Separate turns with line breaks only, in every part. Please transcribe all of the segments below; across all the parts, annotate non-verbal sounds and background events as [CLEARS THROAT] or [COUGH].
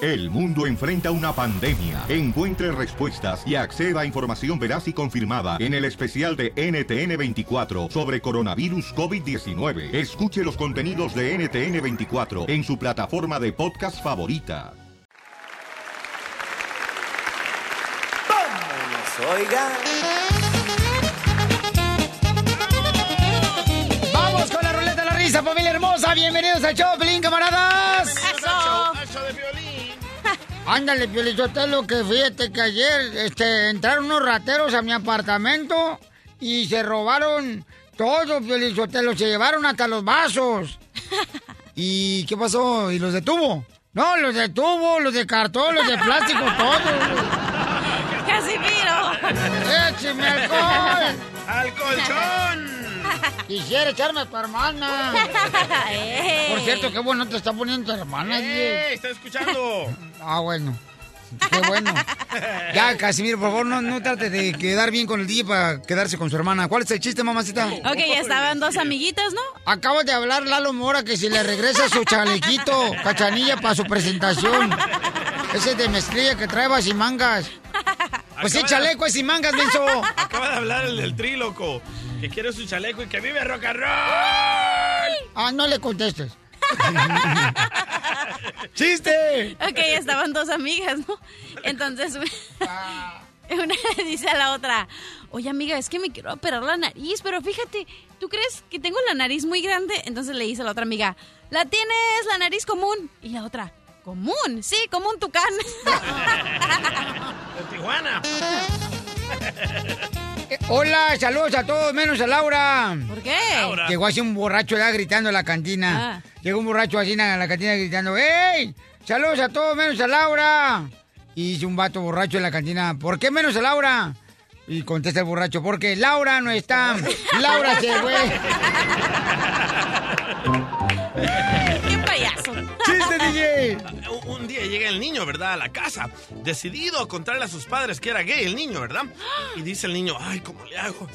El mundo enfrenta una pandemia. Encuentre respuestas y acceda a información veraz y confirmada en el especial de NTN24 sobre coronavirus COVID-19. Escuche los contenidos de NTN24 en su plataforma de podcast favorita.
¡Vámonos, oiga!
¡Vamos con la ruleta de la risa, familia hermosa! ¡Bienvenidos al show, Pelín, camaradas! Ándale, Piolín, yo te lo que fíjate que ayer este, entraron unos rateros a mi apartamento y se robaron todo, Piolín, yo te lo se llevaron hasta los vasos. ¿Y qué pasó? ¿Y los detuvo? No, los detuvo, los de cartón, los de plástico, todos.
¡Casimiro!
¡Écheme alcohol!
¡Al colchón!
Quisiera echarme a tu hermana.
Eh.
Por cierto, qué bueno te está poniendo tu hermana.
¡Eh!
Diez.
¡Está escuchando!
Ah, bueno. Qué bueno. Ya, Casimiro, por favor, no, no trate de quedar bien con el DJ para quedarse con su hermana. ¿Cuál es el chiste, mamacita?
Ok, estaban dos amiguitas, ¿no?
Acaba de hablar Lalo Mora que si le regresa su chalequito, cachanilla para su presentación. Ese de mezclilla que trae y mangas. Pues sí,
Acaba de-
chaleco es sin mangas, menso.
Acaba de hablar el del tríloco, que quiere su chaleco y que vive rock and roll.
Ah, no le contestes. ¡Chiste!
Ok, estaban dos amigas, ¿no? Entonces, [LAUGHS] una le dice a la otra, oye amiga, es que me quiero operar la nariz, pero fíjate, ¿tú crees que tengo la nariz muy grande? Entonces le dice a la otra amiga, la tienes la nariz común. Y la otra, común, sí, como un tucán.
[LAUGHS]
De Tijuana.
Eh, Hola, saludos a todos, menos a Laura.
¿Por qué? Ah.
Llegó así un borracho ya gritando a la cantina. Llegó un borracho así a la cantina gritando, ¡Ey! Saludos a todos, menos a Laura. Y dice un vato borracho en la cantina, ¿por qué menos a Laura? Y contesta el borracho, porque Laura no está. Laura se
[LAUGHS]
fue.
¡Qué payaso!
¡Chiste, DJ!
Un, un día llega el niño, ¿verdad? A la casa, decidido a contarle a sus padres que era gay el niño, ¿verdad? Y dice el niño, ay, ¿cómo le hago?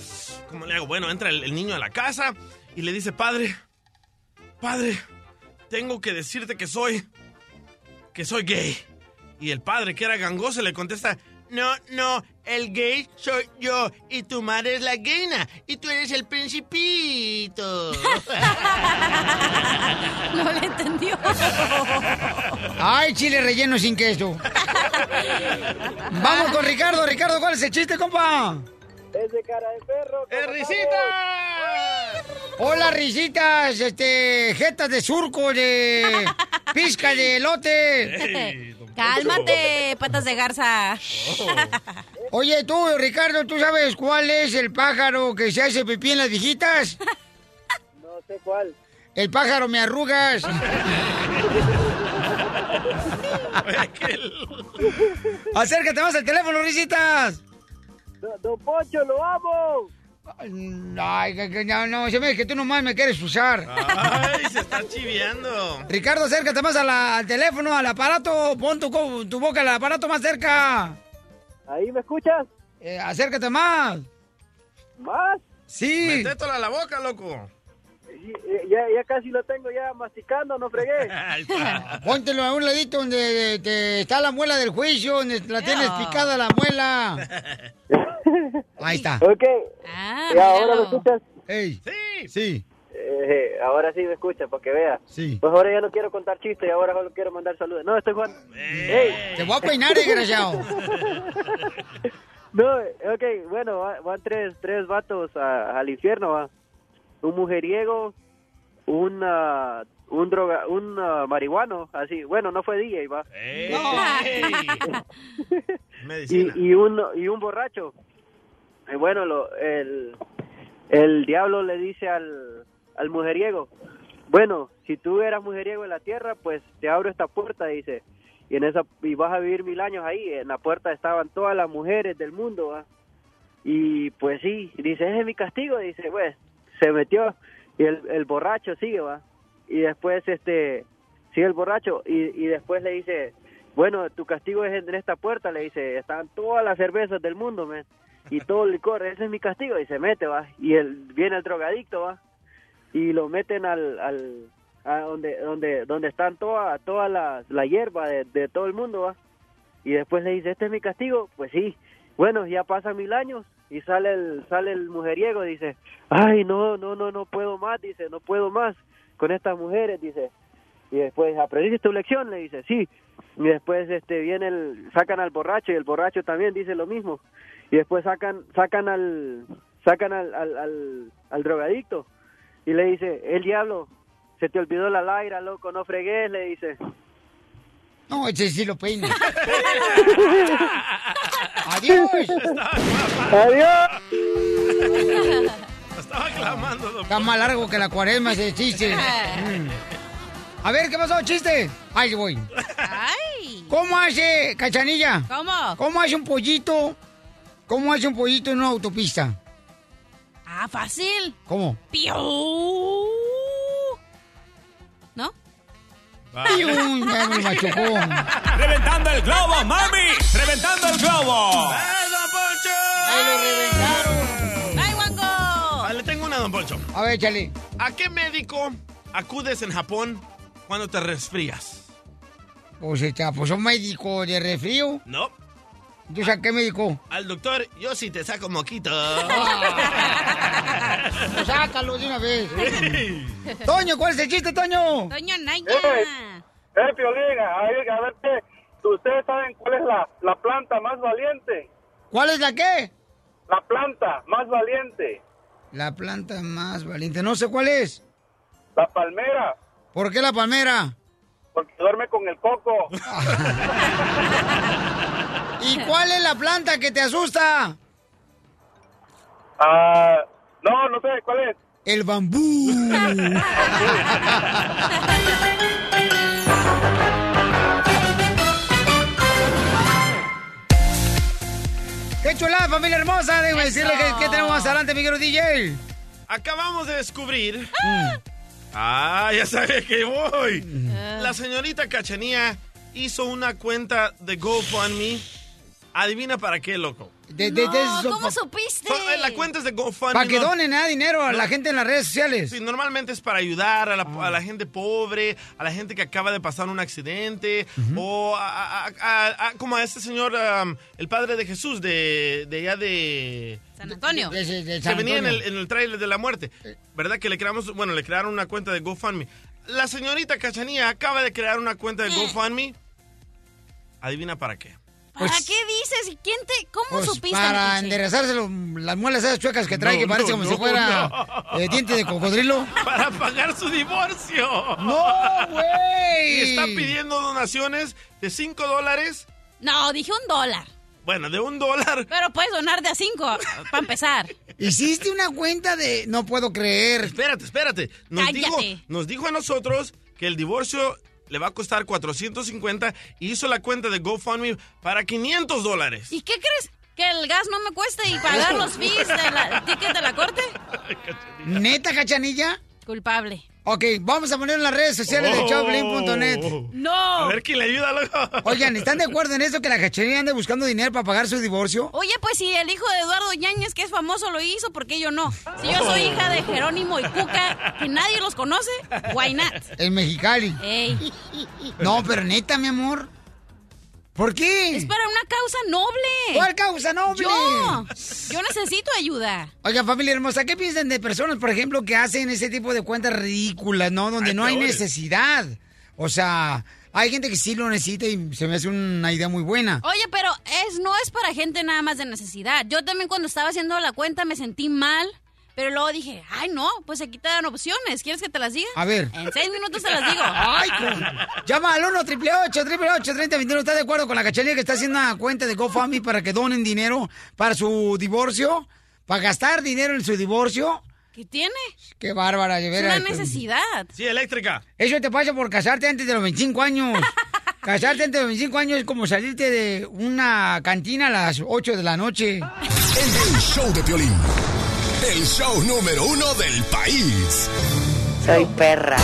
¿Cómo le hago? Bueno, entra el, el niño a la casa y le dice, padre, padre, tengo que decirte que soy, que soy gay. Y el padre, que era gangoso, le contesta, no, no, el gay soy yo y tu madre es la gayna y tú eres el principito.
[LAUGHS] No le
[LAUGHS]
entendió.
¡Ay, chile relleno sin queso! [LAUGHS] Vamos con Ricardo. Ricardo, ¿cuál es el chiste, compa?
Es de cara de perro.
¡Es risita!
Hola, risitas, este, jetas de surco, de pizca de elote.
Cálmate, patas de garza.
Oye, tú, Ricardo, ¿tú sabes cuál es el pájaro que se hace pipí en las viejitas?
No sé
[LAUGHS]
cuál.
El pájaro me arrugas. Acércate más al teléfono, risitas.
Don, Don Poncho, lo amo.
Ay, que- que- no, no, se me que tú nomás me quieres usar.
Ay, se está chiviando.
Ricardo, acércate más a la- al teléfono, al aparato. Pon tu, co- tu boca al aparato más cerca.
¿Ahí me escuchas?
Eh, acércate más.
¿Más?
Sí.
Métela a la boca, loco.
Y- y- Ya, ya casi lo tengo ya masticando,
[LAUGHS]
no fregué.
Póntelo a un ladito donde te está la muela del juicio, donde la tienes picada la
[LAUGHS]
muela. Ahí está.
Ok. ¿Y ahora me escuchas?
Eh, Sí. Sí.
Eh, ahora sí me escuchas, para que veas.
Sí.
Pues ahora ya no quiero contar chistes y ahora solo quiero mandar saludos. No, estoy Juan.
Eh. Te voy a peinar, desgraciado.
[LAUGHS] No, ok, bueno, va- van tres, tres vatos a- al infierno, va. Un mujeriego, un, ah, un droga, un ah, marihuano, así. Bueno, no fue DJ, va. [LAUGHS]
[LAUGHS]
Medicina.
Y, y un, y un borracho. Y bueno, lo- el, el diablo le dice al, al mujeriego, bueno, si tú eras mujeriego en la tierra, pues te abro esta puerta, dice. Y, en esa, y vas a vivir mil años ahí. En la puerta estaban todas las mujeres del mundo. ¿va? Y pues sí, dice, ese es mi castigo. Dice, pues, se metió. Y el, el borracho sigue, va. Y después, este, sigue el borracho. Y, y después le dice, bueno, tu castigo es en esta puerta. Le dice, están todas las cervezas del mundo, men. Y todo el licor, ese es mi castigo. Y se mete, va. Y él, viene el drogadicto, va. Y lo meten al, al, a donde donde donde están toda toda la, la hierba de, de todo el mundo va y después le dice este es mi castigo pues sí bueno ya pasan mil años y sale el sale el mujeriego dice ay no no no no puedo más dice no puedo más con estas mujeres dice y después aprendiste tu lección le dice sí y después este viene el sacan al borracho y el borracho también dice lo mismo y después sacan sacan al sacan al al, al, al drogadicto y le dice el diablo se te olvidó la laira loco no fregues le dice
No, ese sí lo
[LAUGHS]
peina. Adiós.
adiós
Estaba clamando, don
Está más largo que la cuaresma ese
[LAUGHS]
chiste. Mm. A ver, ¿qué pasó, chiste? Ahí voy.
¡Ay!
¿Cómo hace, cachanilla?
¿Cómo?
¿Cómo hace un pollito? ¿Cómo hace un pollito en una autopista?
Ah, fácil.
¿Cómo?
¡Piu! Uh. ¿No?
Y un- ya me machucó.
¡Reventando el globo, mami! ¡Reventando el globo!
¡Eh, don Poncho!
¡Ay, Wango!
Ah, le tengo una, don Poncho.
A ver, échale.
¿A qué médico acudes en Japón cuando te resfrías?
Pues, está, pues un médico de refrío.
No,
¿Tú sabes qué médico?
al doctor, yo sí te saco moquito.
Pues sácalo de una vez. Toño, ¿cuál es el chiste, Toño?
Doña Naya.
Eh, Piolina, a ver, a ver qué. ¿Ustedes saben cuál es la, la planta más valiente?
¿Cuál es la qué?
La planta más valiente.
La planta más valiente. No sé cuál es.
La palmera,
¿Por qué la palmera?
porque duerme con el
[LAUGHS]
coco.
¿Y cuál es la planta que te
[LAUGHS]
asusta?
Ah, no, no sé cuál es.
El bambú. ¡Qué chulada, familia hermosa! Déjame
Eso.
decirle que, que tenemos más adelante, mi querido DJ.
[LAUGHS] Acabamos de descubrir. [LAUGHS] Ah, ya sabes que voy.
Ah.
La señorita Cachanía hizo una cuenta de GoFundMe. Adivina para qué, loco.
De, de- de
No,
eso,
¿Cómo
pa-
supiste?
So- eh, la cuenta es de GoFundMe.
Para que
¿no?
¿eh?
donen ah, dinero a la gente en las redes sociales.
Sí, normalmente es para ayudar a la, a
Ah.
la gente pobre, a la gente que acaba de pasar un accidente, o a- a- a- a- a- como a este señor, um, el padre de Jesús, de, de allá de...
San Antonio.
De- de- de
que
San
venía en el,
Antonio.
en el tráiler de la muerte. ¿Verdad que le creamos, bueno, le crearon una cuenta de GoFundMe? La señorita Cachanía acaba de crear una cuenta de
Eh.
GoFundMe. Adivina para qué.
¿Para
Pues-
qué dices? ¿Y ¿Quién te, ¿Cómo
Pues,
supiste?
para
Miche?
enderezarse los- las muelas esas chuecas que trae,
No,
que parece
no,
como
no,
si fuera
no.
eh, diente de cocodrilo.
[LAUGHS] Para pagar su divorcio.
¡No,
Y
güey!
está pidiendo donaciones de 5 dólares.
No, dije un dólar.
Bueno, de un dólar.
Pero puedes donar de a cinco, para empezar.
[LAUGHS]
Hiciste una cuenta de... No puedo creer.
Espérate, espérate. Nos dijo,
Cállate.
nos dijo a nosotros que el divorcio le va a costar 450 y hizo la cuenta de GoFundMe para 500 dólares.
¿Y qué crees? ¿Que el gas no me cueste y pagar los fees del ticket de la corte?
¿Neta, cachanilla?
Culpable.
Ok, vamos a poner en las redes sociales de showblin.net.
¡No!
Oh. A ver quién le ayuda, loco.
Oigan, ¿están de acuerdo en eso que la cachanilla anda buscando dinero para pagar su divorcio?
Oye, pues si el hijo de Eduardo Yáñez, que es famoso, lo hizo, ¿por qué yo no? Si yo soy hija de Jerónimo y Cuca, que nadie los conoce, why not?
En Mexicali.
Ey,
No, pero neta, mi amor. ¿Por qué?
es para una causa noble.
¿Cuál causa noble?
Yo, yo necesito ayuda.
Oiga, familia hermosa, ¿qué piensan de personas, por ejemplo, que hacen ese tipo de cuentas ridículas, ¿no? Donde
Hay
no hay
peores.
necesidad. O sea, hay gente que sí lo necesita y se me hace una idea muy buena.
Oye, pero es no es para gente nada más de necesidad. Yo también cuando estaba haciendo la cuenta me sentí mal, pero luego dije, ay no, pues aquí te dan opciones. ¿Quieres que te las diga?
A ver.
En seis minutos te las digo.
[LAUGHS] Ay, con- Llama al 1 888 888 3021 ¿Estás de acuerdo con la cachanilla que está haciendo una cuenta de GoFundMe para que donen dinero para su divorcio? ¿Para gastar dinero en su divorcio?
¿Qué tiene?
Qué bárbara, de
Es
veras.
una necesidad.
Sí, eléctrica.
Eso te pasa por casarte antes de los 25
[LAUGHS]
años. casarte antes de los 25 años es como salirte de una cantina a las 8 de la noche.
En el show de violín. El show número uno del país.
Soy perra.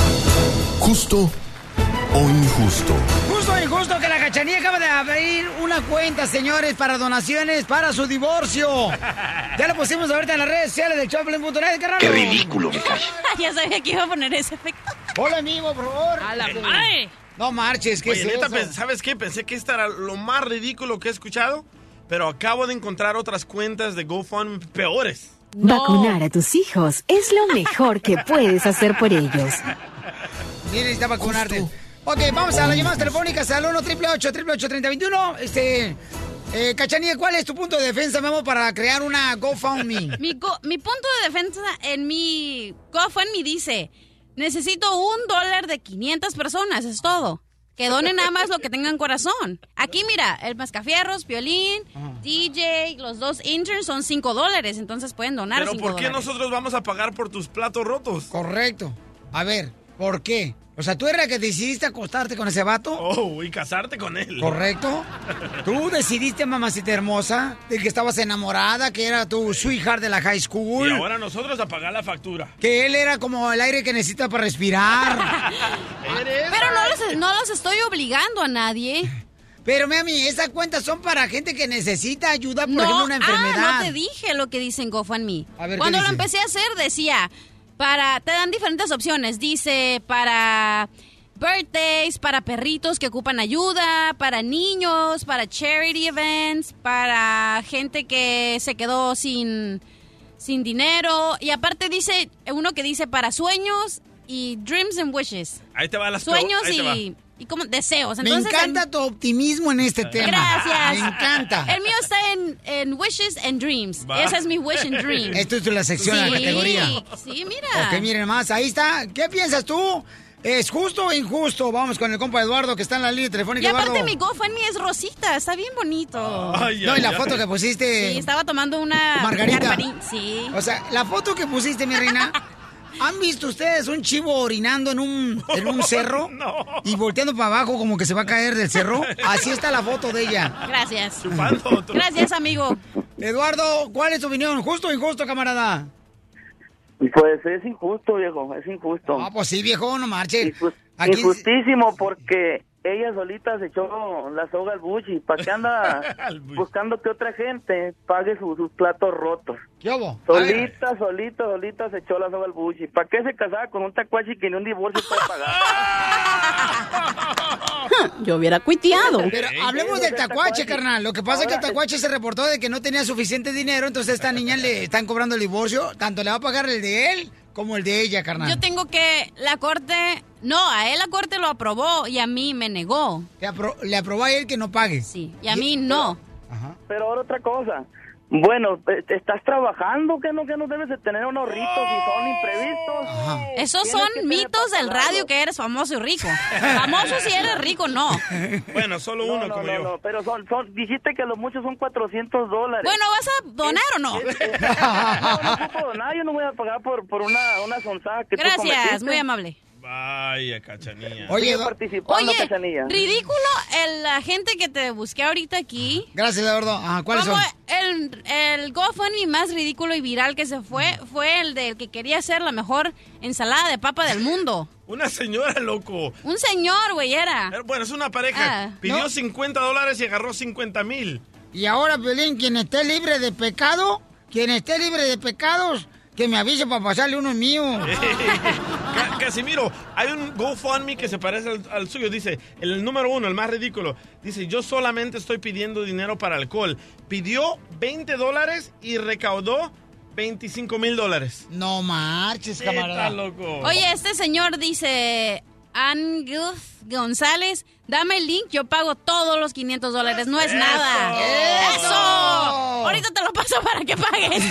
Justo o injusto.
Justo o injusto que la Cachanilla acaba de abrir una cuenta, señores, para donaciones para su divorcio. Ya lo pusimos ahorita en las redes sociales del Choplin.net, carnal.
Qué ridículo, me cae.
[LAUGHS] ya sabía que iba a poner ese efecto.
Hola, amigo, por favor. Eh,
A la madre.
No marches, ¿qué
Oye,
es
neta,
eso?
pe- ¿sabes qué? Pensé que esto era lo más ridículo que he escuchado, pero acabo de encontrar otras cuentas de GoFundMe peores.
Vacunar a tus hijos es lo mejor que puedes hacer por ellos.
Sí, necesita vacunarte. Ok, vamos a las llamadas telefónicas al 1 888 3021 Este, eh, Cachanilla, ¿cuál es tu punto de defensa, Memo, para crear una GoFundMe?
Mi, go- mi punto de defensa en mi GoFundMe dice, necesito un dólar de 500 personas, es todo. Que donen nada más lo que tengan corazón. Aquí mira, el mascafierros, violín, DJ, los dos interns son 5 dólares, entonces pueden donar
Pero
5
¿por qué
dólares.
[LAUGHS] nosotros vamos a pagar por tus platos rotos?
Correcto. A ver, ¿por qué? O sea, ¿tú eres la que decidiste acostarte con ese vato?
Oh, y casarte con él. [LAUGHS]
¿Correcto? Tú decidiste, mamacita hermosa, de que estabas enamorada, que era tu sweetheart de la high
Y
school.
ahora nosotros a pagar la factura.
Que él era como el aire que necesita para
[LAUGHS]
respirar.
Pero no los, no los estoy obligando a nadie.
Pero, mami, esas cuentas son para gente que necesita ayuda, por
no,
ejemplo, una enfermedad.
Ah, no te dije lo que dice en GoFundMe.
A ver, ¿qué
Cuando lo
dice?
empecé a hacer decía, para, te dan diferentes opciones. Dice para birthdays, para perritos que ocupan ayuda, para niños, para charity events, para gente que se quedó sin, sin dinero. Y aparte dice uno que dice para sueños y dreams and wishes.
Ahí te va las peo-
Sueños
ahí te va.
y, y como deseos.
Me
Entonces,
encanta tu optimismo en este tema.
Gracias.
Me encanta.
El mío está en, en Wishes and Dreams.
Va.
Esa es mi Wish and
[LAUGHS]
Dream.
Esto es la sección de
sí,
la categoría.
Sí, mira.
Ok, miren más, ahí está. ¿Qué piensas tú? ¿Es justo o injusto? Vamos con el compa Eduardo que está en la línea telefónica.
y aparte
Eduardo.
mi GoFundMe es rosita, está bien bonito.
Ay,
No, y
ay,
la
ay.
foto que pusiste.
Sí, estaba tomando una
Margarita.
margarita. Sí.
O sea, la foto que pusiste, mi
[LAUGHS]
reina. ¿Han visto ustedes un chivo orinando en un, en un
[LAUGHS]
cerro?
No.
Y volteando para abajo como que se va a caer del cerro. Así está la foto de ella.
Gracias.
Chupando otro.
Gracias, amigo.
Eduardo, ¿cuál es tu opinión? ¿Justo o injusto, camarada?
Pues es injusto, viejo, es injusto.
Ah, pues sí, viejo, no marche.
Injus-
Aquí-
Injustísimo porque ella solita se echó la soga al buchi. ¿Para
[LAUGHS]
qué anda
Al buchi.
buscando que otra gente pague su- sus platos rotos?
¿Qué hubo? A ver.
Solita, solita, solita se echó la soga al buchi. ¿Para qué se casaba con un tacuachi que ni un
[LAUGHS]
divorcio puede pagar?
Yo hubiera cuiteado.
Pero
Ey,
hablemos
ey,
del
ey,
tacuache,
tacuache.
carnal. Lo que pasa es que el
Ahora-
tacuache se reportó de que no tenía suficiente dinero, entonces esta niña le están cobrando el divorcio. Tanto le va a pagar el de él como el de ella, carnal.
Yo tengo que la corte, no, a él la corte lo aprobó y a mí me negó.
Le, apro- le aprobó a él que no pague.
Sí, y a mí no.
Ajá.
Pero ahora otra cosa. Bueno, eh, estás trabajando, que no, que no debes de tener unos ritos y son imprevistos.
Ah,
Esos
Tienes
son
que tener
mitos del
patalado.
radio que eres famoso y
[LAUGHS]
rico. Famoso si eres rico, no.
Bueno, solo
No,
uno
no,
como
no,
yo.
no, pero son, son, dijiste que los muchos son 400 dólares.
Bueno, ¿vas a donar o no?
No, no ocupo nada, yo no voy a pagar por, por una, una sonzada que tú
Gracias,
cometiste.
muy amable.
Vaya, cachanilla.
Oye,
Sigue
Edu-
participando,
Oye,
Cachanilla.
ridículo el- la gente que te busqué ahorita aquí.
gracias, Eduardo. Ajá, ¿cuáles
Como
son?
el, el GoFundMe más ridículo y viral que se fue fue el del que quería hacer la mejor ensalada de papa del mundo.
Una señora, loco.
Un señor, güey, era.
Pero Bueno, es una pareja.
Ah.
Pidió
No.
50 dólares y agarró 50 mil.
Y ahora, Piolín, quien esté libre de pecado, quien esté libre de pecados, que me avise para pasarle uno mío.
[LAUGHS] Ca- Casimiro, hay un GoFundMe que se parece al, al suyo. Dice, el número uno, el más ridículo. Dice, yo solamente estoy pidiendo dinero para alcohol. Pidió 20 dólares y recaudó 25 mil dólares.
No marches,
Está
camarada.
loco.
Oye, este señor dice, Ángel González, dame el link, yo pago todos los 500 dólares, no es
¡Eso!
pues nada.
¡Eso!
¡Eso! Ahorita te lo paso para que
[LAUGHS]
pagues.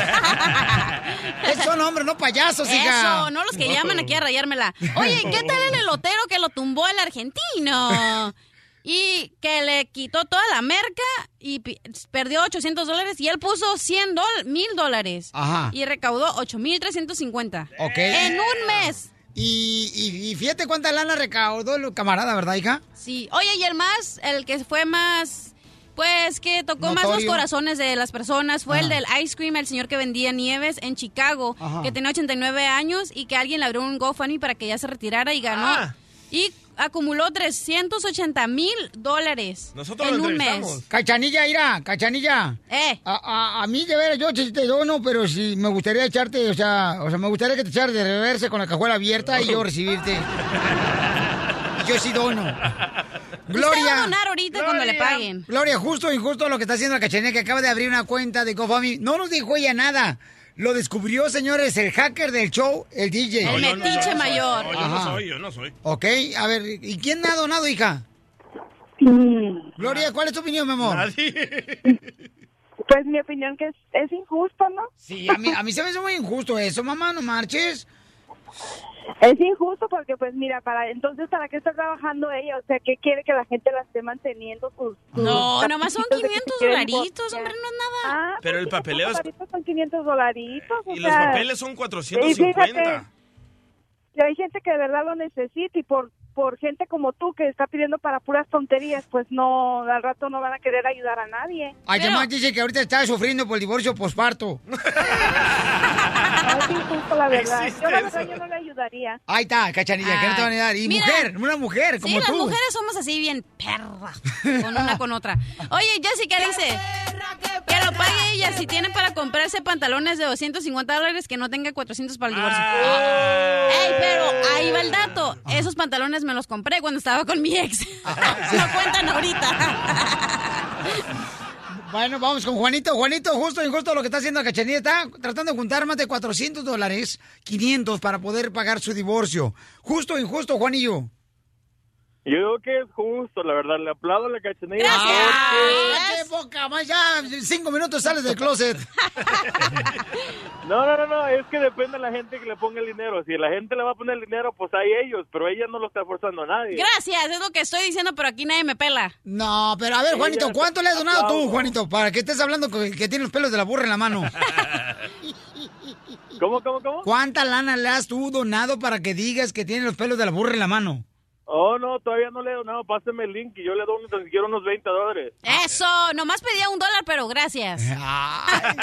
Esos Son hombres, no payasos, hija.
Eso, no los que llaman aquí a rayármela. Oye, ¿qué tal el elotero que lo tumbó el argentino? Y que le quitó toda la merca y pi- perdió 800 dólares y él puso 100 dólares, 1000 dólares.
Ajá.
Y recaudó 8350.
Ok.
En un mes.
Y, y- y fíjate cuánta lana recaudó el camarada, ¿verdad, hija?
Sí. Oye, y el más, el que fue más, pues que tocó más los
Notorio.
corazones de las personas fue el
Ajá.
del ice cream, el señor que vendía nieves en Chicago,
Ajá.
que tenía 89 años y que alguien le abrió un GoFundMe para que ya se retirara y ganó.
Ah.
Y acumuló 380 mil dólares
Nosotros
en
lo
un mes.
entrevistamos.
Cachanilla, ira, cachanilla.
Eh,
A, a- a mí, de veras, yo sí te dono, pero sí me gustaría echarte, o sea, o sea, me gustaría que te echaras de reversa con la cajuela abierta y yo recibirte. yo sí dono.
Gloria. usted va a
Gloria.
donar ahorita cuando le paguen.
Gloria, justo o injusto lo que está haciendo la cachanilla que acaba de abrir una cuenta de GoFundMe. No nos dijo ella nada. Lo descubrió, señores, el hacker del show, el DJ.
El
yo no soy,
metiche
yo no soy,
mayor.
No, yo no
Ajá.
soy, yo no soy.
Ok, a ver, ¿y quién ha donado, hija? Gloria, ¿cuál es tu opinión, mi amor?
Nadie.
Pues mi opinión que es, es injusto, ¿no?
Sí, a mí, a mí se me hizo muy injusto eso, mamá, no marches.
Es injusto porque, pues mira, para entonces, ¿para qué está trabajando ella? O sea, ¿qué quiere que la gente la esté manteniendo? Sus, sus
No, nomás son
caprichitos de que se
500
quieren
dolaritos,
divorciar?
hombre, no es nada.
Ah,
Pero
pues,
el
sí, son
papeleo es-
dolaritos, Son 500 dolaritos, o
Y los
sea,
papeles son
Y fíjate.
450.
y hay gente que de verdad lo necesita y por por gente como tú que está pidiendo para puras tonterías, pues no, al rato no van
[LAUGHS]
a querer ayudar a nadie.
Además dice que ahorita está sufriendo por el divorcio posparto.
Ah, Es injusto, la verdad.
Existe
Yo la
eso.
verdad yo no le ayudaría.
Ahí está, cachanilla, que no te van a dar. Y
Mira.
mujer, una mujer
Sí,
como
las
tú.
mujeres somos así bien perras, con una con otra. Oye, Jessica dice que lo pague ella si tiene para comprarse pantalones de 250 dólares que no tenga 400 para el divorcio.
Ah.
Ey, pero ahí va el dato. Esos pantalones me los compré cuando estaba con mi ex. No cuentan ahorita.
Bueno, vamos con Juanito. Juanito, justo y justo lo que está haciendo la cachanilla. Está tratando de juntar más de 400 dólares, 500 para poder pagar su divorcio. Justo o injusto, Juanillo.
Yo digo que es justo, la verdad. Le aplaudo a la cachanilla.
¡Ah, qué poca más! Ya cinco minutos sales del closet.
No, no, no, no, es que depende de la gente que le ponga el dinero. Si la gente le va a poner el dinero, pues hay ellos, pero ella no lo está forzando a nadie.
Gracias, es lo que estoy diciendo, pero aquí nadie me pela.
No, pero a ver, Juanito, ¿cuánto le has donado tú,
Aplaudo.
Juanito? Para que estés hablando con el que tiene los pelos de la burra en la mano.
[LAUGHS] ¿Cómo, cómo, cómo?
¿Cuánta lana le has tú donado para que digas que tiene los pelos de la burra en la mano?
Oh, no, todavía no le he donado. Páseme el link y yo le doy ni tan siquiera unos 20 dólares.
Ah, eh.
Eso, nomás pedía un dólar, pero gracias.
Ay.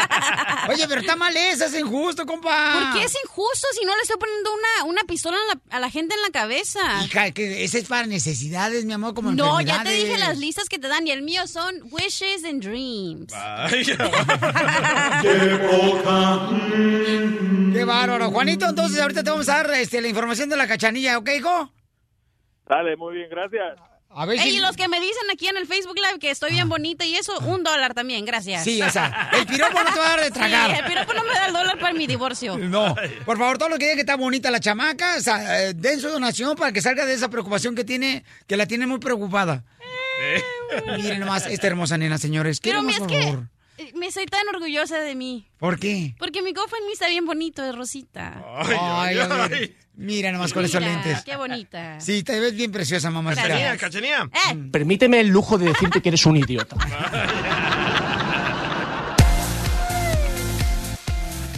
Oye, pero está mal eso, es injusto, compa.
¿Por qué es injusto si no le estoy poniendo una, una pistola en la- a la gente en la cabeza?
Hija, que ese es para necesidades, mi amor, como
No, ya te dije
enfermedades.
las listas que te dan y el mío son wishes and dreams. [LAUGHS]
Vaya.
Qué bárbaro. Juanito, entonces ahorita te vamos a dar este, la información de la cachanilla, ¿ok, hijo?
Dale, muy bien, gracias.
A ver [LAUGHS]
Ey,
si...
y los que me dicen aquí en el Facebook Live que estoy bien bonita y eso, un dólar también, gracias.
Ah. Sí, o sea, el piropo no te va a dar de
Sí,
tragar.
el piropo no me da el dólar para mi divorcio.
No, por favor, todos los que digan que está bonita la chamaca, o sea, eh, den su donación para que salga de esa preocupación que tiene, que la tiene muy preocupada.
Eh.
[LAUGHS] Miren nomás esta hermosa nena, señores.
Pero mi,
Queremos,
es
por
que
favor.
eh, me soy tan orgullosa de mí.
¿Por qué?
Porque mi GoFundMe está bien bonito, de
Ah.
rosita.
Ay, ay,
a ver,
ay.
Mira nomás con esos
Mira,
lentes.
qué
[LAUGHS]
bonita.
Sí, te ves bien preciosa, mamá.
Cachanía,
Gracias.
cachanía.
Eh,
[LAUGHS] Permíteme el lujo de decirte que eres un idiota.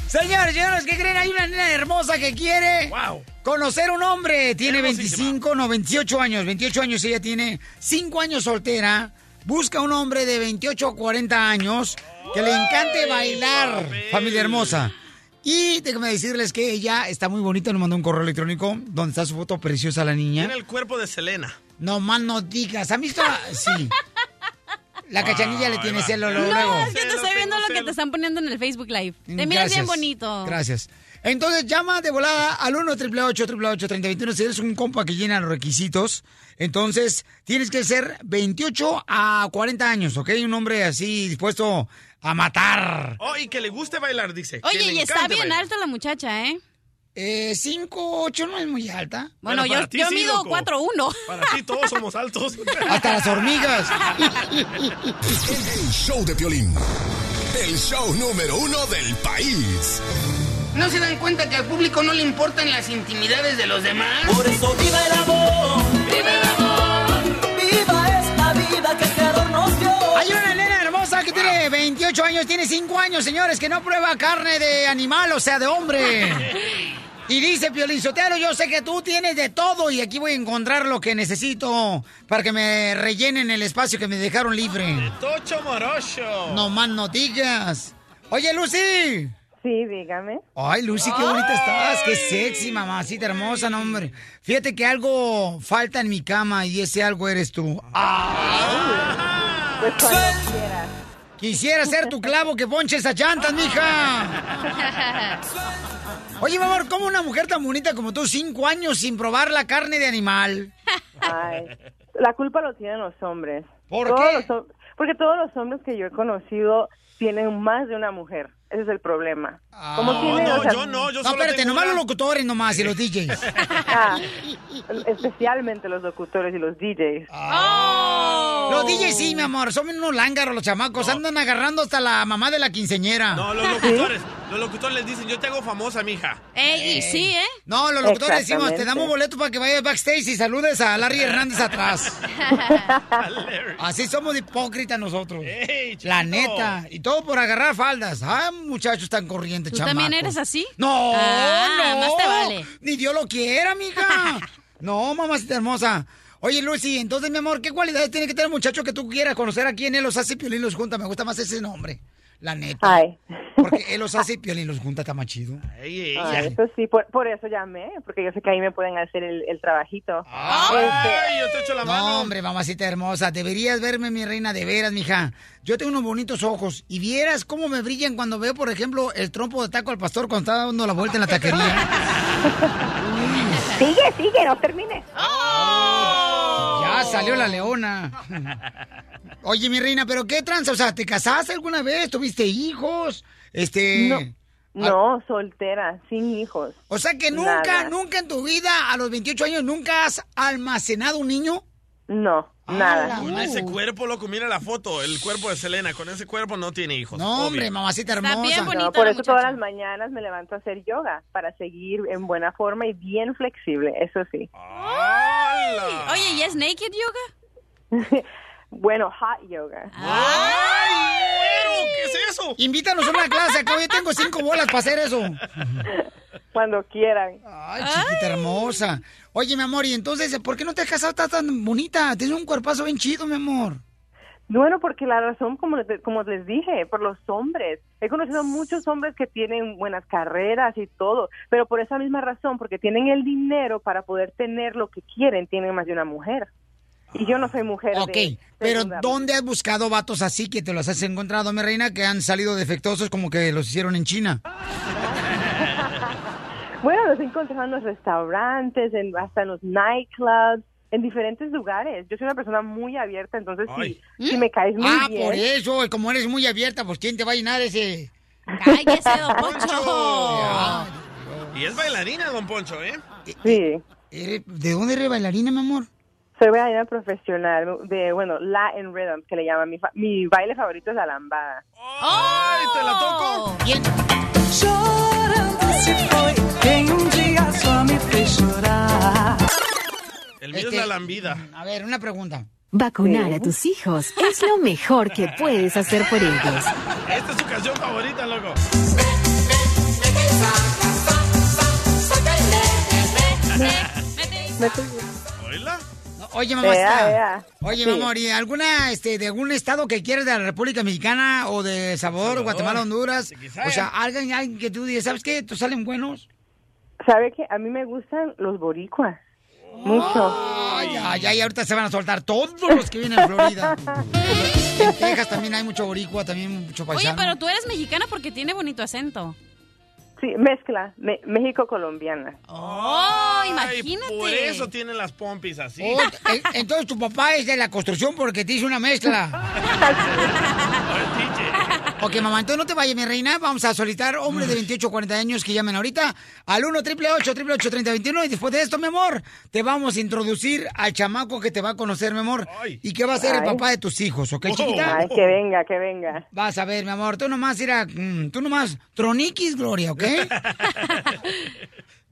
Señores, señores, ¿qué creen? Hay una nena hermosa que quiere
Wow.
conocer un hombre. Tiene
Hermosísima.
25, no, 28 años. 28 años ella tiene. 5 años soltera. Busca un hombre de 28 a 40 años que le encante bailar, familia hermosa. Y déjame decirles que ella está muy bonita. Nos mandó un correo electrónico donde está su foto preciosa la niña.
Tiene el cuerpo de Selena.
No más no digas. ¿Han visto? la- ah, Sí. La cachanilla le
Ah, ahí
tiene
va.
celo luego. luego.
no, Ah, es que te
Celo,
estoy viendo
tengo
lo que
celo.
te están poniendo en el Facebook Live. [LAUGHS] Te miras
Mm, Gracias.
bien bonito.
Gracias. Entonces llama de volada al 1 888 3021 Si eres un compa que llena los requisitos, entonces tienes que ser 28 a 40 años, ¿ok? Un hombre así dispuesto a matar.
Oh, y que le guste bailar, dice. que
Oye,
le
y está
encante
bien
bailar.
alta la muchacha, ¿eh?
Eh, 5, 8 no es muy alta.
Bueno,
Bueno, para
yo,
ti
yo
sí,
mido
loco.
4'1".
Para ti
[LAUGHS]
todos somos altos.
Hasta las hormigas.
El show de Piolín. El show número uno del país.
¿No se dan cuenta que al público no le importan las intimidades de los demás?
Hay una nena hermosa que tiene 28 años, tiene 5 años, señores, que no prueba carne de animal, o sea, de hombre. Y dice Piolín Sotelo, yo sé que tú tienes de todo y aquí voy a encontrar lo que necesito para que me rellenen el espacio que me dejaron libre.
Tocho Morocho.
No más no digas. Oye, Lucy,
Sí, dígame.
Ay, Lucy, qué bonita estás, qué sexy, mamacita hermosa, no, hombre. Fíjate que algo falta en mi cama y ese algo eres tú. ¡Ah!
Pues cuando quieras.
Quisiera ser tu clavo que ponche esas llantas, mija. Oye, mi amor, ¿cómo una mujer tan bonita como tú, cinco años sin probar la carne de animal? [LAUGHS]
Ay, la culpa lo tienen los hombres.
¿Por
Todos
qué?
los hom- porque todos los hombres que yo he conocido tienen más de una mujer. Ese es el problema. Como tienen, o sea,
Ah, No, espérate, nomás los locutores nomás y [LAUGHS] los DJs.
Ah, especialmente los locutores y los DJs.
Ah.
Los DJs sí, mi amor, son unos lángaros los chamacos, andan agarrando hasta la mamá de la quinceñera.
No, los locutores, los locutores les dicen, yo te hago famosa, mija.
Ey, y sí, ¿eh?
No, los locutores decimos, te
Exactamente.
damos boleto para que vayas backstage y saludes a Larry Hernández
[LAUGHS]
atrás. Así somos de hipócritas nosotros. la neta. Y todo por agarrar faldas. Ah, muchachos tan corrientes,
¿Tú
chamacos.
también eres así?
No,
Ah,
no.
más te vale.
Ni Dios lo quiera, [LAUGHS] mija. no, mamacita hermosa. Oye, Lucy, entonces, mi amor, ¿qué cualidades tiene que tener el muchacho que tú quieras conocer aquí en El Osasi Piolín Los Junta? Me gusta más ese nombre, la neta.
Ay.
Porque El Osasi Piolín Los Junta está más chido.
Ay, Ah, eso sí, por, por eso llamé, porque yo sé que ahí me pueden hacer el, el trabajito. Este,
Ay, yo te echo la mano. Este, No, hombre, mamacita hermosa, deberías verme, mi reina, de veras, mija. Yo tengo unos bonitos ojos y vieras cómo me brillan cuando veo, por ejemplo, el trompo de taco al pastor cuando está dando la vuelta en
[LAUGHS]
la taquería.
sigue, sigue, no termines.
Ya salió la leona. Oye, mi reina, pero qué tranza, o sea, ¿te casaste alguna vez? ¿Tuviste hijos? Este...
No, no, soltera, sin hijos.
O sea que nunca, nunca en tu vida, a los 28 años, nunca has almacenado un niño.
No,
nada.
Con ese cuerpo, loco, mira la foto, el cuerpo de Selena. Con ese cuerpo no tiene hijos.
No, hombre,
obvio.
mamacita
Está
hermosa.
bien bonita
No, por eso todas las mañanas me levanto a hacer yoga para seguir en buena forma y bien flexible, eso
Ah,
sí.
Ey, Oye, ¿y es naked yoga?
Bueno, hot yoga.
¿Qué es eso?
Invítanos a una clase, acá yo tengo cinco bolas para hacer eso.
Cuando quieran.
Ay, chiquita hermosa. Oye, mi amor, y entonces, ¿por qué no te has casado? Estás tan bonita, tienes un cuerpazo bien chido, mi amor.
Bueno, porque la razón, como, les- como les dije, por los hombres. He conocido muchos hombres que tienen buenas carreras y todo, pero por esa misma razón, porque tienen el dinero para poder tener lo que quieren, tienen más de una mujer. Y yo no soy mujer. de
Ok, pero
segunda.
¿dónde has buscado vatos así que te los has encontrado, mi reina, que han salido defectuosos como que los hicieron en China?
Bueno, los he encontrado en los restaurantes, en, hasta en los nightclubs, en diferentes lugares. Yo soy una persona muy abierta, entonces si, si me caes muy
ah,
bien.
por eso, como eres muy abierta, pues ¿quién te va a llenar ese...?
¡Cállese,
[LAUGHS]
don
Poncho!
Y es bailarina, don Poncho, ¿eh?
Sí.
¿De dónde eres bailarina, mi amor?
Soy bailarina profesional de, bueno, Latin Rhythm, que le llaman. Mi, fa- mi baile favorito es la lambada.
¡Oh!
¡Ay, te la toco!
Bien.
Chorando se foi, quem um dia só me fez chorar.
El mío es la lambida.
Este, A ver, una pregunta.
Vacunar a tus hijos es lo mejor que puedes hacer por ellos.
Esta es su canción favorita, loco. ¿Oíla?
Oye, mamá,
Ea, ea.
Oye,
Sí.
mi amor, ¿y alguna, este, de algún estado que quieres de la República Mexicana o de El Salvador, Guatemala, Honduras? O sea, alguien, alguien que tú digas, ¿sabes qué? ¿Tú salen buenos?
¿Sabe que A mí me gustan los boricuas. Mucho.
Ay, ay, ay, ahorita se van a soltar todos los que vienen a
[LAUGHS]
Florida. en Texas también hay mucho boricua, también mucho
Oye,
paisano.
pero tú eres mexicana porque tiene bonito acento.
Sí, mezcla. me- México-colombiana.
¡Oh,
Ay,
imagínate!
Por eso tiene las pompis así.
Oh, eh, entonces tu papá es de la construcción porque te hizo una
[LAUGHS]
mezcla. Ok, mamá, entonces no te vayas, mi reina. Vamos a solicitar hombres
Mm.
de 28 o 40 años que llamen ahorita al 1 888 3021 Y después de esto, mi amor, te vamos a introducir al chamaco que te va a conocer, mi amor. Y que va a ser el
Ay.
papá de tus hijos, ¿ok, chiquita?
Ay, Ah, que venga, que venga.
Vas a ver, mi amor, tú nomás irá, mm, tú nomás, troniquis, Gloria, ¿ok?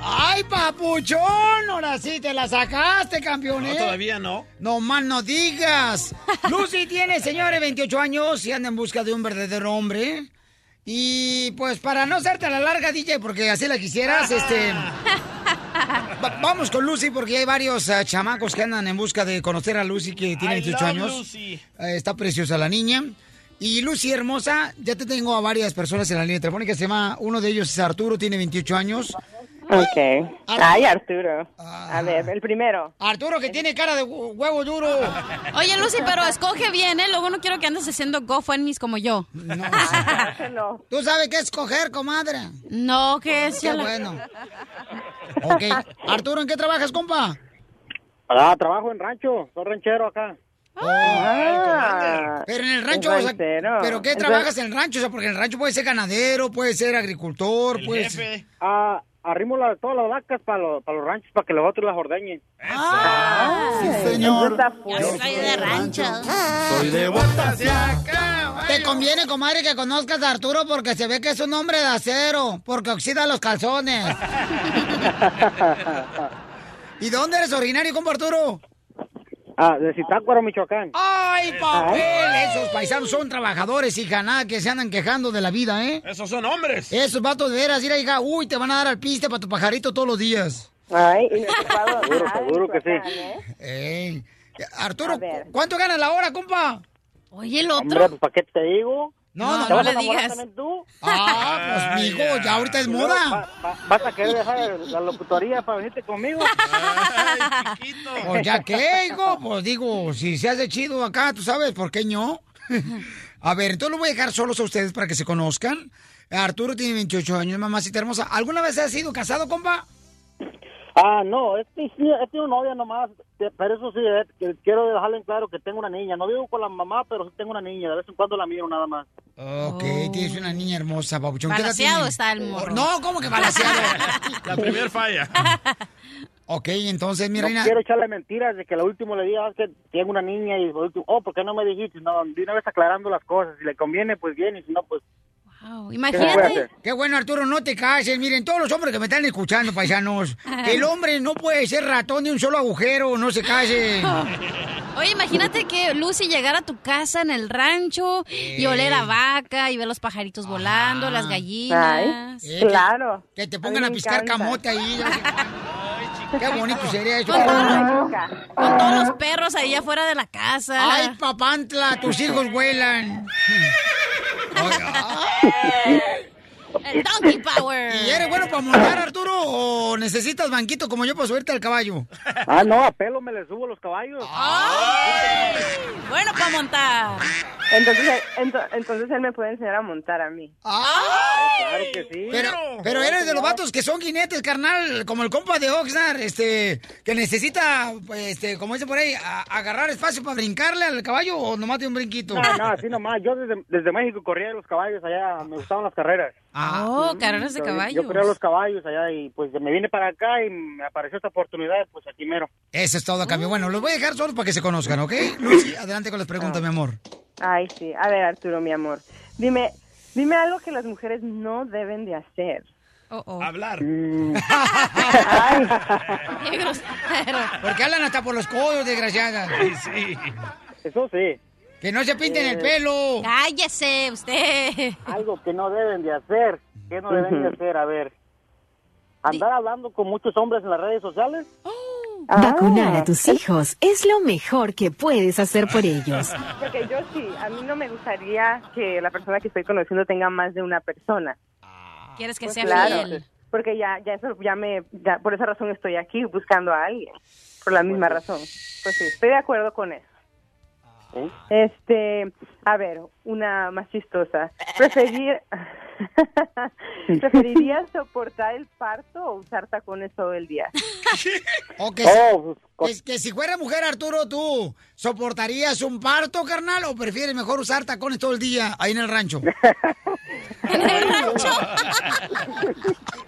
¡Ay, ¡Ay, papuchón! Ahora sí te la sacaste, campeón.
No,
¿eh?
todavía no.
No más no [LAUGHS] digas. Lucy tiene, señores, 28 años y anda en busca de un verdadero hombre. Y pues para no hacerte la larga, DJ, porque así la quisieras, [LAUGHS] este... va- vamos con Lucy porque hay varios eh, chamacos que andan en busca de conocer a Lucy que tiene
I
28
love
años.
Lucy.
Eh, está preciosa la niña. Y Lucy hermosa, ya te tengo a varias personas en la línea telefónica. Se llama, uno de ellos es Arturo, tiene 28 años. Ah.
Ok. Ay, Arturo. A ver, el primero.
Arturo que tiene cara de hu- huevo duro.
[LAUGHS] Oye, Lucy, pero escoge bien, ¿eh? Luego no quiero que andes haciendo GoFundMe's como yo.
¿Tú sabes qué escoger, comadre?
No, que es...
Qué bueno. [LAUGHS] Ok. Arturo, ¿en qué trabajas, compa?
Ah, trabajo en rancho, soy ranchero acá.
Oh. Ah, pero en el rancho, o sea, ¿pero qué trabajas en el rancho? O sea, porque en el rancho puede ser ganadero, puede ser agricultor, puede ser...
Ah, arrimo la- todas las vacas para los, para los ranchos para que los otros las ordeñen.
sí,
señor.
soy de rancho.
Soy de botas
Te conviene, comadre, que conozcas a Arturo porque se ve que es un hombre de acero, porque oxida los
[LAUGHS]
calzones. ¿Y dónde eres originario, compa Arturo?
Ah, de Zitácuaro, Michoacán.
¡Ay, papel! Esos paisanos son trabajadores, hija, nada que se andan quejando de la vida, ¿eh?
Esos son hombres.
Esos vatos de veras, mira, hija, uy, te van a dar al piste para tu pajarito todos los días.
Ay,
Ah, Seguro, seguro que sí.
Ey. Arturo, ¿cuánto ganas la hora, compa?
Oye, el
Hombre, pues, ¿para qué te digo?
[LAUGHS] No, no,
¿Te
no
vas
le
a enamorar
digas.
también tú?
Ah, pues, mijo, ya ahorita es
Y luego,
moda.
va- va- ¿Vas a querer dejar la locutoría para venirte conmigo?
Pues ya qué, hijo, pues digo, si se hace chido acá, tú sabes, ¿por qué
[LAUGHS]
no? A ver, entonces los voy a dejar solos a ustedes para que se conozcan. Arturo tiene 28 años, mamacita hermosa. ¿Alguna vez has sido casado, compa?
Ah, no, es que sí, he tenido novia nomás, te- pero eso sí, eh, que quiero dejarle en claro que tengo una niña. No vivo con la mamá, pero sí tengo una niña, de vez en cuando la miro nada más.
Ok,
Oh.
tienes una niña hermosa, papuchón. ¿Qué edad
Balaseado
tiene?
está el morro.
No, ¿cómo que
[LAUGHS]
balaseado?
La primera falla.
[LAUGHS] ok, entonces, mi
no
reina.
quiero echarle mentiras de que lo último le diga "Ah, es que tengo una niña y lo último, oh, ¿por qué no me dijiste? No, de una vez aclarando las cosas. Si le conviene, pues bien, y si no, pues...
Wow,
¿Qué se puede hacer?
Imagínate. Qué bueno, Arturo, no te calles. Miren, todos los hombres que me están escuchando,
[LAUGHS]
paisanos. El hombre no puede ser ratón de un solo agujero, no se
[LAUGHS]
calle.
Oye, imagínate que Lucy llegara a tu casa en el rancho y oler a vaca y ver los pajaritos volando, las gallinas.
Eh, que- Que, te pongan a, piscar camote ahí. ya sé. Qué bonito sería eso.
Con todos, con todos los perros ahí afuera de la casa.
Ay, papantla, tus hijos [LAUGHS] vuelan.
El donkey power.
¿Y eres bueno para montar, Arturo? ¿O necesitas banquito como yo para subirte al caballo?
Ah, no, a pelo me le subo los caballos.
Bueno, para montar.
Entonces, ento- entonces él me puede enseñar a montar a mí.
Claro que sí.
Pero, pero eres de los vatos que son jinetes, carnal, como el compa de Oxnard, este, que necesita, este, como dice por ahí, a- agarrar espacio para brincarle al caballo o nomás de un brinquito.
No, no, así nomás. Yo desde, desde México corría los caballos allá, me gustaban las carreras.
Ah.
Oh, carreras de
Yo-
caballos.
Yo corría los caballos allá y pues me vine para acá y me apareció esta oportunidad, pues aquí mero.
Eso es todo, cambio. Bueno, los voy a dejar solos para que se conozcan, ¿ok? Lucy, adelante con las
Ah.
preguntas, mi amor.
Ay, sí. A ver, Arturo, mi amor. Dime, dime algo que las mujeres no deben de hacer. Mm.
Hablar.
Qué grosero.
[LAUGHS] Porque hablan hasta por los codos, desgraciadas.
Eso sí.
Que no se pinten el pelo.
Cállese usted.
Eh, Algo que no deben de hacer. ¿Qué no deben de hacer? A ver. Andar hablando con muchos hombres en las redes sociales.
Vacunar a tus hijos es lo mejor que puedes hacer por ellos.
Porque yo sí, a mí no me gustaría que la persona que estoy conociendo tenga más de una persona.
¿Quieres que
Pues
sea
claro,
fiel?
Porque ya, ya, eso, ya me, ya por esa razón estoy aquí buscando a alguien. Por la misma razón. Pues sí, estoy de acuerdo con eso. Este, a ver, una más chistosa.
[LAUGHS]
Preferir, [LAUGHS] ¿preferirías soportar el parto o usar tacones todo
[LAUGHS]
el día?
O que,
pues,
si, que, que si fuera mujer, Arturo, ¿tú soportarías un parto, carnal? ¿O prefieres mejor usar tacones todo el día ahí en el
[LAUGHS]
rancho?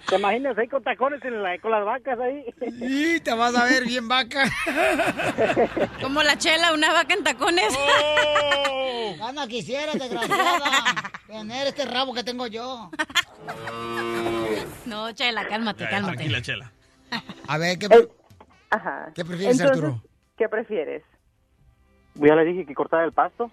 ¿Te imaginas ahí con tacones en la- con las vacas ahí?
Y te vas a ver bien
[LAUGHS]
vaca.
Como la chela, una vaca en tacones.
Oh. Ana, quisiera, desgraciada, tener este rabo que tengo yo.
[LAUGHS] No, [LAUGHS] chela, cálmate,
Ya,
cálmate. [LAUGHS]
Tranquila, chela.
A ver,
Eh,
¿qué,
Ajá.
¿qué prefieres,
Entonces,
Arturo?
¿Qué prefieres?
Ya le dije que cortara el pasto.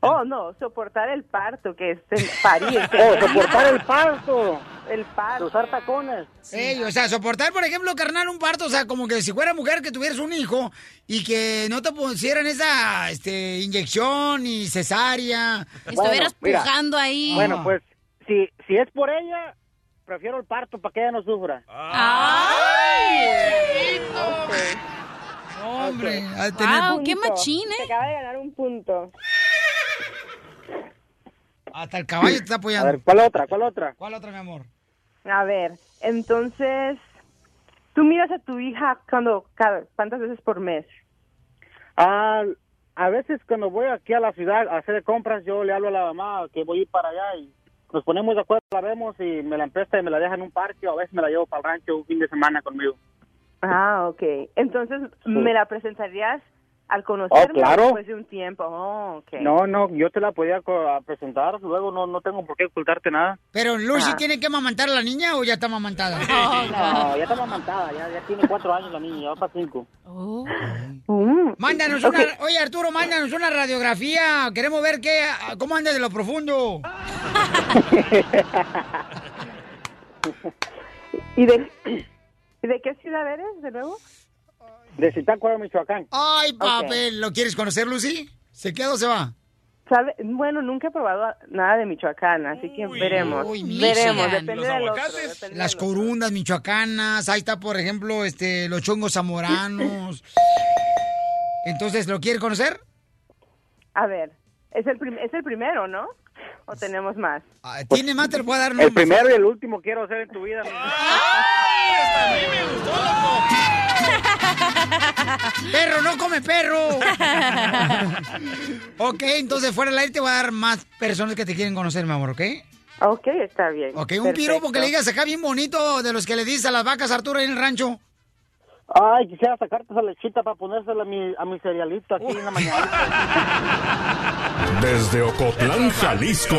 Oh, no, soportar el parto, que es el
[LAUGHS]
parir.
Oh, soportar el parto.
El parto.
Usar tacones.
Ey, o sea, soportar, por ejemplo, carnal, un parto, o sea, como que si fuera mujer que tuvieras un hijo y que no te pusieran esa este, inyección y cesárea. Ah.
Estuvieras pujando ahí.
Bueno, pues, si, si es por ella, prefiero el parto para que ella no sufra.
Hombre,
al tener- Wow, qué ¿eh?
machín,
Te acaba de ganar un punto.
Hasta el caballo te está apoyando.
A ver, ¿cuál otra? ¿Cuál otra?
¿Cuál otra, mi amor?
A ver, entonces, tú miras a tu hija cuando, cada, ¿cuántas veces por mes?
Ah, a veces cuando voy aquí a la ciudad a hacer compras, yo le hablo a la mamá que voy a ir para allá y nos ponemos de acuerdo, la vemos y me la empresta y me la deja en un parque o a veces me la llevo para el rancho un fin de semana conmigo.
Ah, ok. Entonces,
Sí.
¿me la presentarías al conocerme
Oh, claro.
después de un tiempo? Oh, ok.
No, no, yo te la podía co- a presentar, luego no, no tengo por qué ocultarte nada.
Pero Lucy
Ah.
[LAUGHS]
tiene que amamantar a la niña o ya está
[LAUGHS]
amamantada?
No, ya está amamantada, ya, ya tiene cuatro años la niña, ya va para cinco.
Mm.
Mándanos una, oye Arturo, mándanos una radiografía. Queremos ver qué, ah, cómo anda de lo profundo.
[LAUGHS] ¿Y de, [CLEARS THROAT] ¿y de qué ciudad eres, de nuevo?
De Zitácuaro, Michoacán.
Ay, papel,
Ok.
¿lo quieres conocer, Lucy? ¿Se queda o se va?
¿Sabe? Bueno, nunca he probado nada de Michoacán, así que veremos.
Uy,
veremos,
Michigan.
depende del otro, depende
Las corundas michoacanas, ahí está, por ejemplo, este, los chongos zamoranos. Entonces, ¿lo quiere conocer?
A ver, es el, prim- es el primero, ¿no? ¿O tenemos más?
Ah, Tiene más, te lo voy a dar.
Pues, El primero y el último quiero ser en tu vida.
[LAUGHS]
Perro, no come
[LAUGHS]
perro. ok, entonces fuera del aire te voy a dar más personas que te quieren conocer, mi amor, ¿ok?
Ok, está bien.
Ok, un piropo que le digas acá bien bonito de los que le dices a las vacas Arturo ahí en el rancho.
Ay, quisiera sacarte esa lechita para ponérsela a mi, a mi cerealito aquí en la mañana.
Desde Ocotlán, Jalisco.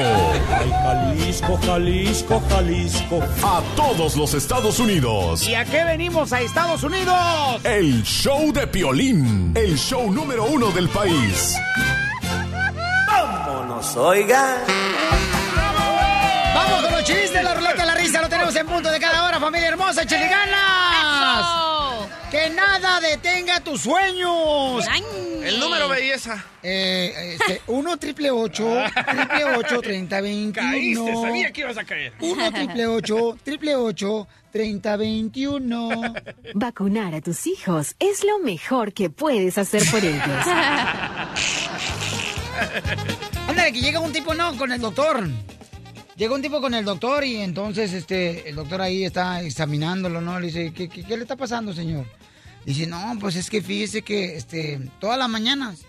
Jalisco, Jalisco, Jalisco. A todos los Estados Unidos.
¿Y a qué venimos a Estados Unidos?
El show de Piolín. El show número uno del país. ¡Vámonos, oiga!
Vamos con los chistes, la ruleta de la risa, lo tenemos en punto de cada hora, familia hermosa, échale ganas. Que nada detenga tus sueños.
El número belleza.
Eh, este, 1 triple 8 triple 8 30 21
Caíste, sabía que ibas a caer.
1 triple 8 triple 8 30 21
Vacunar a tus hijos es lo mejor que puedes hacer por ellos.
Ándale, que llega un tipo, no, con el doctor. Llega un tipo con el doctor y entonces este, el doctor ahí está examinándolo, ¿no? Le dice, ¿qué, qué- qué le está pasando, señor? Dice, no, pues es que fíjese que este, todas las mañanas,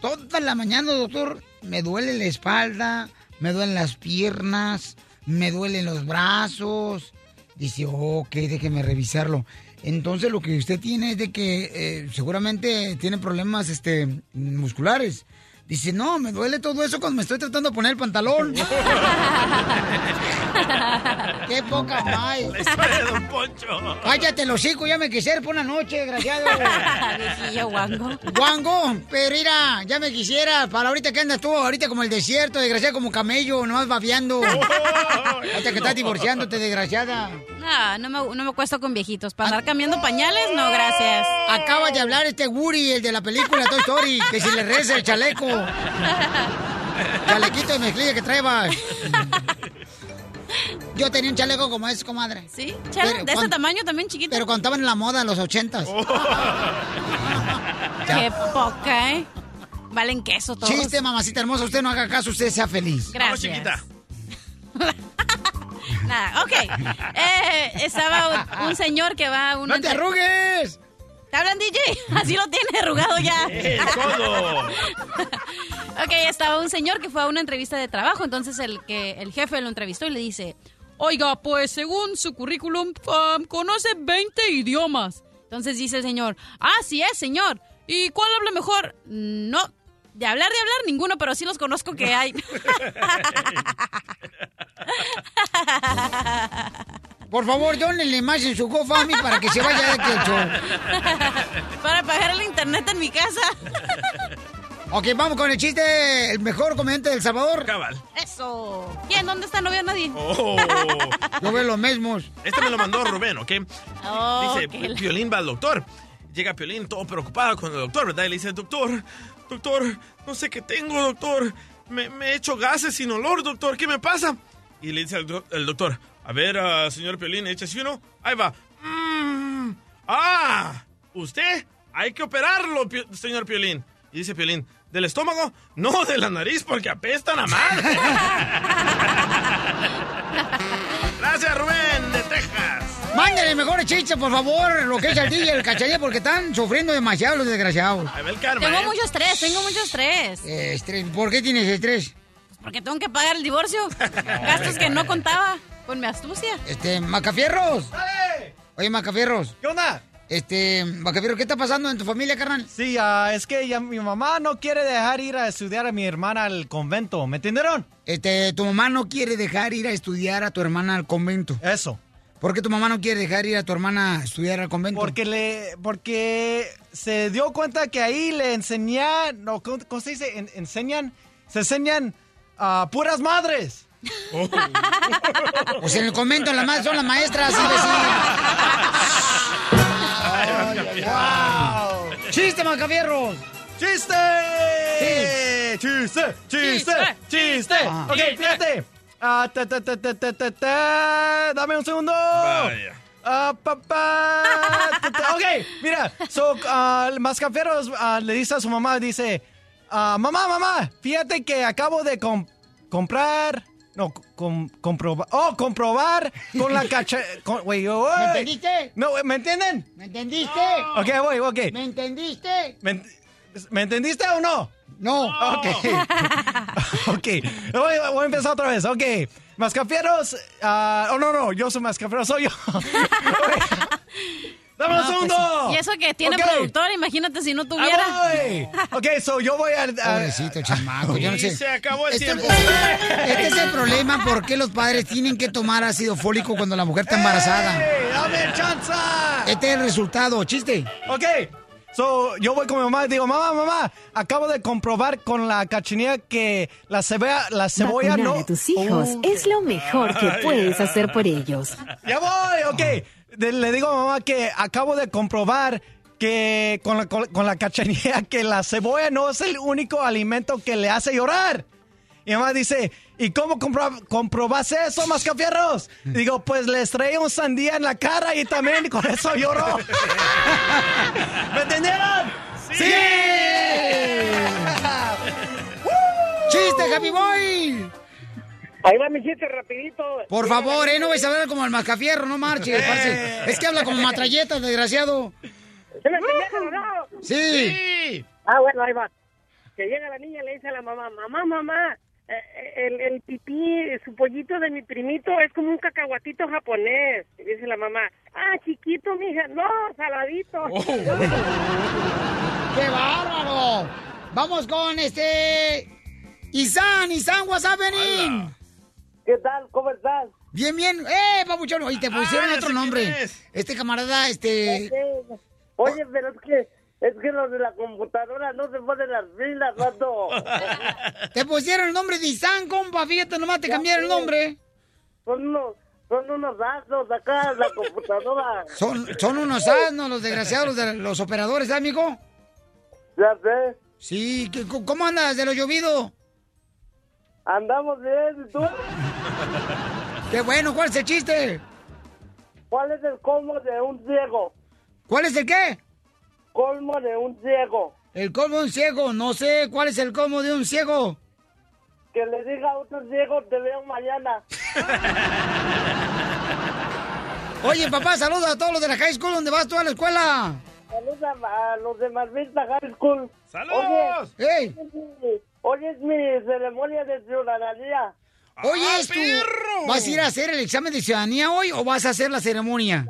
todas las mañanas, doctor, me duele la espalda, me duelen las piernas, me duelen los brazos. Dice, ok, déjeme revisarlo. Entonces lo que usted tiene es de que eh, seguramente tiene problemas este, musculares. Dice, no, me duele todo eso cuando me estoy tratando de poner el pantalón. [LAUGHS] ¡Qué poca más!
La historia de Don
Poncho.
Cállate, los hocico, ya me quisiera por una noche, desgraciado.
[LAUGHS] Viejillo guango.
Guango, pero mira, ya me quisiera. Para ahorita que andas tú, ahorita como el desierto, desgraciado como camello, nomás babeando. Hasta que estás divorciándote, desgraciada.
No, no me, no me acuesto con viejitos. Para andar cambiando pañales, no, gracias.
Acaba de hablar este Woody, el de la película Toy Story, que si le reza el chaleco. Chalequito de mezclilla que traebas. Yo tenía un chaleco como ese, comadre.
¿Sí? [LAUGHS] Chale, de ese tamaño también chiquito.
Pero cuando estaban en la moda, en los ochentas.
[LAUGHS] Qué poca, ¿eh? Valen queso todos.
Chiste, mamacita hermosa, usted no haga caso, usted sea feliz.
Gracias. Nada, ok. Eh, estaba un, un señor que va a un...
¡No te arrugues!
¿Te hablan, DJ? [LAUGHS] [LAUGHS] Así lo tiene arrugado ya. Ok, estaba un señor que fue a una entrevista de trabajo, entonces el que el jefe lo entrevistó y le dice, oiga, pues según su currículum um, conoce 20 idiomas. Entonces dice el señor, ah, sí es, señor. ¿Y cuál habla mejor? No, de hablar, de hablar, ninguno, pero sí los conozco que hay.
Por favor, donenle más en su GoFundMe [LAUGHS] para que se vaya de aquí el show.
[LAUGHS] Para pagar el internet en mi casa.
Ok, vamos con el chiste, el mejor comediante del Salvador.
Cabal.
Eso. ¿Quién? ¿Dónde está? No veo a nadie. [LAUGHS]
Oh.
Yo veo los mismos.
Este me lo mandó Rubén, ¿ok?
Oh,
dice,
qué la-
Piolín va al doctor. Llega Piolín todo preocupado con el doctor, ¿verdad? Y le dice, doctor, doctor, no sé qué tengo, doctor. Me, me he hecho gases sin olor, doctor, ¿qué me pasa? Y le dice al doc- el doctor, a ver, ah, señor Piolín, échese uno. Ahí va. Mm, ah, ¿usted? Hay que operarlo, Pio- señor Piolín. Y dice Piolín, ¿del estómago? No, de la nariz, porque apestan a madre. Gracias, Rubén, de Texas.
Mándale mejor chiste, por favor, lo que es el DJ y el cachanilla, porque están sufriendo demasiado los desgraciados.
Ahí va el karma,
Tengo
¿eh?
mucho estrés, tengo mucho estrés.
Eh, estrés. ¿Por qué tienes estrés?
Porque tengo que pagar el divorcio. Gastos que no contaba con mi astucia.
Este, Macafierros. Oye, Macafierros.
¿Qué onda?
Este, Macafierros, ¿qué está pasando en tu familia, carnal?
Sí, ah, es que ya mi mamá no quiere dejar ir a estudiar a mi hermana al convento, ¿me entendieron?
Este, tu mamá no quiere dejar ir a estudiar a tu hermana al convento.
Eso.
¿Por qué tu mamá no quiere dejar ir a tu hermana a estudiar al convento?
Porque le, porque se dio cuenta que ahí le enseñan, no, ¿cómo, cómo se dice? En- enseñan, se enseñan a puras madres. Oh. [LAUGHS]
Pues en el convento las madres son las maestras, imbécil. ¡Chiste, Macafierros!
¡Chiste! ¡Chiste! ¡Chiste! ¡Chiste!
Ah.
Ok, fíjate. Ah, ta, ta, ta, ta, ta, ta, ta. Dame un segundo.
Vaya.
Ah, pa, pa, ta, ta. Ok, mira. So, ah, el Mascaferros ah, le dice a su mamá, dice, ah, mamá, mamá, fíjate que acabo de com- comprar... No, com- comprobar. Oh, comprobar con la cacha... con- güey, oh,
¿Me
oh.
entendiste?
No, ¿me entienden?
¿Me entendiste?
Ok, voy, ok.
¿Me entendiste?
¿Me, ent- me entendiste o no?
No.
[LAUGHS] Ok. ok. Voy, voy a empezar otra vez. Ok. Mascafieros. ah, oh, no, no. Yo soy mascafiero. Soy yo. [LAUGHS] Ok. Dame
No,
un
pues
segundo.
sí. y eso que tiene
Ok.
productor, imagínate si no
Ah,
tuviera.
voy. Ok, so yo voy al. a-
Pobrecito chamaco, yo no
Y
sé.
se acabó el
Este-
tiempo.
Este es el problema por qué los padres tienen que tomar ácido fólico cuando la mujer está embarazada.
¡Ey, dame chanza!
Este es el resultado, chiste.
Ok. So, yo voy con mi mamá y digo, mamá, mamá, acabo de comprobar con la cachinilla que la cebolla, la cebolla
Vacunar
no...
a tus hijos es lo mejor que
Ay,
puedes hacer por ellos.
Ya voy, ok. De- le digo a mamá que acabo de comprobar que con la, con, con la cachanilla [LAUGHS] que la cebolla no es el único alimento que le hace llorar. Y mamá dice, ¿y cómo compro- comprobaste eso, mascafierros? Digo, pues le estrellé un sandía en la cara y también con eso [LAUGHS] lloró. ¿Me entendieron? ¡Sí!
¡Chiste, Happy Boy!
Ahí va mi chiste rapidito.
Por favor, eh, no vais a hablar como el mascafierro, no marches, parce. Es que habla como matralleta, desgraciado.
¿Se me entendieron o no?
Sí.
Ah, bueno, ahí va. Que llega la niña y le dice a la mamá, mamá, mamá, eh, el, el pipí, su pollito de mi primito es como un cacahuatito japonés. Y dice la mamá, ah, chiquito, mija, no, saladito.
Oh.
[LAUGHS] ¡Qué bárbaro! Vamos con este. Isan, Isan, what's happening?
¿Qué tal? ¿Cómo estás?
Bien, bien. ¡Eh, papuchón! Oye, te pusieron
Ah, ya
otro
sé
nombre.
quién es.
Este camarada, este.
Oye, pero es que es que los de la computadora no se ponen las pilas, vato.
[LAUGHS] Te pusieron el nombre de Isan, compa. Fíjate nomás, te
Ya
cambiaron el
sé.
nombre.
Son unos, son unos asnos acá en la computadora.
[LAUGHS] Son, son unos asnos, los desgraciados, los, de- los operadores, ¿eh, amigo?
Ya sé.
Sí, ¿qué- co- ¿cómo andas de lo llovido?
Andamos bien, ¿y tú?
[LAUGHS] Qué bueno, ¿cuál es el chiste?
¿Cuál es el colmo de un ciego?
¿Cuál es el qué?
Colmo de un ciego.
El colmo de un ciego, no sé cuál es el colmo de un ciego.
Que le diga a otro ciego, te veo mañana.
Oye, papá, saluda a todos los de la high school donde vas tú a la escuela.
Saludos a, a los de Marvista High School.
¡Saludos!
Oye, hoy es mi- Hoy es mi ceremonia de ciudadanía.
Oye, es tu- ¿vas a ir a hacer el examen de ciudadanía hoy o vas a hacer la ceremonia?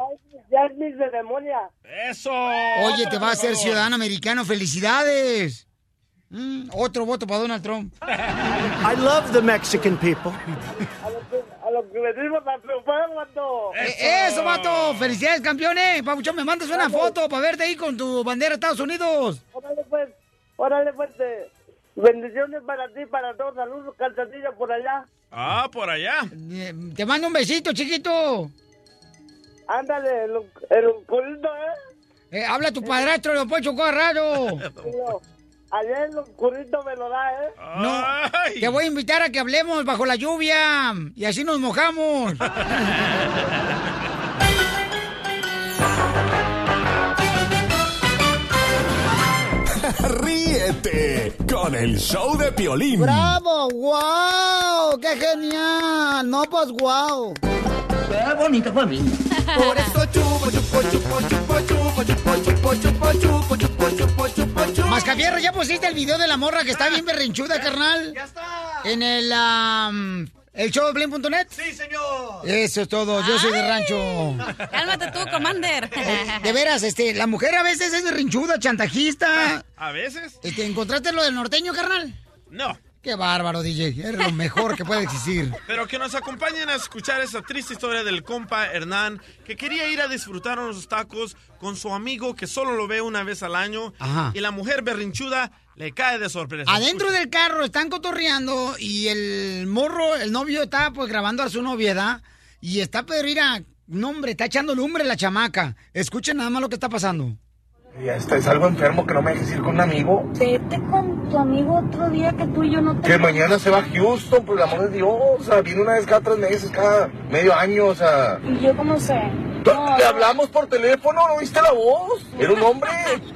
Ya es mi ceremonia.
¡Eso!
Oye, te va a hacer ciudadano americano, felicidades. Mm, otro voto para Donald Trump.
I love the Mexican people.
A los, que, a
lo que venimos a triunfar, vato.
Eh, ¡Eso, vato! ¡Felicidades, campeones! Papuchón, me mandas una foto para verte ahí con tu bandera de Estados Unidos.
Órale, pues, órale, pues. eh, Bendiciones para ti, para todos. Saludos, calzadilla por allá.
Ah, por allá.
Eh, Te mando un besito, chiquito.
Ándale, el, el culito, ¿eh?
Eh, habla tu padrastro, Don Poncho Corrado.
[LAUGHS] Tío, Allá el oscurito me lo da, ¿eh?
No, te voy a invitar a que hablemos bajo la lluvia y así nos
[LAUGHS]
mojamos.
[LAUGHS] Ríete con el show de Piolín.
¡Bravo! ¡Wow! ¡Qué genial! No, pues wow. ¡Qué bonito para mí! Por eso chupo, chupo, chupo, chupo, chupo, chupo, chupo, chupo, chupo, chupo, chupo, chupo, chupo.
Mascafierro, ¿ya pusiste el video de la morra que está bien berrinchuda, carnal? Ya está. En el, am, el show de Blin.net.
Sí, señor.
Eso es todo, yo soy
[LAUGHS]
de rancho.
Cálmate tú, Commander.
[LAUGHS] De veras, este, la mujer a veces es berrinchuda, chantajista.
A veces.
Este, ¿Encontraste lo del norteño, carnal?
No.
Qué bárbaro, DJ. Es lo mejor que puede existir.
Pero que nos acompañen a escuchar esa triste historia del compa Hernán, que quería ir a disfrutar unos tacos con su amigo que solo lo ve una vez al año.
Ajá.
Y la mujer berrinchuda le cae de sorpresa.
Adentro del carro están cotorreando y el morro, el novio, está pues grabando a su noviedad y está pero mira, no hombre, está echando lumbre la chamaca. Escuchen nada más lo que está pasando.
¿Estás algo enfermo que no me dejes ir con un amigo?
Vete con tu amigo otro día que tú y yo no te...
Que mañana se va a Houston, por el amor de Dios. O sea, viene una vez cada tres meses, cada medio año, o sea.
¿Y yo cómo sé?
Tú- Le hablamos por teléfono, ¿no viste la voz? Era un hombre.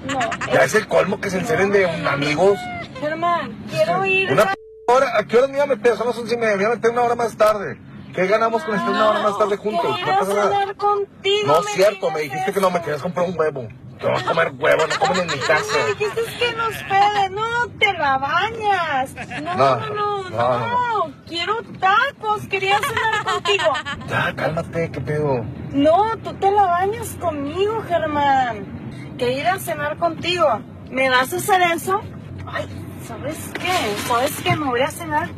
No.
Ya es el colmo que se enceren de un- amigos.
Germán, quiero ir...
Una p- hora, ¿a qué hora me iba a meter? Son las once y media, me iba a meter una hora más tarde. ¿Qué ganamos con estar una hora pues, más tarde juntos? No pasa nada.
contigo.
No es cierto, me dijiste que no me querías comprar un huevo. Te vas a comer huevo, no comen en mi casa.
Me dijiste que nos pedes. No, no te la bañas.
No,
No, no, no,
no,
no. Quiero tacos. Quería cenar contigo.
Ya, cálmate, qué pedo.
No, tú te la bañas conmigo, Germán. Que ir a cenar contigo. ¿Me vas a hacer eso? Ay, ¿sabes qué? ¿Sabes qué? Me voy a cenar.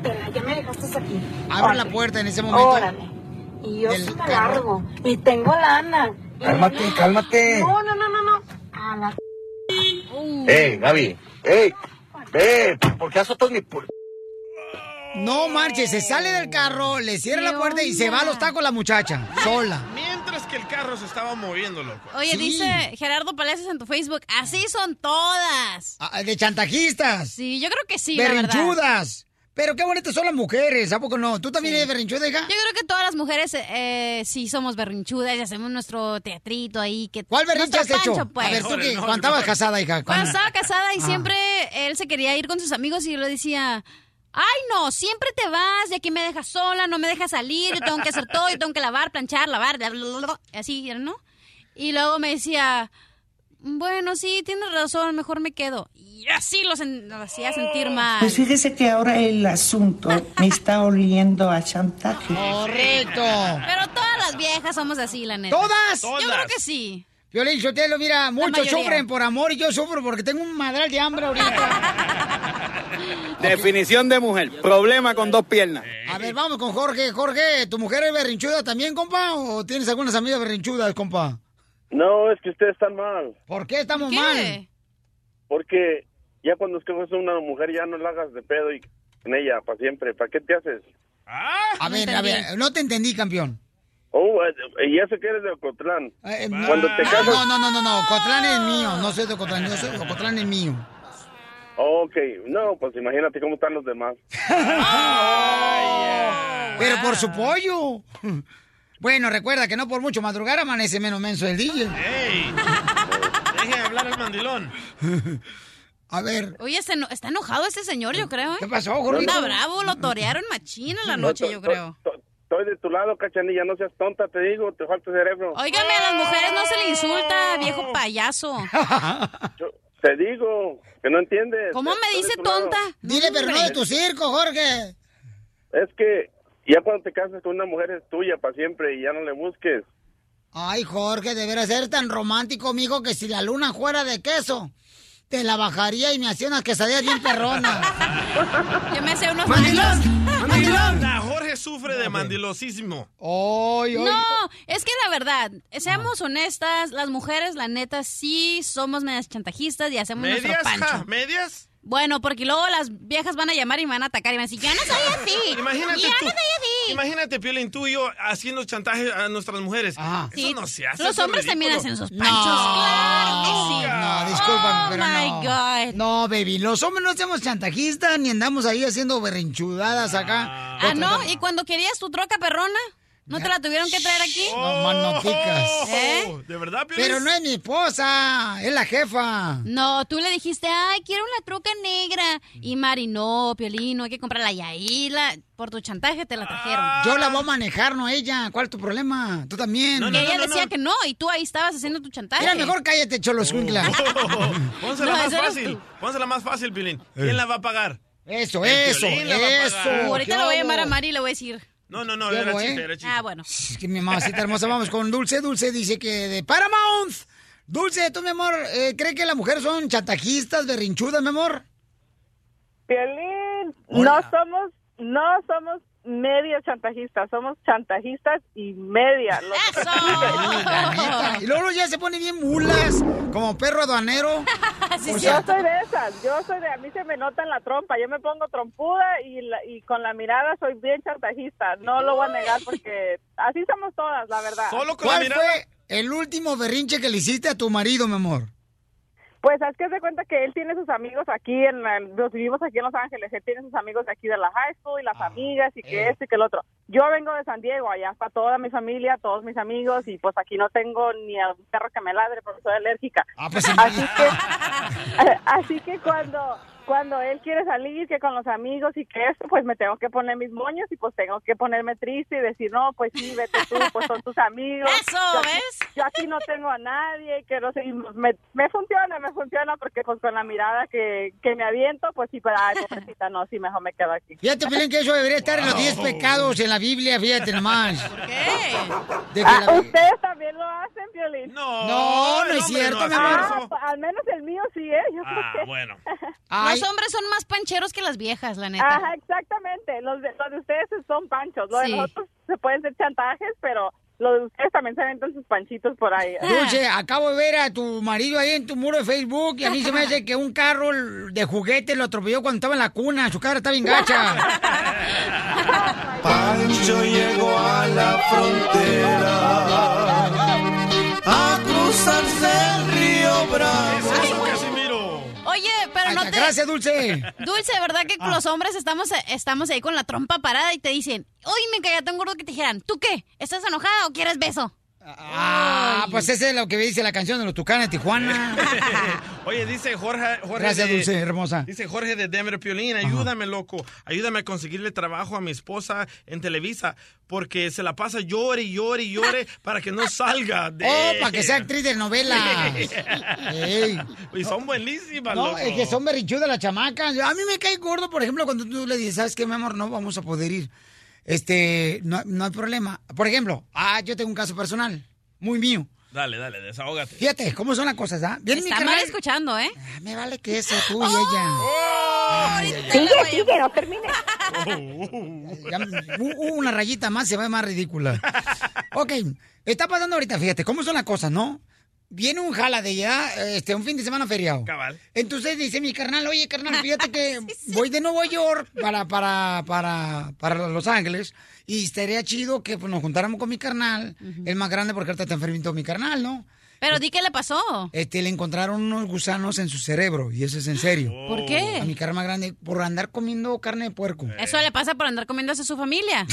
Tela, ya me dejaste aquí.
Abre la puerta en ese momento.
Órale. Y yo
Del
sí me
carro.
largo. Y tengo lana.
Cálmate, cálmate.
No, no, no, no, no. A la...
Ey, Gaby. Ey, ve, ¿por qué azotas mi pu-
No marches, se sale del carro, le cierra la puerta y se va a los tacos la muchacha, sola.
Mientras que el carro se estaba moviendo, loco.
Oye, dice Gerardo Palacios en tu Facebook, así son todas.
Ah, De chantajistas.
Sí, yo creo que sí, la verdad.
berrinchudas. Pero qué bonitas son las mujeres, ¿a poco no? ¿Tú también eres berrinchuda, hija?
Yo creo que todas las mujeres eh, sí somos berrinchudas y hacemos nuestro teatrito ahí. Que,
¿Cuál berrinche has
nuestro
hecho?
pancho, pues.
A ver, tú que cuando estabas casada, hija.
Cuando
con-
estaba casada
Ah.
y siempre él se quería ir con sus amigos y yo le decía, ay no, siempre te vas y aquí me dejas sola, no me dejas salir, yo tengo que hacer todo, yo tengo que lavar, planchar, lavar, bla, bla, bla, bla", así, ¿no? Y luego me decía, bueno, sí, tienes razón, mejor me quedo. Y así los en- lo hacía sentir mal.
Pues fíjese que ahora el asunto me está oliendo a chantaje.
Correcto.
Pero todas las viejas somos así, la neta.
¿Todas?
Yo creo que sí.
Violín Sotelo, mira, muchos
mayoría.
sufren por amor y yo sufro porque tengo un madral de hambre ahorita.
Definición de mujer, problema con dos piernas.
Ah.
A ver, vamos con Jorge. Jorge, ¿tu mujer es berrinchuda también, compa? ¿O tienes algunas amigas berrinchudas, compa?
No, es que ustedes están mal.
¿Por qué estamos
¿Qué?
mal?
Porque ya cuando escoges a una mujer ya no la hagas de pedo y con ella para siempre. ¿Para qué te haces?
A ver, a ver, no te entendí, campeón.
Oh, eh, y eso que eres de Ocotlán.
Eh,
Cuando te casas...
No, no, no, no, no. Cotlán es mío. No soy de Cotlán, yo soy Cotlán es mío.
Ok, no, pues imagínate cómo están los demás.
[LAUGHS] Pero por su pollo. Bueno, recuerda que no por mucho madrugar amanece menos menso el DJ.
¡Ey! Deje de hablar al mandilón.
A ver.
Oye, se eno- está enojado este señor, yo creo, ¿eh?
¿Qué pasó,
Está
gordito?
bravo, lo torearon machina la
No,
noche,
to-
yo
to-
creo.
to- Estoy de tu lado, cachanilla, no seas tonta, te digo, te falta cerebro.
Óigame, a las mujeres no se le insulta, viejo payaso.
Te digo, que no entiendes.
¿Cómo me
Estoy de
dice
tu lado.
tonta?
Dile, pero no de tu circo, Jorge.
Es que ya cuando te casas con una mujer es tuya para siempre y ya no le busques.
Ay, Jorge, deberás ser tan romántico, amigo, que si la luna fuera de queso, te la bajaría y me hacía unas quesadillas bien perronas.
Yo me sé unos
[LAUGHS]
¡Mandilón!
baños. [LAUGHS]
¡Mandilón!
La Jorge sufre de mandilosismo.
No, es que la verdad, seamos honestas, las mujeres, la neta, sí somos medias chantajistas y hacemos nuestro
¿Medias,
pancho.
ja? ¿Medias?
Bueno, porque luego las viejas van a llamar y me van a atacar y me van a decir, yo no soy así.
[LAUGHS] Imagínate
yo
tú-
no soy así.
Imagínate, Piolín, tú y yo haciendo chantaje a nuestras mujeres. Eso
Sí,
no se hace.
Los
eso es
hombres también
ridículo.
hacen sus
No,
panchos, claro que [LAUGHS] sí.
No, discúlpame,
Oh,
pero
my
no.
God.
No, baby, los hombres no somos chantajistas ni andamos ahí haciendo berrinchudadas acá.
Ah, no, y cuando querías tu troca perrona, ¿no te la tuvieron que traer aquí?
No, manoticas.
¿Eh?
Oh, ¿De verdad, Piolín?
Pero no es mi esposa, es la jefa.
No, tú le dijiste, ay, quiero una troca negra.
Mm.
Y Mari, no, Piolín, no hay que comprarla. Y ahí, la, por tu chantaje, te la
Ah,
trajeron.
Yo la voy a manejar, no ella. ¿Cuál es tu problema? Tú también.
Que ella decía que no, y tú ahí estabas haciendo tu chantaje.
Mira, mejor cállate, cholo
[LAUGHS]
escuincla.
Pónsela
No,
Oh. más
eso eres
fácil.
tú.
Pónsela más fácil, Piolín.
Eh.
¿Quién la va a pagar?
Eso,
El
eso,
Piolín la va a
eso.
pagar.
Uh, ahorita
¿Qué
le voy a
hago?
llamar a Mari y le voy a decir.
No, no, no,
¿Qué
era
hago,
chiste,
eh?
era chiste.
Ah, bueno.
Es que mi mamacita hermosa, vamos con Dulce. Dulce dice que de Paramount. Dulce, tú, mi amor, eh, ¿cree que las mujeres son chantajistas, berrinchudas, mi amor?
Piolín, no somos, no somos media chantajistas, somos chantajistas y media.
[LAUGHS]
Lo-
La neta. [LAUGHS] Y luego ya se pone bien mulas, como perro aduanero. O sea,
yo soy de esas, yo soy de, a mí se me nota en la trompa, yo me pongo trompuda y, la- y con la mirada soy bien chantajista, no lo voy a negar porque así somos todas, la verdad.
¿Cuál fue el último berrinche que le hiciste a tu marido, mi amor?
Pues es que se cuenta que él tiene sus amigos aquí, en la- los vivimos aquí en Los Ángeles, él tiene sus amigos de aquí de la high school y las amigas y que
eh.
esto y que el otro. Yo vengo de San Diego, allá está toda mi familia, todos mis amigos y pues aquí no tengo ni a un perro que me ladre porque soy alérgica. así que, [LAUGHS] así que cuando, cuando él quiere salir, que con los amigos y que esto, pues me tengo que poner mis moños y pues tengo que ponerme triste y decir, no, pues sí, vete tú, pues son tus amigos.
Eso,
Yo aquí-
¿ves?
yo aquí no tengo a nadie, que no sé, y me, me funciona, me funciona, porque pues con la mirada que, que me aviento, pues sí, pero, ay, pobrecita, no, sí, mejor me quedo aquí.
Fíjate, Pelín, que eso debería estar en los 10 pecados en la Biblia, fíjate nomás. De que
Ah,
la-
¿Ustedes [LAUGHS] también lo hacen, Violín?
No, Ah,
No, no es cierto, mi amor.
Ah, al menos el mío sí, ¿eh? Yo creo
[LAUGHS]
que-
bueno.
Los hombres son más pancheros que las viejas, la neta.
Ajá, exactamente. Los de, los de ustedes son panchos. Los
Sí.
de nosotros se pueden ser chantajes, pero los de ustedes también se aventan sus panchitos por ahí. [LAUGHS]
Dulce, acabo de ver a tu marido ahí en tu muro de Facebook y a mí se me hace que un carro de juguete lo atropelló cuando estaba en la cuna. Su cara está bien gacha.
Pancho llegó a la frontera a cruzarse el río Bravo.
Oye, pero no te...
Gracias, Dulce.
Dulce, ¿verdad que
Ah.
los hombres estamos, estamos ahí con la trompa parada y te dicen, oye, me caía tan gordo que te dijeran, ¿tú qué? ¿Estás enojada o quieres beso?
Ah, pues ese es lo que dice la canción de los Tucanes, Tijuana.
[LAUGHS] Oye, dice Jorge. Jorge
Gracias,
de-
Dulce, hermosa.
Dice Jorge de Denver, Piolín, ayúdame, loco. Ayúdame a conseguirle trabajo a mi esposa en Televisa, porque se la pasa llore, y llore, y
[LAUGHS]
llore para que no salga de...
Oh, para que sea actriz
[LAUGHS]
de novelas. Ey.
Y son buenísimas,
No,
loco.
es que son berrinchudas las chamacas. A mí me cae gordo, por ejemplo, cuando tú le dices, ¿sabes qué, mi amor? No vamos a poder ir. Este, no, no hay problema. Por ejemplo, ah, yo tengo un caso personal, muy mío.
Dale, dale, desahógate.
Fíjate, ¿cómo son las cosas, ah? Viene mi
Está mal
carnal- Ah,
escuchando, ¿eh? ¡Oh!
Me vale que eso, tú y ella.
Sigue, sigue,
no termine. uh, una rayita más se va más ridícula. Ok, está pasando ahorita, fíjate, ¿cómo son las cosas, no? Viene un jala de ya, este, un fin de semana feriado.
Cabal.
Entonces dice mi carnal, oye, carnal, fíjate que voy de Nueva York para, para, para, para Los Ángeles y estaría chido que pues, nos juntáramos con mi carnal, el más grande porque ahorita está enfermito mi carnal, ¿no?
Pero di qué le pasó.
Este, le encontraron unos gusanos en su cerebro, y eso es en serio.
[GASPS] ¿Por qué? Eh.
A mi cara más grande, por andar comiendo carne de puerco.
Eso le pasa por andar comiéndose a su familia.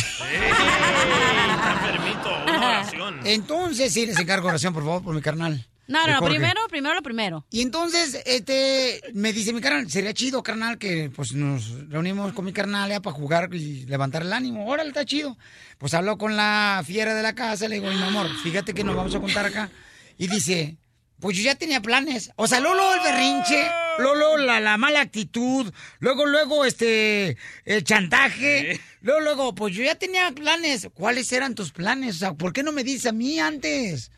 [LAUGHS]
Entonces, sí, les encargo oración, por favor, por mi carnal.
No,
Eh, De
no, no,
Jorge.
primero, primero lo primero.
Y entonces, este, me dice mi carnal, sería chido, carnal, que pues nos reunimos con mi carnal ya, para jugar y levantar el ánimo. Órale, está chido. Pues hablo con la fiera de la casa, le digo, mi amor, fíjate que nos vamos a contar acá. Y dice, pues yo ya tenía planes. O sea, Lolo el berrinche, Lolo la, la mala actitud, luego, luego, este, el chantaje. Luego, luego, pues yo ya tenía planes. ¿Cuáles eran tus planes? O sea, ¿por qué no me dices a mí antes?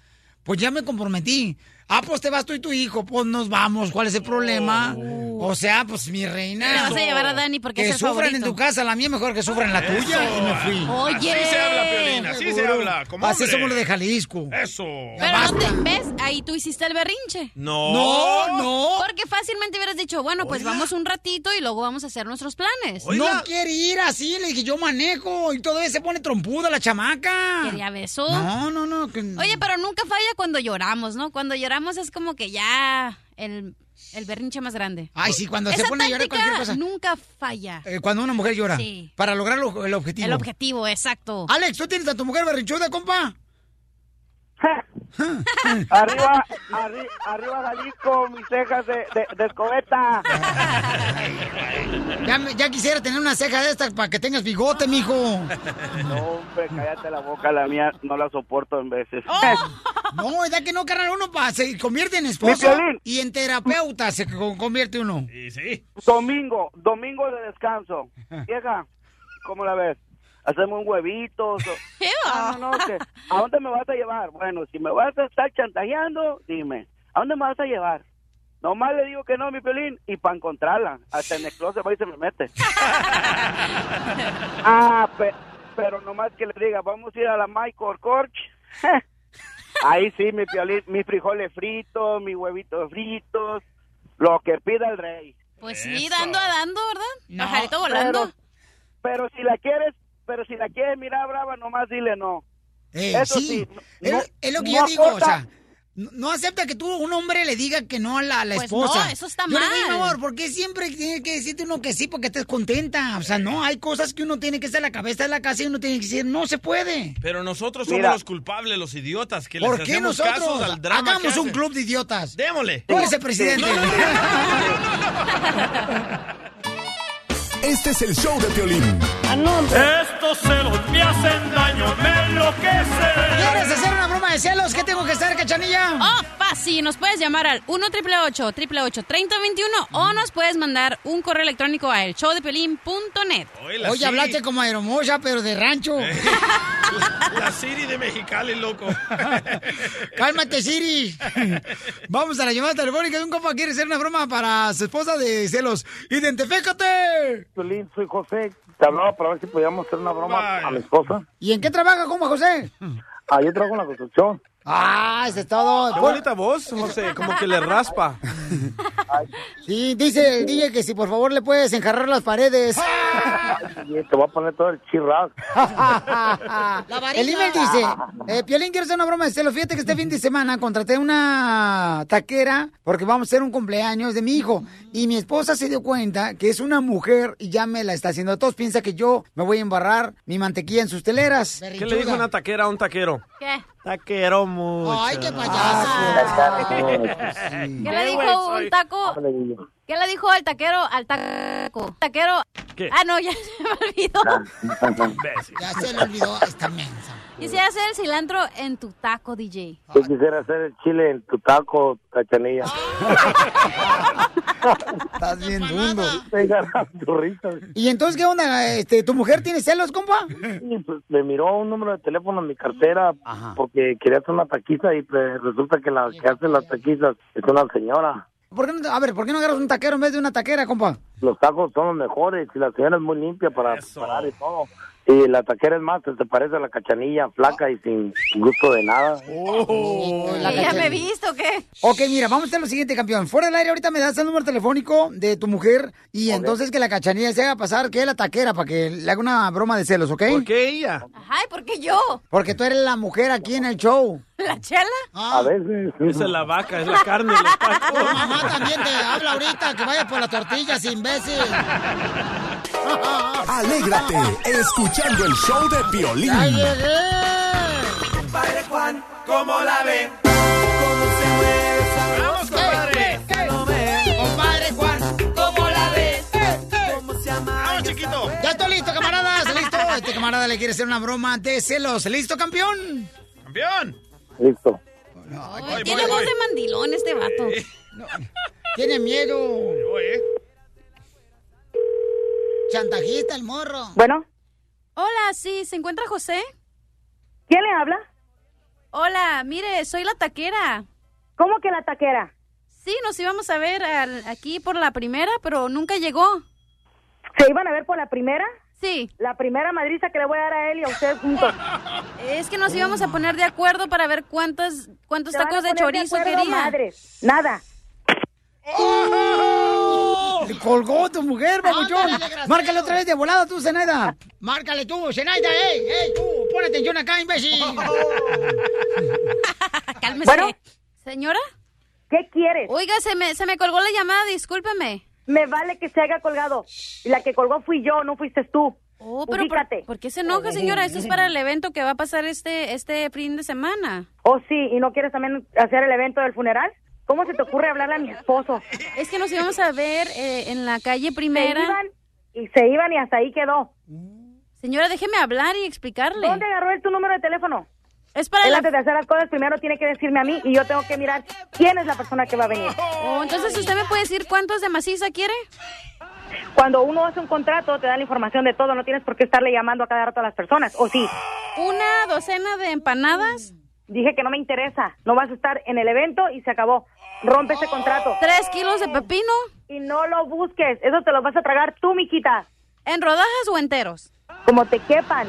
pues ya me comprometí. Ah, pues te vas tú y tu hijo, pues nos vamos, ¿cuál es el problema?
Oh.
O sea, pues mi reina.
Pero vas a llevar a Dani porque
que
es el
sufran en
favorito.
tu casa, la mía mejor que sufran en la
Eso.
tuya. Y me fui.
Oye. Así se habla, Piolín,
así
Seguro.
se habla, como
Así
hombre.
somos los de Jalisco.
Eso.
Pero no te ves, ahí tú hiciste el berrinche.
No.
No,
Porque fácilmente hubieras dicho, bueno, pues vamos un ratito y luego vamos a hacer nuestros planes.
No quiere ir así, le dije, yo manejo. Y todavía se pone trompuda la chamaca.
Quería beso.
No, no, no. que-
Oye, pero nunca falla cuando lloramos, ¿no? Cuando lloramos es como que ya el, el berrinche más grande.
Ay, sí, cuando
Esa
se pone a llorar
táctica
cualquier cosa.
Nunca falla.
Eh, cuando una mujer llora.
Sí.
Para lograr lo- el objetivo.
El objetivo, exacto.
Alex, ¿tú tienes a tu mujer berrinchuda, compa?
[LAUGHS] Arriba, arri- arriba Jalisco, mis cejas de, de, de escobeta.
Ya, me- ya quisiera tener una ceja de estas para que tengas bigote, mijo.
No, hombre, cállate la boca, la mía no la soporto en veces.
Oh. No, es que no, carnal, uno pa- se convierte en esposo
Mi Piolín.
y en terapeuta se co- convierte uno.
Domingo, domingo de descanso. Vieja, ¿cómo la ves? Hacemos un huevito.
[LAUGHS]
so- Ah, No, no, no, que- ¿A dónde me vas a llevar? Bueno, si me vas a estar chantajeando, dime. ¿A dónde me vas a llevar? Nomás le digo que no, mi pelín, y para encontrarla. Hasta en el closet va y se me
[LAUGHS]
mete. ah, pe- pero nomás que le diga, vamos a ir a la Michael Corch. [LAUGHS] Ahí sí, mi piolín, mis frijoles fritos, mis huevitos fritos, lo que pida el rey.
Pues sí, dando a dando, ¿verdad?
No,
Pajarito volando.
Pero si la quieres, pero si la quieres mirar brava, nomás dile no.
Eh,
Eso
sí,
sí.
es,
no-
es lo que
no
yo digo,
aporta-
o sea, no, no acepta que tú, un hombre, le diga que no a la, a la
Pues no,
esposa.
eso está
Yo le digo,
mal.
mi amor, ¿por qué siempre tiene que decirte uno que sí porque estés contenta? O sea, no, hay cosas que uno tiene que estar en la cabeza de la casa y uno tiene que decir, no se puede.
Pero nosotros somos
Mira.
los culpables, los idiotas, que les
¿Por qué
hacemos
nosotros
casos al drama
hagamos
que
un
hacen.
club de idiotas?
Démosle.
Póngase presidente.
No, no,
[LAUGHS]
no,
Este es el show de Piolín.
Estos celos me hacen daño, me enloquecen.
¿Quieres hacer una broma de celos? ¿Qué tengo que hacer, cachanilla?
Oh, fácil. Nos puedes llamar al 1 888 3021
Mm.
o nos puedes mandar un correo electrónico a el showdepelín.net.
Oye, hablaste como aeromosa, pero de rancho. [LAUGHS]
La Siri de Mexicali, loco.
Cálmate, Siri. [LAUGHS] Vamos a la llamada telefónica de un compa que quiere hacer una broma para su esposa de celos. ¡Identifícate!
Piolín, soy José. Te hablaba para ver si podíamos hacer una broma a mi esposa.
¿Y en qué trabaja, compa José?
Ah, yo trabajo en la construcción.
Ah, eso es todo.
Qué bonita voz, José, como que le raspa.
Sí, dice el DJ que si por favor le puedes enjarrar las paredes.
Y te voy a poner todo el chirrac.
Ah.
[LAUGHS] el email dice, eh, Piolín, quiero hacer una broma de celos. Fíjate que este fin de semana contraté una taquera porque vamos a hacer un cumpleaños de mi hijo. Y mi esposa se dio cuenta que es una mujer y ya me la está haciendo. Todos piensan que yo me voy a embarrar mi mantequilla en sus teleras.
¿Qué le dijo una taquera a un taquero?
¿Qué?
Taquero mucho.
Ay,
Ah,
qué payaso.
pues
¿Qué le
Qué
dijo
güey
un
soy.
taco? ¿Qué le dijo al taquero? Al taco. Taquero.
¿Qué? Ah.
Ah, no, ya [LAUGHS] se me olvidó.
Ya se le olvidó esta mensa.
Quisiera hacer el cilantro en tu taco, DJ.
Yo quisiera hacer el chile en tu taco, cachanilla.
[LAUGHS]
Estás bien dundo.
[LAUGHS] tu risa.
¿Y entonces qué onda? Este, ¿Tu mujer tiene celos, compa?
Y, pues, me miró un número de teléfono en mi cartera porque quería hacer una taquiza y pues, resulta que la que hace las taquizas es una señora.
¿Por qué no, a ver, ¿por qué no agarras un taquero en vez de una taquera, compa?
Los tacos son los mejores y la señora es muy limpia para preparar y todo. Y la taquera es más, se parece a la cachanilla, flaca y sin gusto de nada.
Oh.
¿Que ¿Ya me viste o qué?
Ok, mira, vamos a hacer lo siguiente, campeón. Fuera del aire, ahorita me das el número telefónico de tu mujer y entonces que la cachanilla se haga pasar que es la taquera para que le haga una broma de celos, ¿ok? ¿Por
qué ella?
Ay, ¿por qué yo?
Porque tú eres la mujer aquí en el show.
¿La chela?
A veces. Esa es la vaca, es la carne. los tacos.
mamá también te [LAUGHS] habla ahorita que vayas por las tortillas, imbécil.
Alégrate escuchando el show de Piolín.
¡Ya llegué!
Padre Juan, ¿cómo la ve? ¿Cómo se mueve esa compadre!
¡Compadre Juan,
cómo la ve!
¿Cómo se llama? ¡Vamos, chiquito! ¡Ya estoy listo, camaradas! ¡Listo! Este camarada le quiere hacer una broma de celos. ¿Listo, campeón?
¡Campeón!
Listo.
Ay, tiene voz de mandilón este vato.
Tiene miedo. Chantajista el morro.
Bueno. Hola, sí, ¿se encuentra José?
¿Quién le habla?
Hola, mire, soy la taquera.
¿Cómo que la taquera?
Sí, nos íbamos a ver al- aquí por la primera, pero nunca llegó.
¿Se iban a ver por la primera?
Sí.
La primera madriza que le voy a dar a él y a usted juntos.
Es que nos íbamos a poner de acuerdo para ver cuántos, cuántos
Se van a
tacos de
poner de
chorizo
acuerdo,
quería. [LAUGHS]
madre. Nada.
¡Oh! Le colgó tu mujer, babuchón.
Ándale, desgraciado.
Márcale otra vez de volada tú, Zenaida.
Márcale tú, Zenaida, ey, ey, tú.
eh. Pon atención acá, imbécil.
Cálmese.
Bueno.
Señora.
¿Qué quieres?
Oiga, se me, se me colgó la llamada, discúlpeme.
Me vale que se haya colgado. Y la que colgó fui yo, no fuiste tú.
Oh, pero por, por qué se enoja, señora? Esto es para el evento que va a pasar este, este fin de semana.
Oh, sí, ¿y no quieres también hacer el evento del funeral? ¿Cómo se te ocurre hablarle a mi esposo?
Es que nos íbamos a ver eh, en la calle primera.
Se iban y se iban y hasta ahí quedó.
Señora, déjeme hablar y explicarle.
¿Dónde agarró él tu número de teléfono?
Es para
él
la-
antes de hacer las cosas primero tiene que decirme a mí y yo tengo que mirar quién es la persona que va a venir.
Oh, entonces, ¿usted me puede decir cuántos de maciza quiere?
Cuando uno hace un contrato te dan la información de todo, no tienes por qué estarle llamando a cada rato a las personas, ¿o sí?
¿Una docena de empanadas?
Dije que no me interesa, no vas a estar en el evento y se acabó. Rompe ese contrato.
¿Tres kilos de pepino?
Y no lo busques, eso te lo vas a tragar tú, miquita.
¿En rodajas o enteros?
Como te quepan.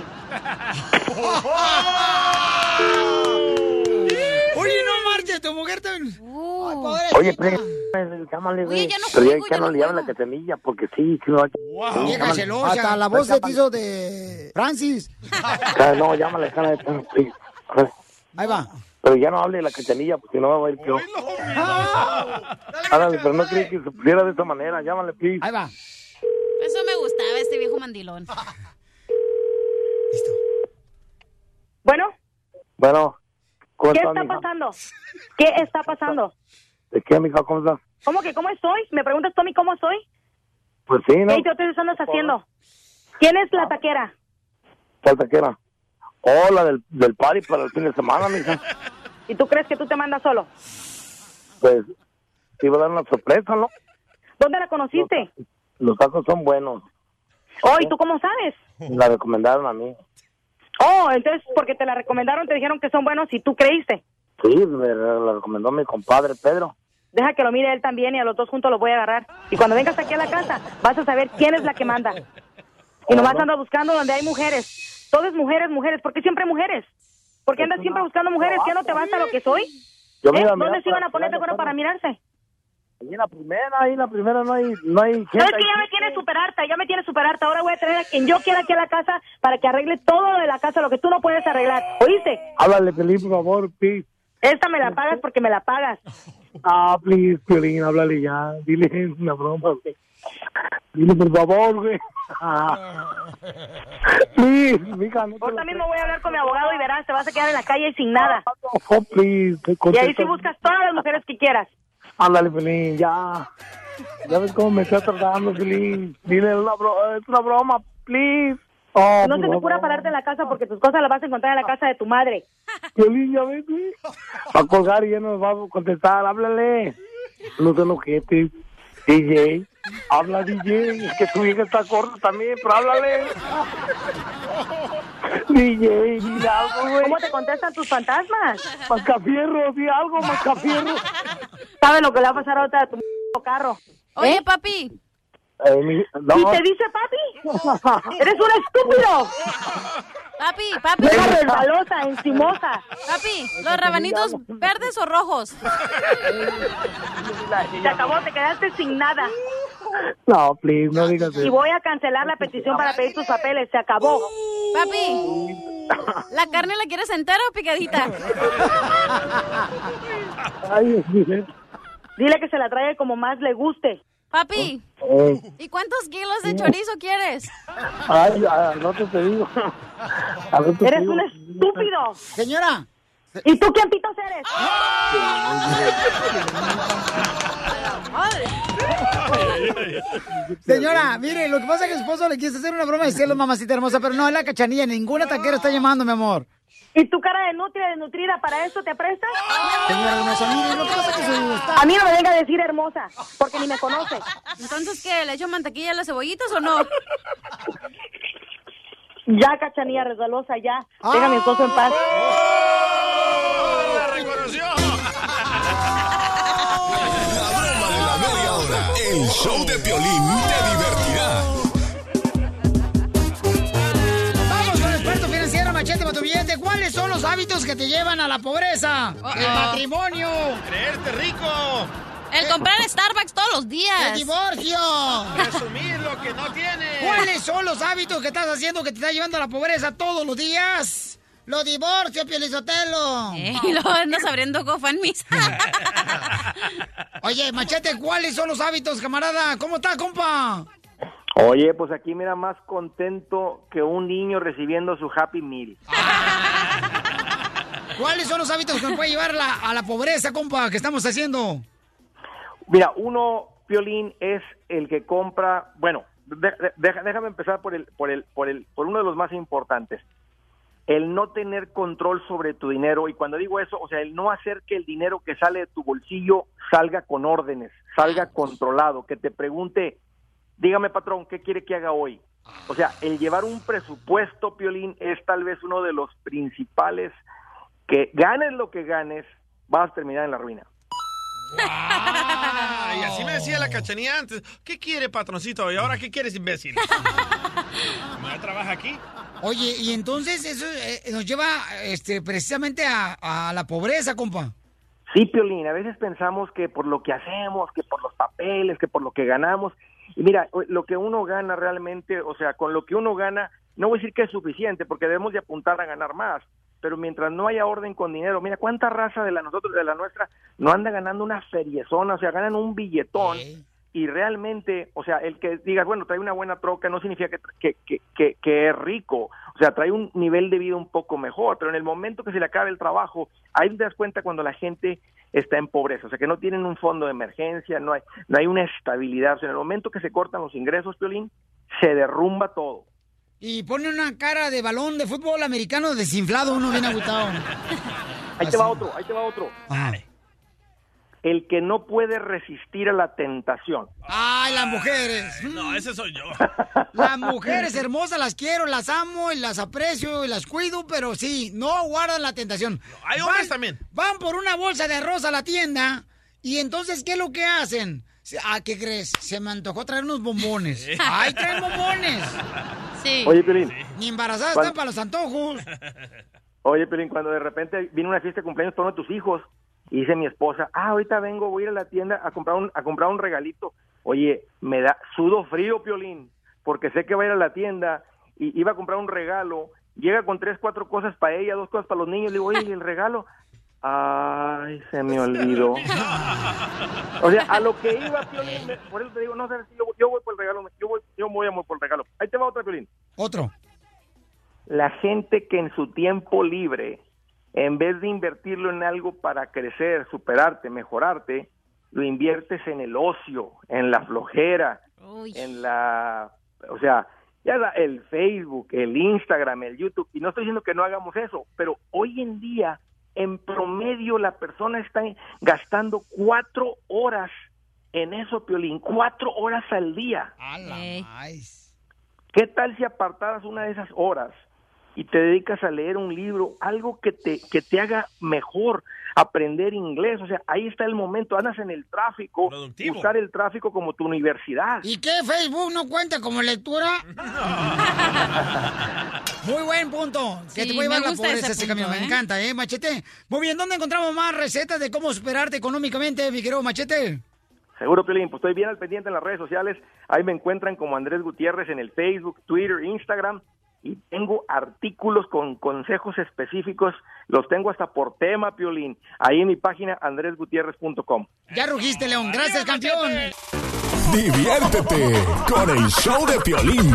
Oye, no marches, tu mujer también. Ay, pobre.
Oye, pre- llámale, güey. Pero ya, ya no le llaman la catenilla porque sí, sí, no. sí,
Vieja
llámale.
celosa. Hasta la voz se te hizo de Francis.
Ah, No, llámale, jala, jala, sí.
Ahí va.
Pero ya no hable de la catenilla porque no va a ir peor. Ándale, Ah, pero no creí que se pusiera de esa manera. Llámale, please.
Ahí va.
Eso me gustaba, este viejo
[LAUGHS]
mandilón.
Bueno,
Bueno, ¿cómo
¿qué
estás,
está
mija?
pasando? ¿Qué está pasando?
¿De qué, mija? ¿Cómo estás?
¿Cómo que cómo estoy? ¿Me preguntas, Tommy, cómo soy?
Pues sí, ¿no?
Ey, yo te eso andas haciendo. ¿Quién es
Ah.
la taquera?
Falta que era. Hola Oh, del, del party para el fin de semana, mija.
¿Y tú crees que tú te mandas solo?
Pues te iba a dar una sorpresa, ¿no?
¿Dónde la conociste?
Los tacos son buenos.
Oh, ¿y tú cómo sabes?
Me la recomendaron a mí.
Oh, entonces porque te la recomendaron, te dijeron que son buenos y tú creíste.
Sí, me la recomendó mi compadre Pedro.
Deja que lo mire él también y a los dos juntos los voy a agarrar. Y cuando vengas aquí a la casa, vas a saber quién es la
[LAUGHS]
que manda. Y nomás andas buscando donde hay mujeres. Todas mujeres, mujeres. ¿Por qué siempre mujeres? ¿Por qué andas siempre buscando mujeres? ¿Qué no te basta lo que soy?
Pues Yo
¿Eh?
me iba a
¿Dónde
mirar
se iban
para
a poner de
Playa
acuerdo para
Carmen.
mirarse?
Ahí en la primera, ahí en la primera no hay, no hay gente.
No, es que ya me tiene super harta, ya me tiene super harta. Ahora voy a traer a quien yo quiera aquí a la casa para que arregle todo lo de la casa, lo que tú no puedes arreglar. ¿Oíste?
Háblale, Pelín, por favor, please.
Esta me la pagas porque me
[LAUGHS]
la pagas.
Ah, please, Pelín, háblale ya. Dile es una broma, güey. Dile, por favor, güey. [LAUGHS] Ah. Please, mija, no te la...
Ahorita mismo voy a hablar con mi abogado y verás, te vas a quedar en la calle y sin nada.
Oh, please, te
Y ahí sí
contesto.
buscas todas las mujeres que quieras.
Ándale, Pelín, ya. Ya ves cómo me está tratando, Pelín. Dile, es una, bro- es una broma, please. Oh,
No se te
por
ocurra
favor.
pararte en la casa porque tus cosas las vas a encontrar en la casa de tu madre.
Piolín, ya ves, güey. Va a colgar y ya nos va a contestar. Háblale. No te enojetes. DJ. Habla, DJ. Es que tu hija está corta también, pero háblale. DJ, dile algo, güey.
¿Cómo te contestan tus fantasmas?
Mascafierro, di algo, mascafierro.
[LAUGHS] ¿Sabes lo que le va a pasar ahorita a tu carro?
Oye, papi.
Eh, mi- no.
¿Y te dice papi? [LAUGHS] ¡Eres un estúpido!
Papi, papi.
¡Vieja resbalosa, encimosa!
Papi, ¿los rabanitos verdes o rojos?
Se acabó, te quedaste sin nada.
No, please, no digas
Y
eso.
voy a cancelar la petición para pedir tus papeles. Se acabó.
Papi, ¿la carne la quieres entera o picadita?
Ay, mire.
Dile que se la traiga como más le guste.
Papi,
Eh,
¿y cuántos kilos de chorizo quieres?
ay, ah, no te te digo. [LAUGHS] Al rato te
Eres
digo.
un estúpido.
Señora.
¿Y tú quién pitos eres?
[LAUGHS]
Señora, mire, lo que pasa es que el esposo le quiso hacer una broma de
[LAUGHS]
cielo, mamacita hermosa, pero no es la cachanilla, ninguna taquera está llamando, mi amor.
¿Y tu cara de nutria, de nutrida, para eso te prestas?
Señora hermosa, mire, lo que pasa es que su
A mí no me venga a decir hermosa, porque ni me conoce.
Entonces, ¿qué? ¿Le echo mantequilla a las cebollitas o no?
Ya, cachanilla resbalosa, ya. Deja a mi esposo en paz.
show de Piolín te divertirá.
Vamos con el experto financiero Machete para tu billete. ¿Cuáles son los hábitos que te llevan a la pobreza? El
Uh-oh.
matrimonio.
Creerte rico.
oh. El comprar Starbucks todos los días.
El divorcio.
Resumir lo que no tienes.
¿Cuáles son los hábitos que estás haciendo que te está llevando a la pobreza todos los días? Los divorcios, Pielizotelo.
Eh, y luego andas abriendo GoFundMe's.
[LAUGHS] Oye, Machete, ¿cuáles son los hábitos, camarada? ¿Cómo está, compa?
Oye, pues aquí mira más contento que un niño recibiendo su Happy Meal.
¿Cuáles son los hábitos que nos puede llevar la- a la pobreza, compa, que estamos haciendo?
Mira, uno, Piolín, es el que compra, bueno, de- de- deja- déjame empezar por el, por el, por el, por uno de los más importantes. El no tener control sobre tu dinero, y cuando digo eso, o sea, el no hacer que el dinero que sale de tu bolsillo salga con órdenes, salga controlado, que te pregunte, dígame patrón, ¿qué quiere que haga hoy? O sea, el llevar un presupuesto, Piolín, es tal vez uno de los principales que ganes lo que ganes, vas a terminar en la ruina.
[LAUGHS] Ay, así me decía la cachanía antes. ¿Qué quiere, patroncito? ¿Y ahora qué quieres,
[LAUGHS]
imbécil? ¿Ya trabaja aquí?
Oye, y entonces eso eh, nos lleva este, precisamente a, a la pobreza, compa.
Sí, Piolín, a veces pensamos que por lo que hacemos, que por los papeles, que por lo que ganamos. Y mira, o- lo que uno gana realmente, o sea, con lo que uno gana, no voy a decir que es suficiente, porque debemos de apuntar a ganar más. Pero mientras no haya orden con dinero, mira cuánta raza de la nosotros, de la nuestra, no anda ganando una feriezona, o sea, ganan un billetón. Y realmente, o sea, el que digas, bueno, trae una buena troca, no significa que, que, que, que, que es rico. O sea, trae un nivel de vida un poco mejor, pero en el momento que se le acabe el trabajo, ahí te das cuenta cuando la gente está en pobreza, o sea, que no tienen un fondo de emergencia, no hay, no hay una estabilidad. O sea, en el momento que se cortan los ingresos, Piolín, se derrumba todo.
Y pone una cara de balón de fútbol americano desinflado, uno bien agotado.
Ahí te va otro, ahí te va otro. El que no puede resistir a la tentación.
¡Ay, las mujeres!
No, ese soy yo.
Ah, Las mujeres hermosas las quiero, las amo y las aprecio y las cuido, pero sí, no guardan la tentación.
Hay hombres también.
Van por una bolsa de arroz a la tienda y entonces, ¿qué es lo que hacen? Se- Ah, ¿qué crees? Se me antojó traer unos bombones. ¡Ay, traen bombones!
Sí.
Oye, Piolín.
Ni embarazadas
¿Cuál?
están para los antojos.
Oye, Pelín, cuando de repente viene una fiesta de cumpleaños para uno de tus hijos y dice mi esposa, ah, ahorita vengo, voy a ir a la tienda a comprar un, a comprar un regalito. Oye, me da sudo frío, Piolín, porque sé que va a ir a la tienda y iba a comprar un regalo. Llega con tres, cuatro cosas para ella, dos cosas para los niños. Le digo, oye, ¿y el regalo? Ay, se me olvidó. O sea, a lo que iba, Piolín, me- por eso te digo, no sé si yo, yo voy por el regalo, yo voy, yo voy a morir por el regalo. Ahí te va otra, Piolín.
Otro.
La gente que en su tiempo libre, en vez de invertirlo en algo para crecer, superarte, mejorarte, lo inviertes en el ocio, en la flojera, en la, o sea, ya la- el Facebook, el Instagram, el YouTube, y no estoy diciendo que no hagamos eso, pero hoy en día, en promedio, la persona está en- gastando cuatro horas en eso, Piolín, cuatro horas al día. ¿Qué tal si apartaras una de esas horas y te dedicas a leer un libro, algo que te, que te haga mejor, aprender inglés? O sea, ahí está el momento, andas en el tráfico, usar el tráfico como tu universidad.
¿Y qué? ¿Facebook no cuenta como lectura? Muy buen punto. Que
Sí,
te puede llevar
me
la
gusta
pobreza
ese
ese
punto,
camino. Me
¿eh?
encanta, ¿eh, Machete? Muy bien, ¿dónde encontramos más recetas de cómo superarte económicamente, mi querido Machete?
Seguro, Piolín, pues estoy bien al pendiente en las redes sociales. Ahí me encuentran como Andrés Gutiérrez en el Facebook, Twitter, Instagram. Y tengo artículos con consejos específicos. Los tengo hasta por tema, Piolín. Ahí en mi página andresgutierrez.com.
Ya rugiste, León. Gracias, campeón.
Diviértete con el show de Piolín.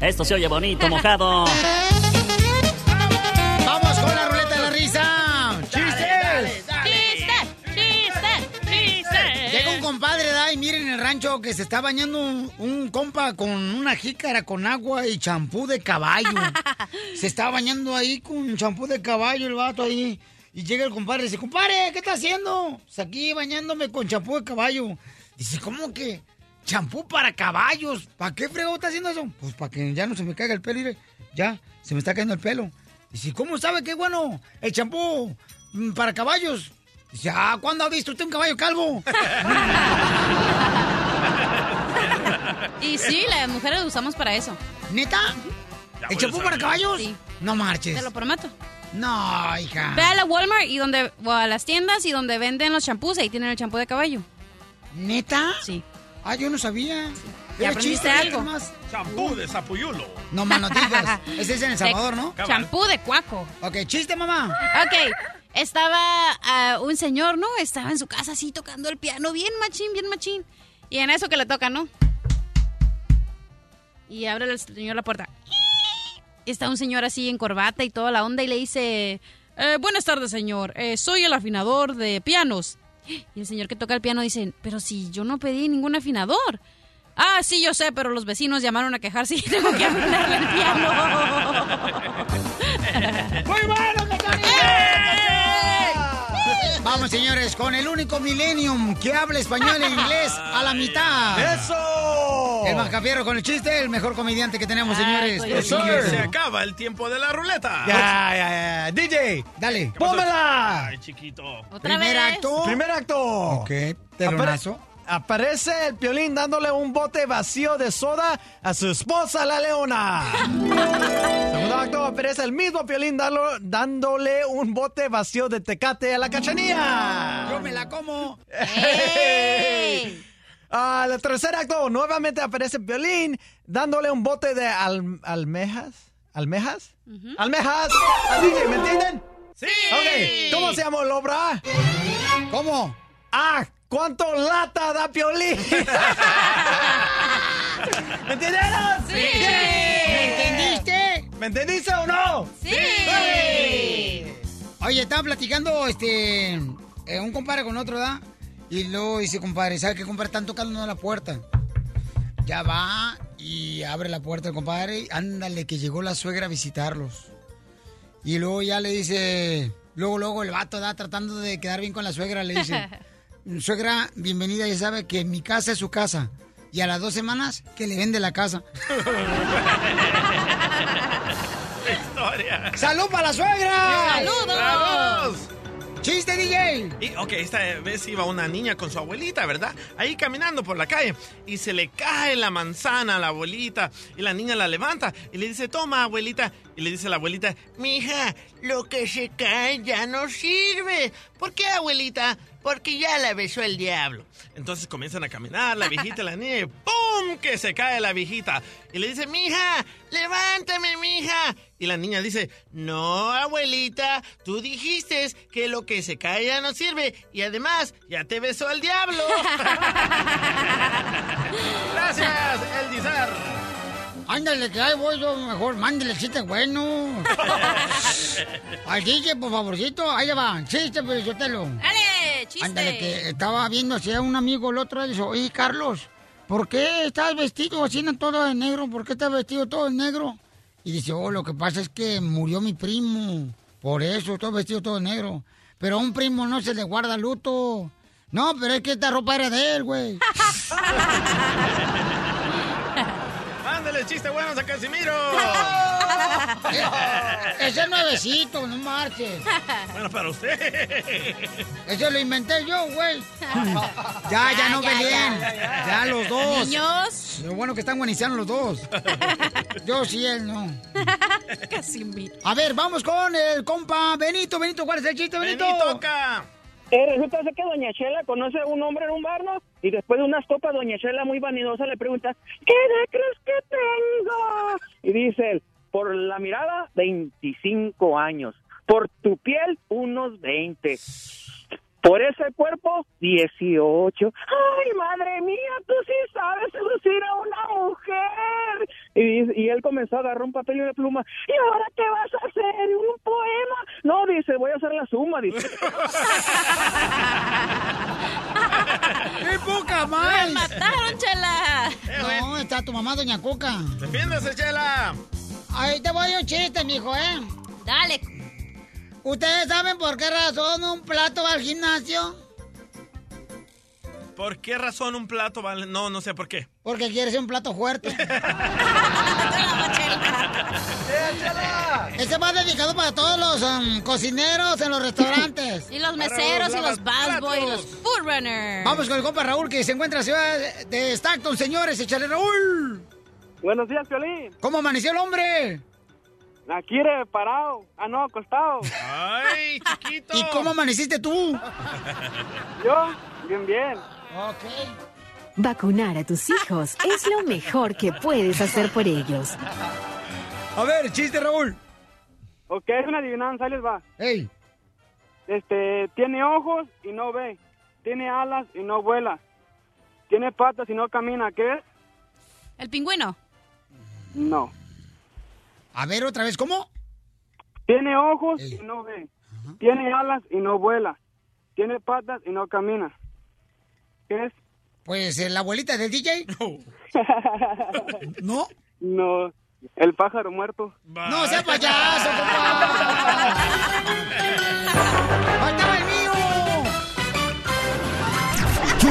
Esto se oye bonito, mojado.
Vamos con la ruleta de la risa. ¡Chistes!
¡Chiste! ¡Chiste! ¡Chiste!
Llega un compadre, da, y miren en el rancho que se está bañando un, un compa con una jícara con agua y champú de caballo. se está bañando ahí con champú de caballo el vato ahí. Y llega el compadre y dice, compadre, ¿qué está haciendo? Pues aquí bañándome con champú de caballo. Dice, ¿cómo que? Champú para caballos. ¿Para qué fregado está haciendo eso? Pues para que ya no se me caiga el pelo. mire. Ya, se me está cayendo el pelo. Dice, ¿cómo sabe qué bueno el champú mm, para caballos? Dice, ah, ¿cuándo ha visto usted un caballo calvo?
Eh,
Y sí, las mujeres lo usamos para eso.
¿Neta? ¿El champú para caballos?
Sí.
No marches.
Te lo prometo.
No, hija.
Ve a la Walmart y donde, o a las tiendas y donde venden los champús, ahí tienen el champú de caballo.
¿Neta?
Sí.
Ah, yo no sabía.
¿Ya
Era chiste,
aprendiste algo? Uh.
nada más.
Champú de sapuyulo.
No más
[LAUGHS]
noticias. Ese es en El Salvador, ¿no?
De- Champú de cuaco.
Ok, chiste, mamá.
Ok. Estaba ah, un señor, ¿no? Estaba en su casa así tocando el piano, bien machín, bien machín. Y en eso que le toca, ¿no? Y abre el señor la puerta. Está un señor así en corbata y toda la onda y le dice, "Eh, buenas tardes, señor. Eh, soy el afinador de pianos. Y el señor que toca el piano dice, pero si yo no pedí ningún afinador. Ah, sí, yo sé, pero los vecinos llamaron a quejarse y tengo que afinarle el
[LAUGHS]
piano.
¡Muy bueno,
¡Eh!
Vamos, señores, con el único Millennium que habla español e inglés a la mitad.
¡Eso!
El mascafierro con el chiste, el mejor comediante que
pues, Ah,
tenemos, señores.
Así que se acaba el tiempo de la ruleta.
ya, ya. DJ,
dale.
¡Pómela!
Ay, chiquito.
Primer acto. Primer acto. Ok,
terronazo.
aparece el piolín dándole un bote vacío de soda a su esposa, la leona. Segundo acto, aparece el mismo piolín dalo- dándole un bote vacío de tecate a la cachanía.
Yo me la como.
[LAUGHS] Ah, el tercer acto, nuevamente aparece Violín dándole un bote de al- almejas. ¿Almejas?
¿Mm?
¡Almejas! al DJ, ¿Me entienden?
¡Sí!
Ok, ¿cómo se llama la obra?
¿Cómo?
¡Ah! ¿Cuánto lata da Piolín? [LAUGHS] ¿Me entendieron?
Sí.
¿Me entendiste?
¿Me entendiste o no?
Sí. Oye, estaba platicando este eh, un compadre con otro, ¿da? Y luego dice, compadre, ¿sabe qué compadre? Están tocando la puerta. Ya va y abre la puerta el compadre. Ándale, que llegó la suegra a visitarlos. Y luego ya le dice, luego, luego el vato, ¿da? Tratando de quedar bien con la suegra, le dice, suegra, bienvenida, ya sabe que mi casa es su casa. Y a las dos semanas que le vende la casa.
Historia.
¡Salud para la suegra!
¡Saludos! ¡Saludos!
¡Chiste, DJ!
Y, ok, esta vez iba una niña con su abuelita, ¿verdad? Ahí caminando por la calle y se le cae la manzana a la abuelita y la niña la levanta y le dice, toma abuelita. Y le dice la abuelita, mija, lo que se cae ya no sirve. ¿Por qué abuelita? Porque ya la besó el diablo. Entonces comienzan a caminar la viejita y la niña y ¡pum! que se cae la viejita. Y le dice, mija, levántame, mija. Y la niña dice, no, abuelita, tú dijiste que lo que se cae ya no sirve. Y además, ya te besó el diablo. Gracias, Eldizar.
Ándale, que ahí voy yo mejor. Mándale chiste bueno. Al DJ, por favorcito. Ahí le va. Chiste, pues, Pelizotelo.
Dale, chiste.
Ándale, que estaba viendo hacia un amigo el otro día y dice, oye, Carlos, ¿por qué estás vestido así en todo de negro? ¿Por qué estás vestido todo de negro? Y dice, oh, lo que pasa es que murió mi primo. Por eso estoy vestido todo de negro. Pero a un primo no se le guarda luto. No, pero es que esta ropa era de él,
[LAUGHS]
güey.
Ándale, chiste buenos a Casimiro.
Ese nuevecito, no marches.
Bueno, para usted.
Eso lo inventé yo,
[LAUGHS]
güey. Ya, ya no
Ya,
peleen.
ya,
Ya,
ya.
los dos.
Niños.
Lo bueno que están guanizanos los dos. [LAUGHS] Yo sí, él no.
Casi mi-
A ver, vamos con el compa Benito. Benito, ¿cuál es el chiste, Benito? [LAUGHS]
acá.
Eh, resulta ser que Doña Chela conoce a un hombre en un bar, ¿no? Y después de unas copas, Doña Chela, muy vanidosa, le pregunta, ¿qué edad crees que tengo? Y dice él, por la mirada, 25 años. Por tu piel, unos 20. Por ese cuerpo, 18. ¡Ay, madre mía! Tú sí sabes seducir a una mujer. Y, dice- y él comenzó a agarrar un papel y una pluma. ¿Y ahora qué vas a hacer? ¿Un poema? No, dice, voy a hacer la suma, dice.
¡Qué poca más! está tu mamá, Doña Coca.
[LAUGHS]
¡Defiéndase, Chela!
Ahí te voy un chiste, mijo, ¿eh?
Dale.
¿Ustedes saben por qué razón un plato va al gimnasio?
¿Por qué razón un plato vale? No, no sé por qué.
Porque quiere ser un plato fuerte.
Eh,
Este va dedicado para todos los um, cocineros en los restaurantes.
[LAUGHS] Y los meseros, y los bus boy, y los foodrunners.
Vamos con el compa Raúl que se encuentra en la ciudad de Stockton, señores. Échale, Raúl.
Buenos días, Piolín.
¿Cómo amaneció el hombre?
Aquí he parado. Ah, no, acostado.
¡Ay, chiquito!
¿Y cómo amaneciste tú?
Yo, bien, bien.
Ok.
Vacunar a tus hijos es lo mejor que puedes hacer por ellos.
[LAUGHS] A ver, chiste, Raúl.
Ok, es una adivinanza, ahí les va.
Ey.
Este, tiene ojos y no ve. Tiene alas y no vuela. Tiene patas y no camina. ¿Qué? es?
El pingüino.
No.
A ver, otra vez, ¿cómo?
Tiene ojos y no ve. Tiene alas y no vuela. Tiene patas y no camina. ¿Qué es?
[LAUGHS] Pues eh, la abuelita del DJ.
[LAUGHS]
¿No?
No. El pájaro muerto.
No sea payaso, compa. ¡Faltaba el mío!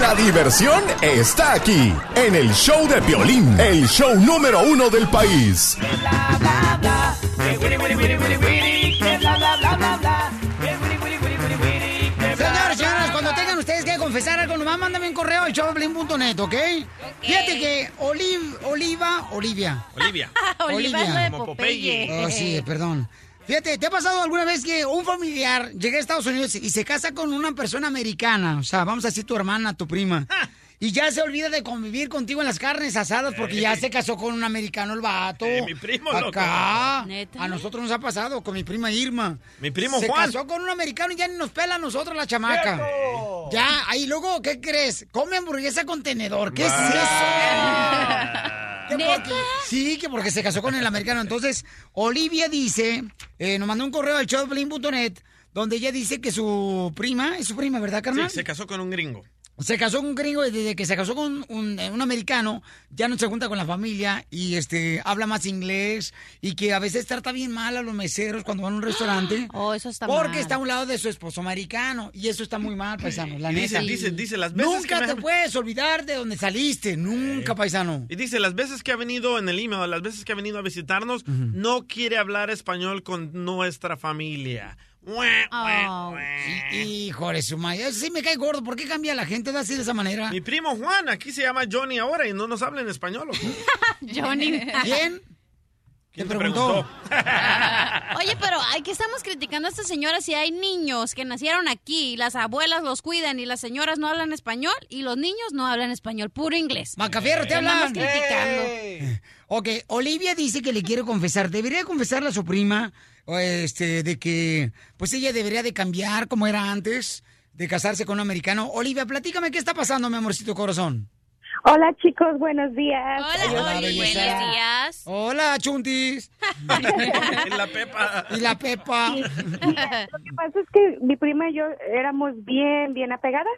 La diversión está aquí, en el show de Piolín, el show número uno del país.
Señores, señoras, cuando tengan ustedes que confesar algo, nomás mándame un correo al showdepiolín.net, ¿ok? Fíjate que Oliv- Oliva, Olivia.
[LAUGHS]
Olivia.
Olivia.
Como Popeye.
Oh, sí, perdón. Fíjate, ¿te ha pasado alguna vez que un familiar llega a Estados Unidos y se casa con una persona americana? O sea, vamos a decir tu hermana, tu prima. Y ya se olvida de convivir contigo en las carnes asadas porque ya se casó con un americano el vato.
mi primo, loco.
Acá.
¿Neta?
A nosotros nos ha pasado con mi prima Irma.
Mi primo
se
Juan.
casó con un americano y ya ni nos pela a nosotros la chamaca. Ya, ahí luego, ¿qué crees? Come hamburguesa con tenedor. ¿Qué es
[LAUGHS]
eso? Que porque- sí, que porque se casó con el americano. Entonces, Olivia dice, eh, nos mandó un correo al showdepiolín.net donde ella dice que su prima, es su prima, ¿verdad,
Sí,
carnal?
se casó con un gringo.
Se casó con un gringo y desde que se casó con un, eh, un americano, ya no se junta con la familia y este habla más inglés y que a veces trata bien mal a los meseros cuando van a un
[GASPS]
restaurante.
Oh, eso está
Porque
mal.
está a un lado de su esposo americano y eso está muy mal, paisano, la
Y dice,
neta.
dice, dice, las veces
Nunca
que me-
te puedes olvidar de donde saliste, nunca, paisano.
Y dice, las veces que ha venido en el email, las veces que ha venido a visitarnos, no quiere hablar español con nuestra familia.
Oh. Hí- Híjole, su madre. Eso sí me cae gordo. ¿Por qué cambia la gente de así de esa manera?
Mi primo Juan, aquí se llama Johnny ahora y no nos habla en español.
[LAUGHS]
¿o qué?
Johnny.
¿Quién?
¿Quién
te
preguntó?
Oye, pero ¿qué estamos criticando a estas señoras si hay niños que nacieron aquí, y las abuelas los cuidan y las señoras no hablan español y los niños no hablan español, puro inglés.
Macafierro, te
Andamos
hablan. Eh.
criticando.
Ok, Olivia dice que le quiere confesar. ¿Debería confesarle a su prima o, este, de que pues ella debería de cambiar como era antes de casarse con un americano? Olivia, platícame qué está pasando, mi amorcito corazón.
Hola chicos, buenos días.
Hola, belleza. Hola, chuntis.
la Pepa.
Y la Pepa. [LAUGHS]
Ah.
Mira, lo que pasa es que mi prima y yo éramos bien, bien apegadas.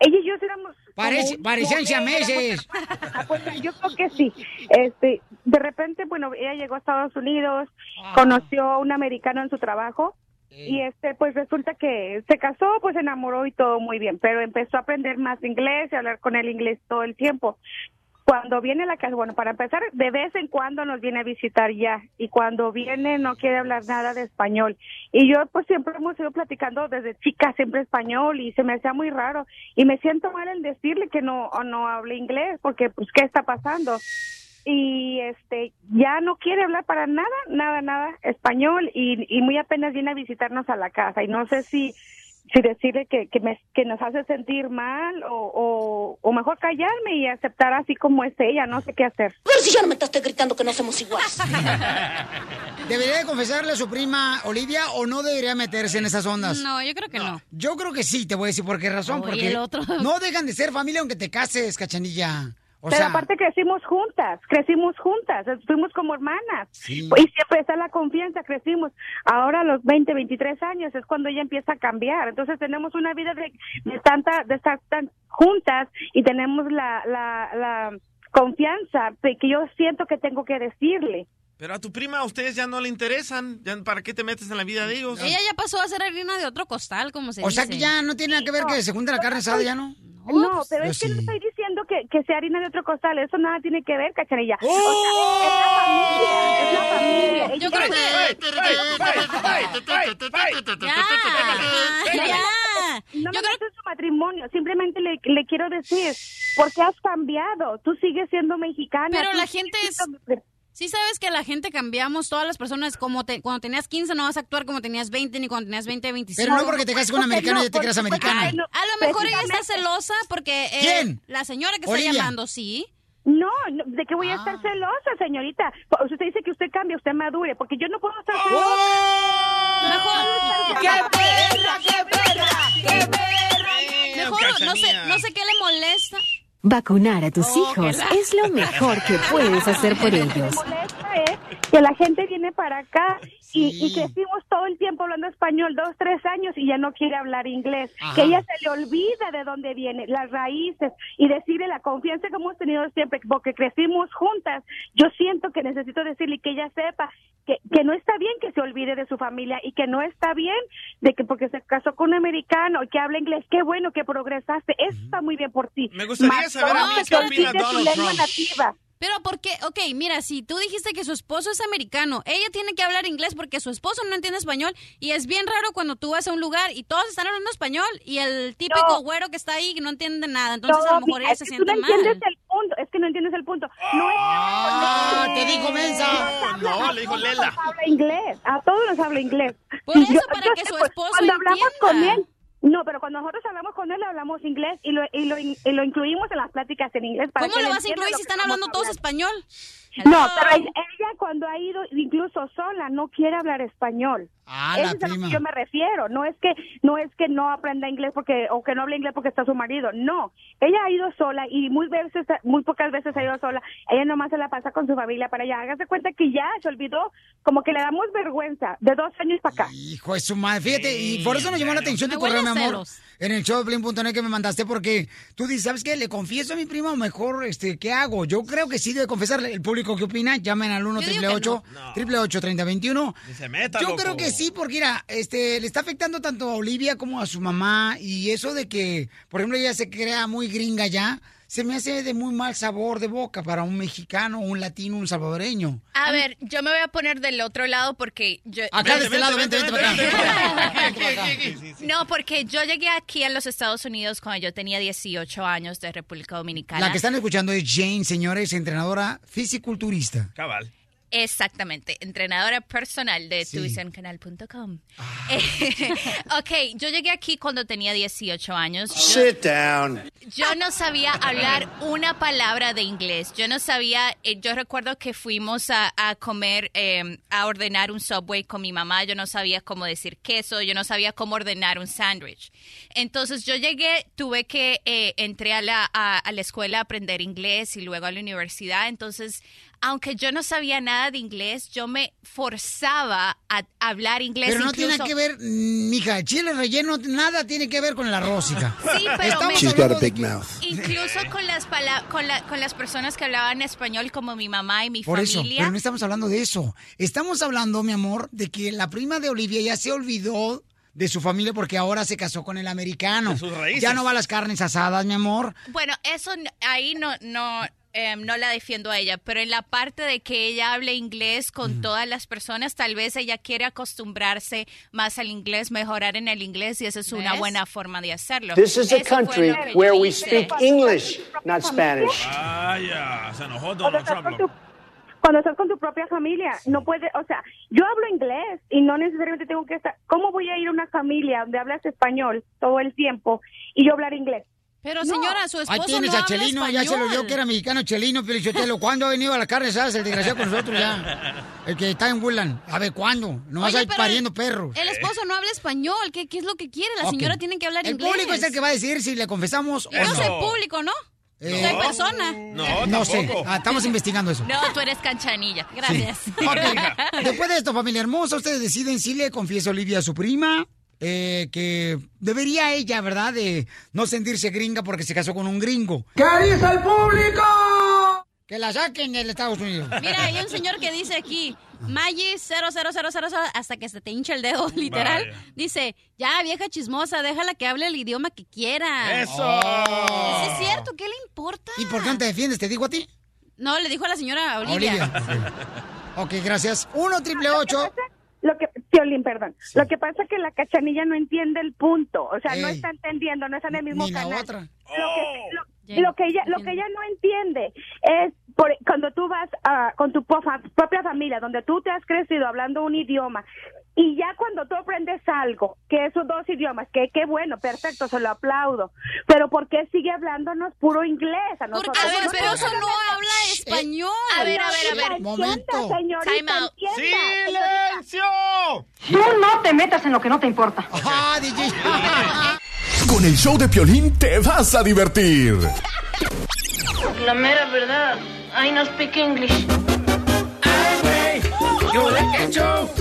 Ella y yo éramos... como
Parece-
un
parecían
doble,
siameses.
Ah, pues, yo creo que sí. Este, de repente, bueno, ella llegó a Estados Unidos,
Ah.
conoció a un americano en su trabajo y este, pues resulta que se casó, pues se enamoró y todo muy bien, pero empezó a aprender más inglés y a hablar con el inglés todo el tiempo. Cuando viene a la casa, bueno, para empezar, de vez en cuando nos viene a visitar ya y cuando viene no quiere hablar nada de español. Y yo pues siempre hemos ido platicando desde chica siempre español y se me hacía muy raro y me siento mal en decirle que no o no hable inglés porque pues qué está pasando. Y este ya no quiere hablar para nada, nada, nada español y, y muy apenas viene a visitarnos a la casa y no sé si si decirle que, que, me, que nos hace sentir mal o, o, o mejor callarme y aceptar así como es ella, no sé qué hacer. Pero si ya no me estás gritando que no somos iguales.
[LAUGHS] ¿Debería de confesarle a su prima Olivia o no debería meterse en esas ondas?
No, yo creo que no.
Yo creo que sí, te voy a decir por qué razón.
Oye,
porque
el otro.
no dejan de ser familia aunque te cases, cachanilla. O
Pero
sea,
aparte crecimos juntas, crecimos juntas, fuimos como hermanas. Y siempre está la confianza, crecimos. Ahora a los 20, 23 años es cuando ella empieza a cambiar. Entonces tenemos una vida de, de tanta, de estar tan juntas y tenemos la, la, la, confianza de que yo siento que tengo que decirle.
Pero a tu prima a ustedes ya no le interesan. Ya, ¿Para qué te metes en la vida de ellos?
Ella ya pasó a ser harina de otro costal, como se
O sea que
dice.
ya no tiene nada que ver que se junte la carne asada, ya no.
No, pero
yo
es que
sí.
no estoy diciendo que, que sea harina de otro costal, eso nada tiene que ver, cachanilla. O sea,
¡Oh!
es la familia, es la familia.
Yo creo que...
Ah,
No me metas en su matrimonio, simplemente le, le quiero decir, porque has cambiado, tú sigues siendo mexicana.
Pero
tú
la
sigues
gente es...
siendo-
Sí sabes que la gente cambiamos, todas las personas, como te- cuando tenías 15 no vas a actuar como tenías 20, ni cuando tenías 20, 25.
Pero no porque te cases con una americana ya te creas americana.
Ay, a lo mejor ella está celosa porque... eh,
¿Quién?
La señora que
Olivia.
está llamando, sí.
No, no, ¿de qué voy a
Ah.
estar celosa, señorita? Pues Usted dice que usted cambia, usted madure, porque yo no puedo estar
¡Oh!
celosa.
Mejor-
¡Qué
perra, qué perra, qué perra!
Mejor, no sé, no sé qué le molesta.
Vacunar a tus
Oh,
hijos
qué la-
es lo mejor que puedes hacer por ellos.
molesta es que la gente viene para acá y, y crecimos todo el tiempo hablando español, dos, tres años, y ya no quiere hablar inglés.
Ajá.
Que ella se le olvida de dónde viene, las raíces, y decirle la confianza que hemos tenido siempre, porque crecimos juntas. Yo siento que necesito decirle que ella sepa que, que no está bien que se olvide de su familia y que no está bien de que porque se casó con un americano y que habla inglés, qué bueno que progresaste, eso está muy bien por ti. Me
gustaría saber a mí qué opina Donald Trump.
Pero porque, ok, mira, si tú dijiste que su esposo es americano, ella tiene que hablar inglés porque su esposo no entiende español y es bien raro cuando tú vas a un lugar y todos están hablando español y el típico
No.
güero que está ahí no entiende nada, entonces a
No,
lo mejor
mira,
ella
es
se
que tú
siente
no
mal.
entiendes el punto, es que no entiendes el punto. No es
Ah,
te dijo mensa.
No, le dijo Lela.
habla inglés, a todos nos habla inglés.
Por
Y
eso, para que su
pues,
esposo
cuando hablamos con
entienda.
él, no, pero cuando nosotros hablamos con él hablamos inglés y lo y lo, in- y lo incluimos en las pláticas en inglés para
¿Cómo
que
lo
él
vas a
entienda
incluir
lo
si
que
están
estamos
hablando todos
hablando.
español?
No, pero ella- ella cuando ha ido incluso sola no quiere hablar español.
Ah,
Eso
la
es a lo
prima.
que yo me refiero. No es que no es que no aprenda inglés porque o que no hable inglés porque está su marido. No, ella ha ido sola y muy veces, muy pocas veces ha ido sola. Ella nomás se la pasa con su familia para allá. Hágase cuenta que ya se olvidó, como que le damos vergüenza de dos años para acá.
Hijo de su madre, fíjate, y por eso nos llamó la atención tu
Me huele
correo, mi
a
amor.
celos.
En el show de Piolín.net que me mandaste, porque tú dices, ¿sabes qué? ¿Le confieso a mi prima o mejor, este, qué hago? Yo creo que sí debe confesarle. El público, ¿qué opina? Llamen al 1 888 888 3021
Ni se meta,
Yo
loco.
creo que sí, porque mira, este, le está afectando tanto a Olivia como a su mamá, y eso de que, por ejemplo, ella se crea muy gringa ya, se me hace de muy mal sabor de boca para un mexicano, un latino, un salvadoreño.
A ver, yo me voy a poner del otro lado porque yo...
Acá de este lado, vente, vente, para acá.
[LAUGHS] No, porque yo llegué aquí a los Estados Unidos cuando yo tenía 18 años de República Dominicana.
La que están escuchando es Jane, señores, entrenadora fisiculturista.
Cabal.
Exactamente, entrenadora personal de tuvisioncanal.com. Eh,
Ah.
[LAUGHS] ok, yo llegué aquí cuando tenía 18 años. Yo-
Sit down.
Yo no sabía hablar una palabra de inglés. Yo no sabía. eh, yo recuerdo que fuimos a, a comer, eh, a ordenar un subway con mi mamá. Yo no sabía cómo decir queso. Yo no sabía cómo ordenar un sándwich. Entonces yo llegué, tuve que eh, entré a la, a- a la escuela a aprender inglés y luego a la universidad. Entonces, aunque yo no sabía nada de inglés, yo me forzaba a hablar inglés.
Pero no tiene
incluso-
que ver, mm, mija, chile relleno, nada tiene que ver con la rósica.
Sí, pero me-
She's got a big mouth.
Incluso con las pala- con, la- con las personas que hablaban español como mi mamá y mi
Por eso,
familia.
pero no estamos hablando de eso. Estamos hablando, mi amor, de que la prima de Olivia ya se olvidó de su familia porque ahora se casó con el americano.
De sus raíces.
Ya no va a las carnes asadas, mi amor.
Bueno, eso n- ahí no no em, no la defiendo a ella, pero en la parte de que ella hable inglés
Mm.
con todas las personas, tal vez ella quiere acostumbrarse más al inglés, mejorar en el inglés y esa es una buena forma de hacerlo.
This is a
Eso fue
country
lo que yo
where we
hice.
speak English, not Spanish.
Vaya, Ah, se enojó Donald Trump. loco.
Cuando estás con tu propia familia, no puede, o sea, yo hablo inglés y no necesariamente tengo que estar. ¿Cómo voy a ir a una familia donde hablas español todo el tiempo y yo hablar inglés?
Pero
No.
señora, su
Ahí
esposo
tienes
no
a
habla
Chelino, ya se lo dio
español.
que era mexicano Chelino, Pelichotelo. ¿Cuándo ha venido a las carnes asadas el desgraciado con nosotros ya? El que está en Woodland. A ver, ¿cuándo? Nomás
Oye,
hay
pero
pariendo
el-
perros.
El esposo no habla español. ¿Qué, qué es lo que quiere? La
Ok.
señora tiene que hablar
El
inglés.
público es el que va a decidir si le confesamos
Yo
o
no
no.
soy público, ¿no?
Eh,
Soy persona.
No, sé. Ah, estamos investigando eso.
No, tú eres canchanilla. Gracias.
Ok,
[LAUGHS]
Después de esto, familia hermosa, ustedes deciden si le confiesa Olivia a su prima. eh, que debería ella, ¿verdad? De no sentirse gringa porque se casó con un gringo.
¿Qué dice el público?
Que la saquen del Estados Unidos.
Mira, hay un señor que dice aquí, Maggi 00000, hasta que se te hincha el dedo, [LAUGHS] literal.
Vaya.
Dice, ya, vieja chismosa, déjala que hable el idioma que quiera.
¡Eso!
Eso es cierto, ¿qué le importa?
¿Y por qué no te defiendes? ¿Te digo a ti?
No, le dijo a la señora Olivia.
Olivia. ok, gracias. 1 triple 8.
Lo que, Piolín, perdón. Lo que pasa es que la cachanilla no entiende el punto. O sea, Ah, no
Ey.
está entendiendo, no está en el mismo
Ni la
canal.
otra.
Lo que, lo- lo que ella, lo que ella no entiende es por, cuando tú vas ah, con tu po- fa- propia familia, donde tú te has crecido hablando un idioma, y ya cuando tú aprendes algo, que esos dos idiomas, que qué bueno, perfecto, se lo aplaudo, pero ¿por qué sigue hablándonos puro inglés a nosotros?
a ver,
Nosotros
pero eso no
solamente-
habla español.
A ver, a ver, a ver. Momento. Señorita,
Time out.
entienda.
Tú no te metas en lo que no te importa.
Con el show de Piolín te vas a divertir.
La mera verdad, I no speak English.
¡Yo de hecho!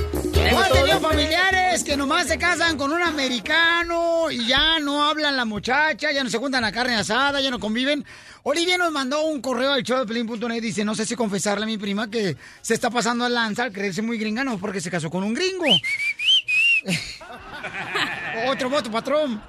¿No has tenido familiares que nomás se casan con un americano y ya no hablan la muchacha, ya no se juntan la carne asada, ya no conviven? Olivia nos mandó un correo al show de Pelín.net y dice, no sé si confesarle a mi prima que se está pasando a lanza al creerse muy gringa, no, porque se casó con un gringo. [LAUGHS] Otro voto, patrón.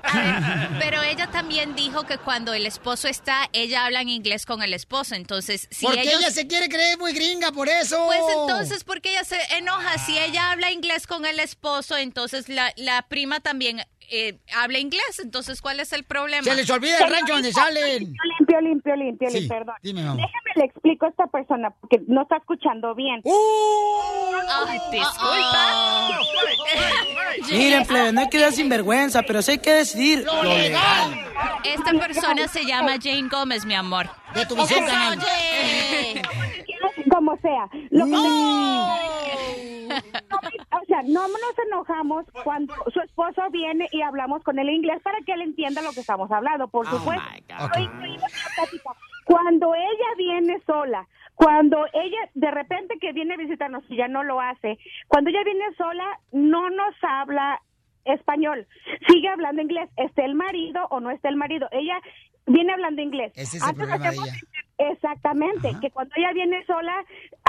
Pero ella también dijo que cuando el esposo está, ella habla en inglés con el esposo. Entonces, si
Porque
ellos-
ella se quiere creer muy gringa, por eso.
Pues entonces, ¿por qué ella se enoja? Si
Ah.
ella habla inglés con el esposo, entonces la, la prima también eh, habla inglés. Entonces, ¿cuál es el problema?
Se les olvida el rancho donde salen.
Piolín, Piolín, Piolín, Piolín,
Sí,
perdón.
dime, mamá.
Déjame le explico a esta persona que no está escuchando bien.
¡Uh!
Ay, disculpa.
Miren, plebe, no hay que dar sinvergüenza, pero sí hay que decidir lo legal.
Esta persona se llama Jane Gómez, mi amor.
De tu
Vicenta,
Eso, Jane.
Como sea. Lo que O sea, no nos enojamos cuando su esposo viene y hablamos con él en inglés para que él entienda lo que estamos hablando,
Oh
por supuesto. Oye, oye, la plática. Cuando ella viene sola, cuando ella de repente que viene a visitarnos y ya no lo hace, cuando ella viene sola no nos habla español, sigue hablando inglés, esté el marido o no esté el marido, ella viene hablando inglés.
Ese es el
Antes
problema de
hacíamos-
ella.
Exactamente, que cuando ella viene sola,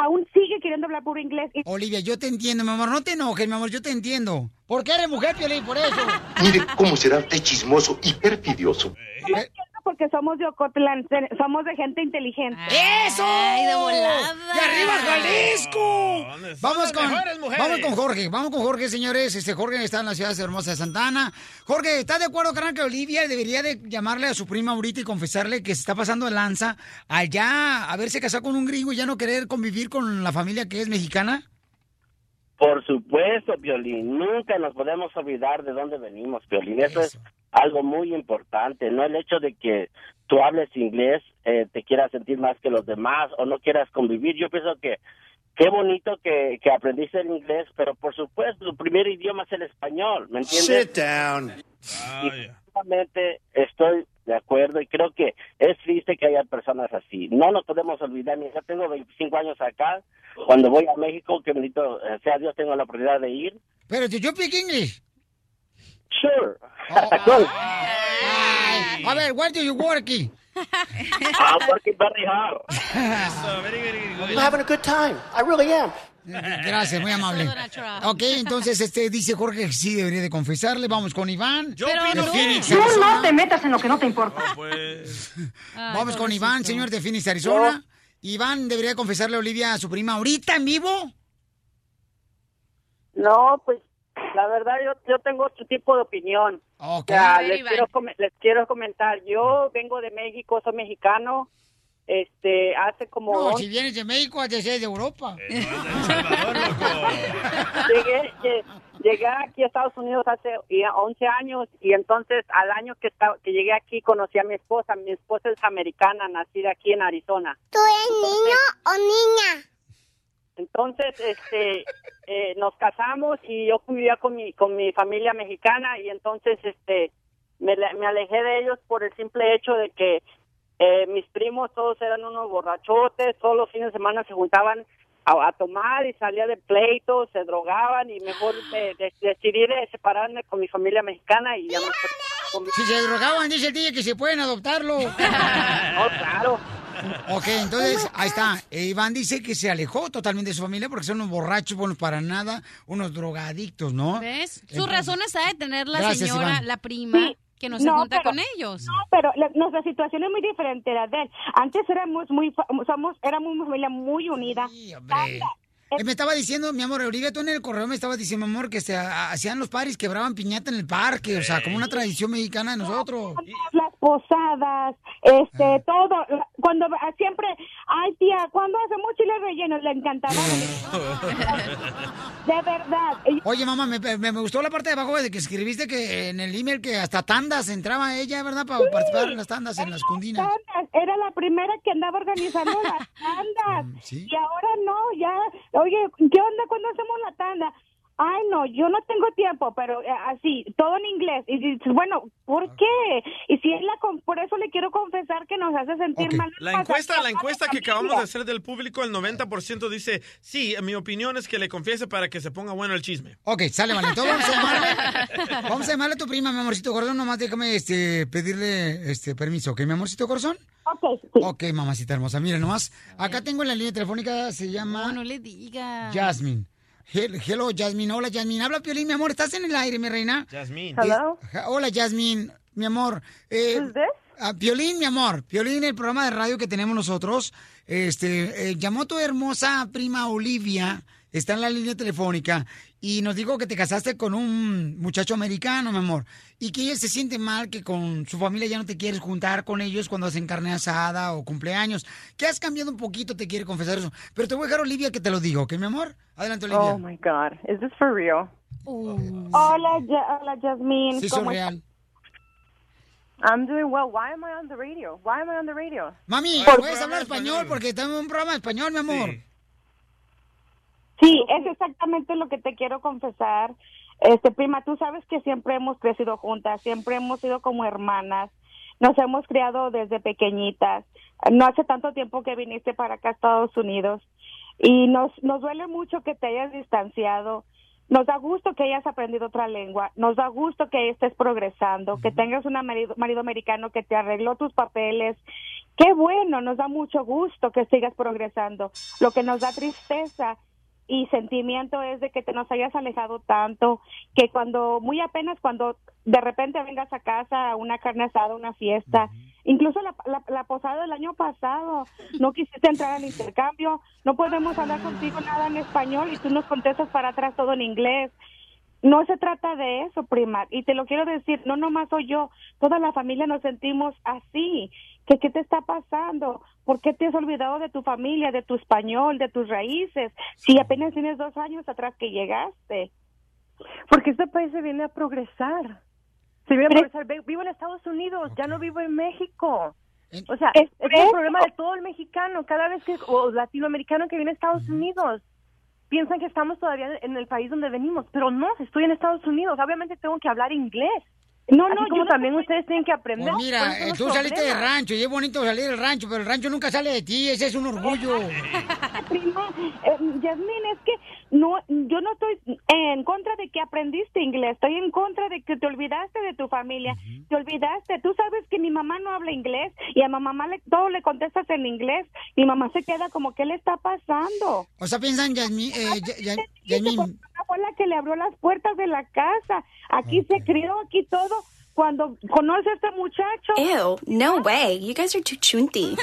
aún sigue queriendo hablar puro inglés. Y...
Olivia, yo te entiendo, mi amor, no te enojes, mi amor, yo te entiendo. Porque eres mujer, Piolín, por eso.
Mire cómo será usted chismoso y perfidioso.
No entiendo porque somos de Ocotlán, se- somos de gente inteligente.
¡Eso! ¡Ay,
de volada!
[LAUGHS] ¡De arriba, Jalisco! Vamos
las
con,
mejores mujeres?
vamos con Jorge, vamos con Jorge, señores. Este Jorge está en la ciudad hermosa de Santana. Jorge, ¿estás de acuerdo, carnal, que Olivia debería de llamarle a su prima ahorita y confesarle que se está pasando de lanza allá, haberse casado con un gringo y ya no querer convivir con la familia que es mexicana?
[LAUGHS] Por supuesto, Violín. Nunca nos podemos olvidar de dónde venimos, Violín. Eso, es algo muy importante. No el hecho de que tú hables inglés, eh, te quieras sentir más que los demás o no quieras convivir. Yo pienso que qué bonito que, que aprendiste el inglés, pero por supuesto, tu primer idioma es el español, ¿me entiendes?
Sit down.
Definitivamente estoy de acuerdo y creo que es triste que haya personas así. No nos podemos olvidar, mi hija, tengo 25 años acá, cuando voy a México, que bendito eh, sea Dios, tengo la oportunidad de ir.
Pero si yo speak English. Oh,
Sure. [LAUGHS]
Ay, A ver, what do you work in?
[LAUGHS] I'm working very hard.
I'm having a good time. I really am.
[LAUGHS] Gracias, muy amable. Ok, entonces este dice Jorge que sí debería de confesarle. Vamos con Iván.
Yo Pero opino
De
no.
Phoenix,
Tú no
Arizona.
te metas en lo que no te importa.
Vamos con Iván, señor de Phoenix, Arizona. Iván debería confesarle a Olivia a su prima ahorita en vivo.
No, pues la verdad yo, yo tengo otro tipo de opinión.
Ok.
O sea,
A ver,
les,
Iván.
quiero come- les quiero comentar, yo vengo de México, soy mexicano, este, hace como...
No,
on-
si vienes de México, has de ser de Europa.
llegué, lle- llegué aquí a Estados Unidos hace ya 11 años y entonces al año que, esta- que llegué aquí conocí a mi esposa, mi esposa es americana, nacida aquí en Arizona.
¿Tú eres
[LAUGHS]
niño o niña?
Entonces, este, eh, nos casamos y yo vivía con mi, con mi familia mexicana y entonces, este, me, la- me alejé de ellos por el simple hecho de que eh, mis primos todos eran unos borrachotes, todos los fines de semana se juntaban a, a tomar y salía de pleitos, se drogaban y mejor me- de- decidí de separarme con mi familia mexicana y ya no estoy con mi-
[LAUGHS]
Si se drogaban, dice el DJ que se pueden adoptarlo.
No, claro.
Ok, entonces, ahí está. Eh, Iván dice que se alejó totalmente de su familia porque son unos borrachos, buenos para nada, unos drogadictos, ¿no?
¿Ves? Sus
Entonces-
razones ha de tener la
Gracias,
señora,
Iván.
la prima, que no se
No,
junta
pero-
con ellos.
No, pero la- nuestra situación es muy diferente a la de él. Antes éramos muy, fa- somos, éramos una familia muy unida.
Hombre. Eh, me estaba diciendo, mi amor, Olivia, tú en el correo me estabas diciendo, mi amor, que se ha- hacían los paris, quebraban piñata en el parque, o sea, como una tradición mexicana de nosotros.
Las posadas, este, todo. La- Cuando ah, siempre, ay tía, ¿cuándo hacemos chile relleno? Le encantaba. De verdad.
Oye, mamá, me, me- me gustó la parte de abajo de que escribiste que en el email que hasta tandas entraba ella, ¿verdad? Para
Sí.
participar en las tandas, en las cundinas.
tandas, Era la primera que andaba organizando las
[LAUGHS] Mm,
tandas. Y ahora no, ya. Oye, ¿qué onda cuando hacemos la tanda? Ay, no, yo no tengo tiempo, pero eh, así, todo en inglés. Y dices, bueno,
Ah.
¿por qué? Y si es la. con- Por eso le quiero confesar que nos hace sentir mal.
La encuesta, la encuesta que acabamos de hacer del público, el 90% dice, sí, mi opinión es que le confiese para que se ponga bueno el chisme.
Ok, sale, vale. Entonces vamos a llamarle. Vamos a llamarle a tu prima, mi amorcito corazón. Nomás déjame este, pedirle este permiso, ¿ok, mi amorcito corazón?
Ok,
Ok, mamacita hermosa. Mira, nomás, acá tengo en la línea telefónica, se llama...
No le diga.
Jasmine. Hel- Hello, Jasmine. Hola, Jasmine. Habla Piolín, mi amor. ¿Estás en el aire, mi reina?
Jasmine.
Hello. Hola, Jasmine. Mi amor. Eh, ah, Piolín, mi amor. Piolín, el programa de radio que tenemos nosotros. Este, eh, llamó tu hermosa prima Olivia. Está en la línea telefónica. Y nos dijo que te casaste con un muchacho americano, mi amor. Y que ella se siente mal que con su familia ya no te quieres juntar con ellos cuando hacen carne asada o cumpleaños. Que has cambiado un poquito, te quiere confesar eso. Pero te voy a dejar a Olivia que te lo diga, ¿ok, mi amor? Adelante, Olivia.
Oh my God, is this for real?
Hola, Ja- hola, Jasmine.
Sí,
¿cómo
soy
estás?
real.
I'm doing well. Why am I on the radio? Why am I on the radio?
Mami,
Por-
puedes hablar español porque tenemos un programa en español, mi amor.
Sí, es exactamente lo que te quiero confesar. Este, prima, tú sabes que siempre hemos crecido juntas, siempre hemos sido como hermanas, nos hemos criado desde pequeñitas. No hace tanto tiempo que viniste para acá a Estados Unidos y nos, nos duele mucho que te hayas distanciado. Nos da gusto que hayas aprendido otra lengua, nos da gusto que estés progresando, que tengas un marido, marido americano que te arregló tus papeles. Qué bueno, nos da mucho gusto que sigas progresando. Lo que nos da tristeza y sentimiento es de que te nos hayas alejado tanto que cuando muy apenas cuando de repente vengas a casa a una carne asada, una fiesta, incluso la, la, la posada del año pasado, no quisiste entrar al intercambio, no podemos hablar contigo nada en español y tú nos contestas para atrás todo en inglés. No se trata de eso, prima, y te lo quiero decir, no nomás soy yo, toda la familia nos sentimos así, que qué te está pasando, por qué te has olvidado de tu familia, de tu español, de tus raíces, si apenas tienes dos años atrás que llegaste.
Porque este país se viene a progresar. Se viene a progresar. Ve- Vivo en Estados Unidos, ya no vivo en México.
¿Eh?
O sea,
Es
es,
eso.
el problema de todo el mexicano. Cada vez que, o latinoamericano que viene a Estados Unidos, piensan que estamos todavía en el país donde venimos. Pero no, estoy en Estados Unidos. Obviamente tengo que hablar inglés.
No,
no, como también ustedes tienen que aprender.
Pues mira, eh, tú saliste del rancho y es bonito salir del rancho, pero el rancho nunca sale de ti, ese es un orgullo.
[LAUGHS] prima, eh, Yasmín, es que no, yo no estoy en contra de que aprendiste inglés, estoy en contra de que te olvidaste de tu familia, te olvidaste, tú sabes que mi mamá no habla inglés y a mi mamá le, todo le contestas en inglés, mi mamá se queda como, ¿qué le está pasando?
O sea, piensan, Yasmín, eh, Ya- Ya- Yasmín,
fue la que le abrió las puertas de la casa, aquí se crió, aquí todo, cuando conoce a este muchacho.
Ew, no way. You guys are too chunty.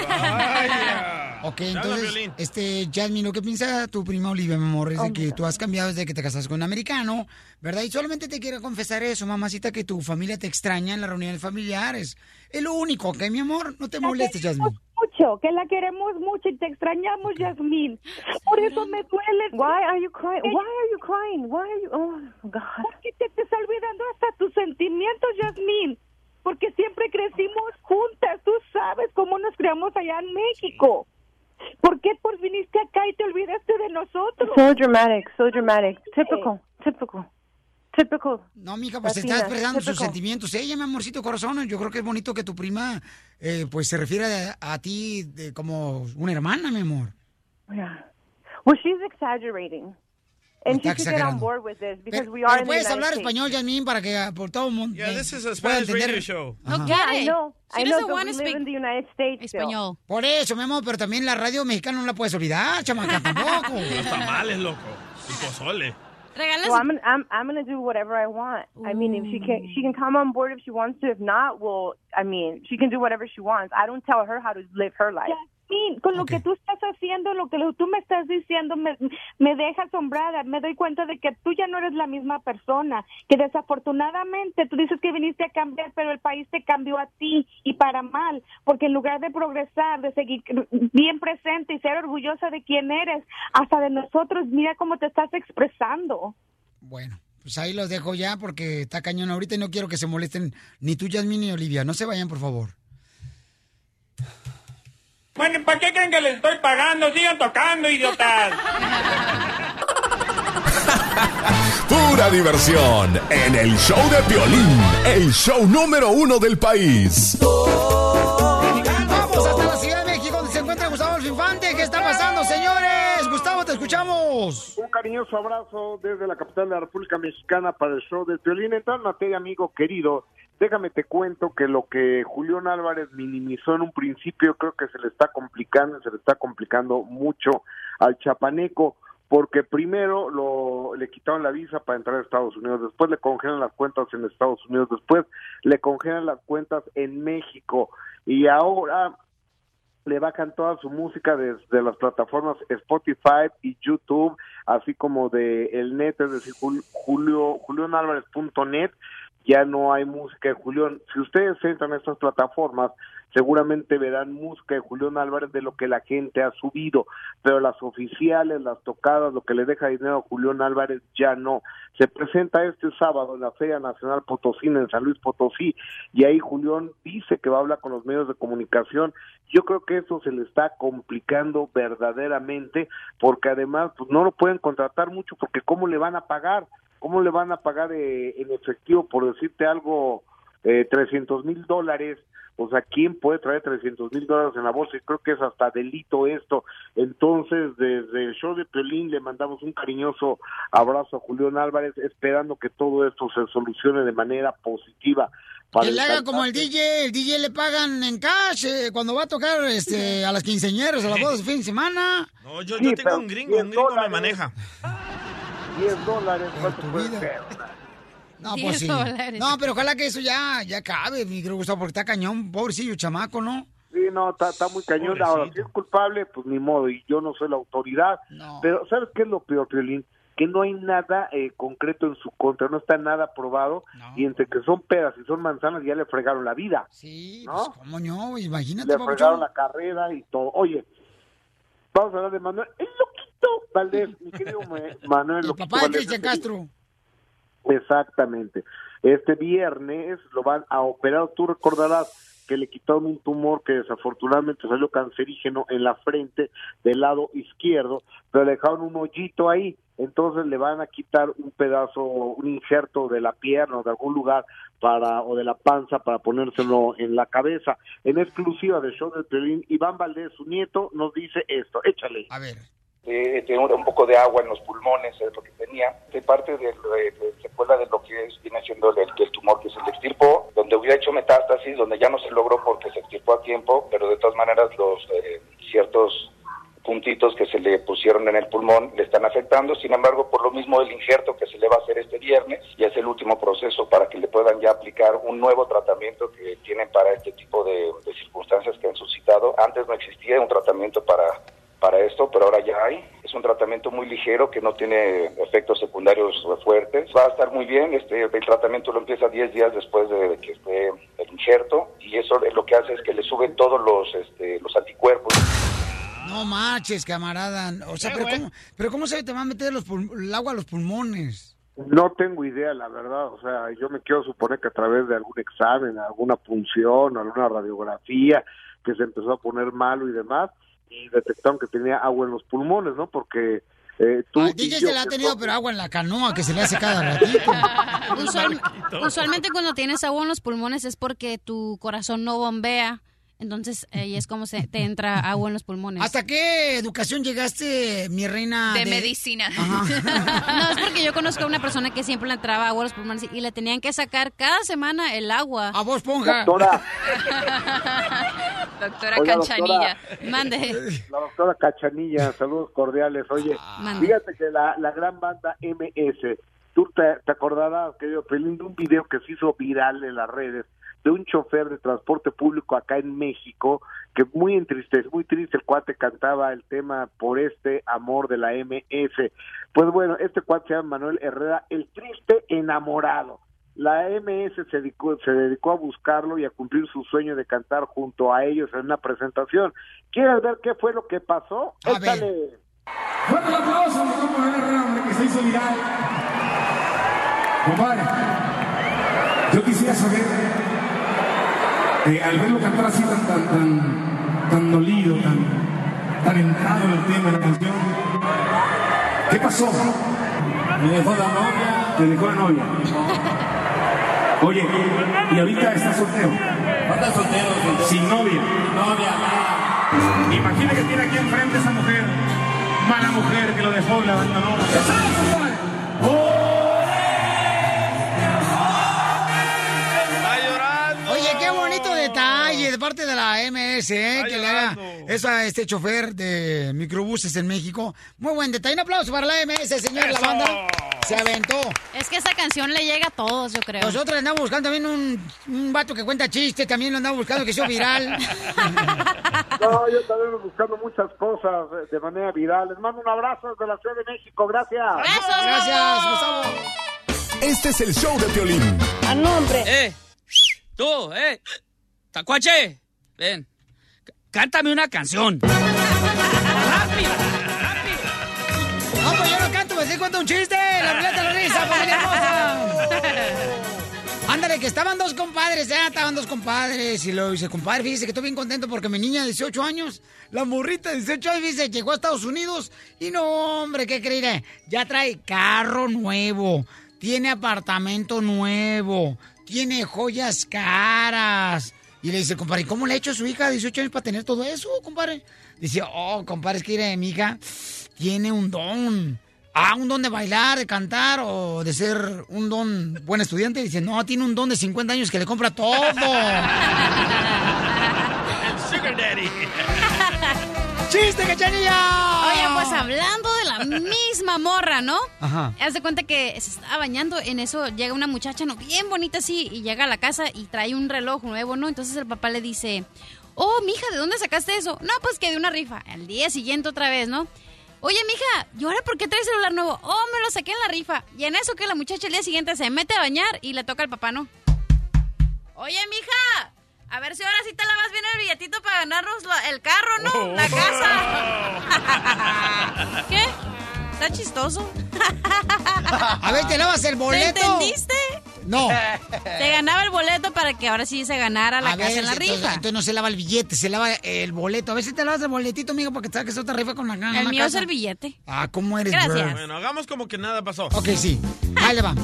ok, entonces, este, Yasmín, lo que piensa tu prima Olivia, mi amor, es
Oh,
de que tú has cambiado desde que te casaste con un americano, ¿verdad? Y solamente te quiero confesar eso, mamacita, que tu familia te extraña en las reuniones familiares. Es lo único, ¿ok, mi amor? No te molestes, Yasmín.
mucho, que la queremos mucho y te extrañamos, Yasmín. Por eso me duele.
Why are you crying? Why are you crying? Why are you? Oh God.
Porque te estás olvidando hasta tus sentimientos, Yasmín. Porque siempre crecimos juntas. Tú sabes cómo nos criamos allá en México. ¿Por qué pues viniste acá y te olvidaste de nosotros?
So dramatic, so dramatic. Typical, typical, typical.
No, mija, pues está expresando sus sentimientos. Ella, mi amorcito corazón, yo creo que es bonito que tu prima, eh, pues se refiere a, a ti de- como una hermana, mi amor.
Yeah. Well, she's exaggerating.
And
Está
she could get on
exagerando.
board with this because
Pero,
we are
pero
in
puedes
the United
hablar
States.
español, Janine, para que ah, por todo el mundo.
Yeah, this is a
pueda
Spanish
entender.
radio show.
Ajá.
No Yeah, I quiere. know, She I know, doesn't but wanna we live speak in the United States still. español.
Por eso, mi amor, pero también la radio mexicana no la puedes olvidar, chamaca,
[LAUGHS]
tampoco.
Los tamales, loco. Y pozole.
Well, I'm, gonna- I'm, I'm going to do whatever I want. I mean, if she can, she can come on board if she wants to. If not, well, I mean, she can do whatever she wants. I don't tell her how to live her life.
Sí, con lo que tú estás haciendo, lo que lo- tú me estás diciendo, me, me deja asombrada. Me doy cuenta de que tú ya no eres la misma persona. Que desafortunadamente tú dices que viniste a cambiar, pero el país te cambió a ti y para mal. Porque en lugar de progresar, de seguir bien presente y ser orgullosa de quién eres, hasta de nosotros, mira cómo te estás expresando.
Bueno, pues ahí los dejo ya porque está cañón ahorita y no quiero que se molesten ni tú, Yasmin, ni Olivia. No se vayan, por favor.
Bueno, ¿para qué creen que les estoy pagando? Sigan tocando, idiotas.
[LAUGHS]
Pura diversión en el show de violín, el show número uno del país.
Vamos hasta la Ciudad de México donde se encuentra Gustavo El Infante. ¿Qué está pasando, señores? Gustavo, te escuchamos.
Un cariñoso abrazo desde la capital de la República Mexicana para el show del violín. En tal materia, amigo querido, déjame te cuento que lo que Julián Álvarez minimizó en un principio creo que se le está complicando, se le está complicando mucho al chapaneco porque primero lo, le quitaron la visa para entrar a Estados Unidos, después le congelan las cuentas en Estados Unidos, después le congelan las cuentas en México y ahora le bajan toda su música desde las plataformas Spotify y YouTube, así como de el net, es decir, Jul- Julio, julionalvarez.net, ya no hay música de Julián. Si ustedes entran a estas plataformas, seguramente verán música de Julián Álvarez de lo que la gente ha subido, pero las oficiales, las tocadas, lo que le deja dinero a Julián Álvarez ya no. Se presenta este sábado en la Feria Nacional Potosina en San Luis Potosí y ahí Julián dice que va a hablar con los medios de comunicación. Yo creo que eso se le está complicando verdaderamente porque además pues, no lo pueden contratar mucho porque cómo le van a pagar, cómo le van a pagar eh, en efectivo por decirte algo eh, 300 mil dólares. O sea, ¿quién puede traer 300 mil dólares en la bolsa? Y creo que es hasta delito esto. Entonces, desde el show de Piolín le mandamos un cariñoso abrazo a Julián Álvarez, esperando que todo esto se solucione de manera positiva.
Que le haga
cantante.
como el DJ. El DJ le pagan en cash eh, cuando va a tocar este, a las quinceañeras, a las bodas de fin de semana.
No, yo, yo
Sí,
tengo
pero
un gringo, un gringo me maneja.
10 dólares, ¿cuánto puede ser?
No, pues sí. No, pero ojalá que eso ya, ya cabe, mi creo Gustavo, porque está cañón, pobrecillo chamaco, ¿no?
Sí, no, está, está muy cañón. Ahora, si es culpable, pues ni modo, y yo no soy la autoridad. Pero, ¿sabes qué es lo peor, Piolín? Que no hay nada eh, concreto en su contra, no está nada probado, y entre que son peras y son manzanas, ya le fregaron la vida.
Sí,
¿no?
pues cómo no, imagínate,
le
papuchón.
fregaron la carrera y todo. Oye, vamos a hablar de Manuel, el loquito Valdés, mi querido Ma- Manuel el Loquito
Papá de
Valdés,
Cristian
este
Castro.
Exactamente. Este viernes lo van a operar. Tú recordarás que le quitaron un tumor que desafortunadamente salió cancerígeno en la frente del lado izquierdo, pero le dejaron un hoyito ahí. Entonces le van a quitar un pedazo, un injerto de la pierna o de algún lugar para o de la panza para ponérselo en la cabeza. En exclusiva de Show del Piolín, Iván Valdés, su nieto, nos dice esto. Échale.
A ver.
eh, tenía un, un poco de agua en los pulmones, es lo que tenía, de parte de, de- de secuela de lo que es- viene siendo el, el tumor que se le extirpó, donde hubiera hecho metástasis, donde ya no se logró porque se extirpó a tiempo, pero de todas maneras los eh, ciertos puntitos que se le pusieron en el pulmón le están afectando, sin embargo, por lo mismo el injerto que se le va a hacer este viernes y es el último proceso para que le puedan ya aplicar un nuevo tratamiento que tienen para este tipo de, de circunstancias que han suscitado. Antes no existía un tratamiento para para esto, pero ahora ya hay. Es un tratamiento muy ligero que no tiene efectos secundarios fuertes. Va a estar muy bien. Este, el tratamiento lo empieza 10 días después de que esté el injerto y eso lo que hace es que le sube todos los, este, los anticuerpos.
No marches, camarada. O sea, pero ¿cómo, pero ¿cómo se te va a meter los pul- el agua a los pulmones?
No tengo idea, la verdad. O sea, yo me quiero suponer que a través de algún examen, alguna punción, alguna radiografía, que se empezó a poner malo y demás, y detectaron que tenía agua en los pulmones, ¿no? Porque eh, tú. y
DJ
yo,
se la ha
que
tenido, pero agua en la canoa que se le hace cada ratito.
Usual- usualmente cuando tienes agua en los pulmones es porque tu corazón no bombea Entonces ahí es como se te entra agua en los pulmones.
¿Hasta qué educación llegaste, mi reina?
De medicina.
[LAUGHS] No, es porque yo conozco a una persona que siempre le entraba agua a los pulmones y le tenían que sacar cada semana el agua.
A vos,
ponga.
Doctora,
[LAUGHS] Doctora
Oiga,
Canchanilla.
doctora.
Mande.
[LAUGHS] la doctora Cachanilla, saludos cordiales. Oye,
Mande.
fíjate que la, la gran banda MS, tú te, te acordarás, querido Pelín, de un video que se hizo viral en las redes de un chofer de transporte público acá en México, que muy entristece, muy triste, el cuate cantaba el tema Por este amor de la MS. Pues bueno, este cuate se llama Manuel Herrera, el triste enamorado. La MS se dedicó, se dedicó a buscarlo y a cumplir su sueño de cantar junto a ellos en una presentación. ¿Quieres ver qué fue lo que pasó? Échale.
Fuerte el aplauso al grupo Manuel Herrera, hombre, que se hizo viral. Compadre, yo quisiera saber, eh, al verlo cantar así tan, tan, tan, tan dolido, tan, tan entrado en el tema de la canción, ¿qué pasó? Me dejó la novia. Me dejó la novia. Oye, y ahorita está soltero. Está soltero, Sin novia. novia, Imagina que tiene aquí enfrente esa mujer, mala mujer que lo dejó y la abandonó.
Oye, qué bonito detalle de parte de la MS, ¿eh?
Está
que le haga eso a este chofer de microbuses en México. Muy buen detalle. Un aplauso para la MS, señor. La
¡Eso!
banda se aventó.
Es que esa canción le llega a todos, yo creo.
Nosotros andamos buscando también un, un vato que cuenta chistes, también lo andamos buscando que hizo
[LAUGHS]
viral.
No, yo también ando buscando muchas cosas eh, de manera viral. Les mando un abrazo desde la Ciudad de México. Gracias.
Gracias, Gustavo.
Este es el show de Piolín.
¡A nombre! ¡Eh! ¡Tú, eh! ¡Tacuache! Ven. C- Cántame una canción.
No, pues yo no canto, pues sí cuento un chiste. La ruleta de la risa, familia hermosa. Ándale, que estaban dos compadres, ya estaban dos compadres. Y lo dice, compadre, fíjese que estoy bien contento porque mi niña de 18 años, la morrita de 18 años, dice, llegó a Estados Unidos. Y no, hombre, ¿qué creerá? Ya trae carro nuevo, tiene apartamento nuevo, tiene joyas caras. Y le dice, compadre, ¿y ¿cómo le ha hecho a su hija de 18 años para tener todo eso, compadre? Dice, oh, compadre, es que mira, mi hija tiene un don. Ah, un don de bailar, de cantar o de ser un don buen estudiante. Dice, no, tiene un don de 50 años que le compra todo.
El Sugar Daddy.
¡Chiste, cachanilla!
Oye, pues hablando de la misma morra, ¿no?
Ajá.
Haz de cuenta que se estaba bañando, en eso llega una muchacha, ¿no? Bien bonita así, y llega a la casa y trae un reloj nuevo, ¿no? Entonces el papá le dice, oh, mija, ¿de dónde sacaste eso? No, pues que de una rifa. Al día siguiente otra vez, ¿no? Oye, mija, ¿y ahora por qué traes celular nuevo? Oh, me lo saqué en la rifa. Y en eso que la muchacha el día siguiente se mete a bañar y le toca al papá, ¿no? Oye, mija, a ver si ahora sí te lavas bien el billetito para ganarnos la- el carro, ¿no?
Oh.
[LAUGHS]
La
[LAUGHS]
casa. ¿Qué? Está chistoso.
A ver, ¿te lavas el boleto?
¿Te entendiste?
No.
Te ganaba el boleto para que ahora sí se ganara la
A
casa en la
veces,
rifa.
Entonces, entonces no se lava el billete, se lava el boleto. A veces te lavas el boletito, amigo, porque te saques otra rifa con la gana.
el
una
mío
casa.
es el billete.
Ah, ¿cómo eres, bro?
Bueno, hagamos como que nada pasó.
Ok, sí. Ahí le va.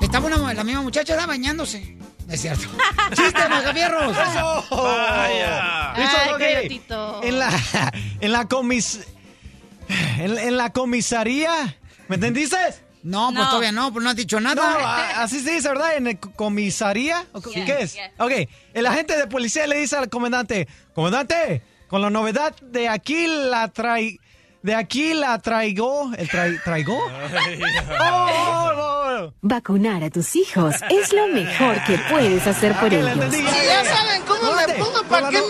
Estaba una- la misma muchacha ¿verdad? bañándose. No es
[LAUGHS]
cierto. ¡Chiste, Magavierros!
Vaya.
Listo,
Ay,
ok.
Coyotito.
En la, en la comis... En, en la comisaría. ¿Me entendiste? ah,
No, pues, No. todavía no, pues no has dicho nada.
así se dice, ¿verdad? En el co- comisaría. ¿O co-
Sí.
¿Qué es?
Yeah.
Ok, el agente de policía le dice al comandante, comandante, con la novedad de aquí la trai... De aquí la traigo... ¿El trai- traigo? Oh, oh, oh, oh.
Vacunar a tus hijos es lo mejor que puedes hacer por
Ok, la
ellos.
entendí, ya, ya. Comandante, con la no-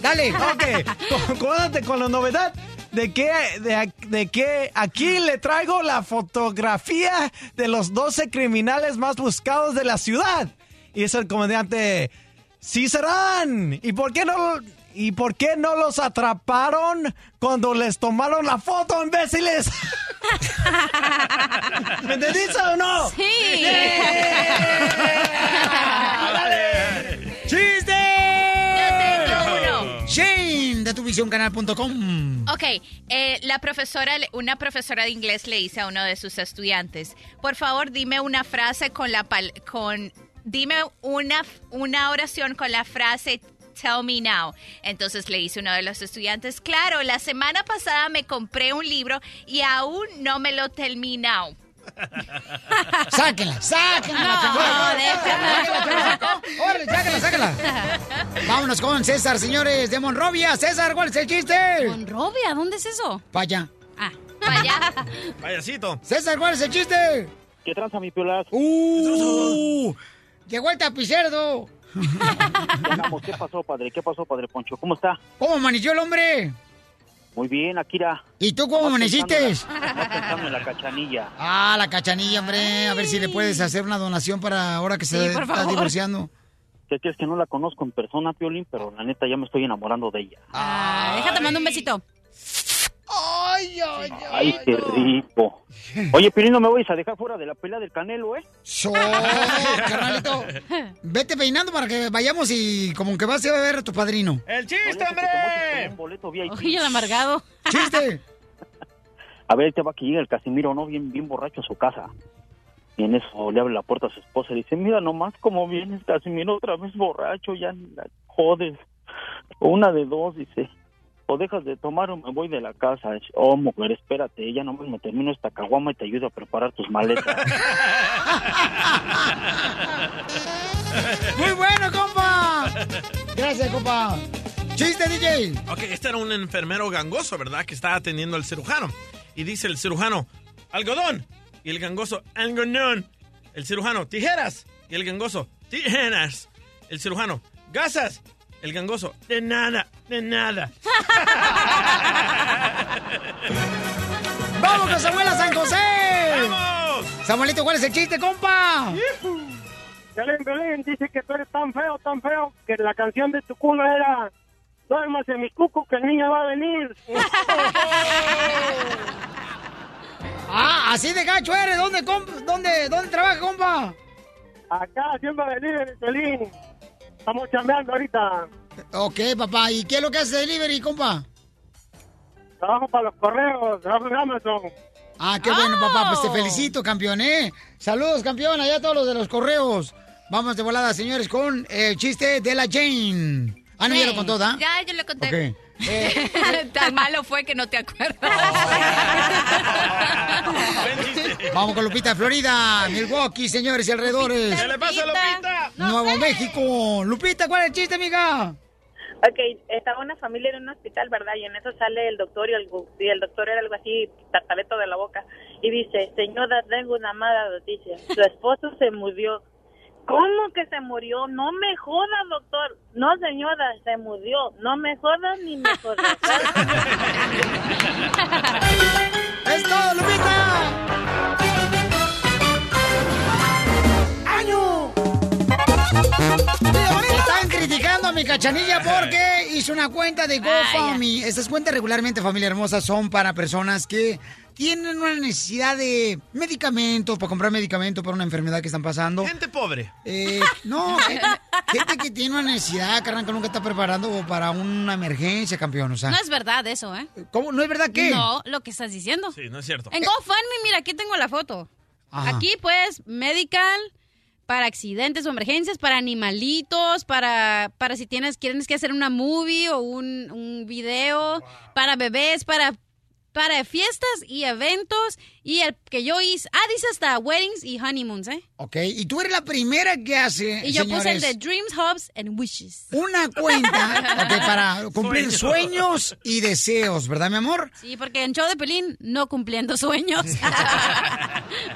Dale.
Ok, co- comandante, con la novedad de que, de, a- de que aquí le traigo la fotografía de los 12 criminales más buscados de la ciudad. Y es el comandante, sí serán. ¿Y por qué no, y por qué no los atraparon cuando les tomaron la foto, imbéciles? [LAUGHS] ¿Me entendiste o no?
Sí.
¡Chiste!
uno.
Shane de tuvisioncanal.com.
Ok, eh, la profesora, le- una profesora de inglés le dice a uno de sus estudiantes, por favor dime una frase con la pal- con, dime una, una oración con la frase Tell Me Now. Entonces le dice uno de los estudiantes, claro, la semana pasada me compré un libro y aún no me lo Tell Me Now.
[LAUGHS] Sáquenla, sáquenla.
No,
chaval.
Ah,
no, déjala.
Sáquenla, chaval.
[LAUGHS]
Órale, sáquenla, sáquenla. Vámonos con César, señores, de Monrovia. César, ¿cuál es el chiste?
Monrovia, ¿dónde es eso?
Para allá.
Ah, para allá.
Payasito.
César, ¿cuál es el chiste?
¿Qué tranza, mi piolazo?
¡Uh! Llegó el tapicerdo.
¿Qué pasó, padre? ¿Qué pasó, padre Poncho? ¿Cómo está?
¿Cómo amaneció el hombre?
Muy bien, Akira.
¿Y tú cómo amaneciste?
Estás pensando en la cachanilla.
Ah, la cachanilla, hombre. A ver si le puedes hacer una donación para ahora que se
Sí, por
está
favor.
divorciando.
[LAUGHS] ¿Qué crees que no la conozco en persona, Piolín? Pero la neta, ya me estoy enamorando de ella.
Ah, déjate, mando un besito.
Ay, ay,
Ay, qué rico. Oye, Piolín, no me vais a dejar fuera de la pelea del Canelo, ¿eh? [LAUGHS]
So, carnalito. Vete peinando para que vayamos y como que vas a ver a tu padrino.
¡El chiste,
hombre!
Oye,
[LAUGHS]
el amargado.
¡Chiste!
A ver, te va que llega el Casimiro, ¿no? Bien, bien borracho a su casa. Y en eso le abre la puerta a su esposa y le dice, mira nomás cómo vienes, Casimiro, otra vez borracho, ya ni la jodes. O una de dos, dice, o dejas de tomar o me voy de la casa. Dice, oh, mujer, espérate, ya nomás me termino esta caguama y te ayudo a preparar tus maletas.
¡Muy bueno, compa! Gracias, compa. ¡Chiste, DJ!
Ok, este era un enfermero gangoso, ¿verdad? Que estaba atendiendo al cirujano. Y dice el cirujano, algodón. Y el gangoso, algodón. El cirujano, tijeras. Y el gangoso, tijeras. El cirujano, gasas. El gangoso, de nada, de nada.
¡Vamos con Samuela San José! ¡Vamos! Samuelito, ¿cuál es el chiste, compa?
Piolín, Piolín, dice que tú eres tan feo, tan feo, que la canción de tu culo era Duérmase mi cuco, que el niño va a
[LAUGHS]
venir.
Ah, así de gacho eres. ¿Dónde, comp dónde, dónde trabaja, compa?
Acá, siempre delivery, Piolín. Estamos chambeando ahorita.
Ok, papá. Ah, ¿Y qué es lo que hace delivery, compa?
Trabajo para los correos, trabajo en Amazon.
Ah, qué bueno, papá. Pues te felicito, campeón, ¿eh? Saludos, campeón. Allá todos los de los correos. Vamos de volada, señores, con el chiste de la Jane. Ah, no, ya lo contó, ¿da?
Ya, yo lo conté. Eh.
Ok. [LAUGHS]
Tan malo fue que no te acuerdas.
Vamos con Lupita de Florida, Milwaukee, señores y alrededores.
¿Qué le pasa, Lupita?
Nuevo México. Lupita, ¿cuál es el chiste, amiga?
Ok, estaba una familia en un hospital, ¿verdad? Y en eso sale el doctor y el, y el doctor era algo así, tartaleto de la boca. Y dice, señora, tengo una mala noticia. Su esposo se murió. ¿Cómo que se murió? No me jodas, doctor. No, señora, se murió. No me jodas ni me jodas. [LAUGHS]
¡Es todo, ¡Oh, Lupita!
¡Año!
Están criticando a mi
[LAUGHS]
cachanilla porque hizo una cuenta
Ah,
de GoFundMe. Estas cuentas regularmente, familia hermosa, son para personas que tienen una necesidad de medicamentos, para comprar medicamentos para una enfermedad que están pasando.
Gente pobre.
Eh, no, gente, gente que tiene una necesidad, carnal, que nunca está preparando para una emergencia, campeón. O sea,
No es verdad eso, ¿eh?
¿cómo? ¿No es verdad que?
No, lo que estás diciendo.
Sí, no es cierto.
En GoFundMe, mira, aquí tengo la foto.
Ajá.
Aquí, pues, medical, para accidentes o emergencias, para animalitos, para, para si tienes, quieres que hacer una movie o un, un video, para bebés, para, para fiestas y eventos, y el que yo hice, ah, dice hasta weddings y honeymoons, ¿eh?
Ok, y tú eres la primera que hace,
Y yo puse el
señores,
de Dreams, Hopes and Wishes.
Una
[LAUGHS]
cuenta ok,
[LAUGHS]
para cumplir sueños y deseos, ¿verdad, mi amor?
Sí, porque en show de Pelín, no cumpliendo sueños.
[LAUGHS]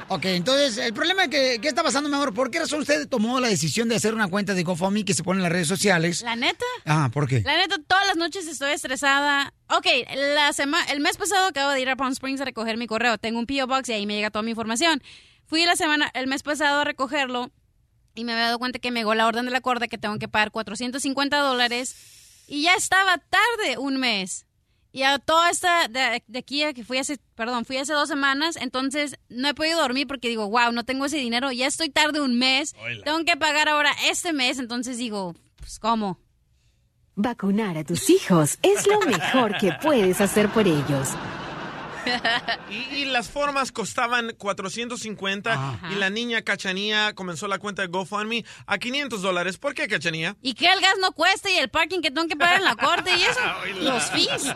Ok, entonces, el problema es que, ¿qué está pasando, mi amor? ¿Por qué razón usted tomó la decisión de hacer una cuenta de GoFundMe que se pone en las redes sociales?
La neta.
Ah, ¿por qué?
La neta, todas las noches estoy estresada. Ok, la sema- el mes pasado acabo de ir a Palm Springs a recoger mi correo. Tengo un P.O. Box y ahí me llega toda mi información. Fui la semana, el mes pasado a recogerlo y me había dado cuenta que me llegó la orden de la corte que tengo que pagar 450 dólares y ya estaba tarde un mes. Y a toda esta de, de aquí a que fui hace, perdón, fui hace dos semanas, entonces no he podido dormir porque digo, wow, no tengo ese dinero, ya estoy tarde un mes,
Oila.
tengo que pagar ahora este mes, entonces digo, pues cómo.
Vacunar a tus hijos es lo mejor que puedes hacer por ellos.
Y, y las formas costaban 450 y la niña Cachanía comenzó la cuenta de GoFundMe a 500 dólares. ¿Por qué Cachanía?
¿Y qué el gas no cuesta y el parking que tengo que pagar en la corte
[LAUGHS]
y eso?
Oíla.
Los fees.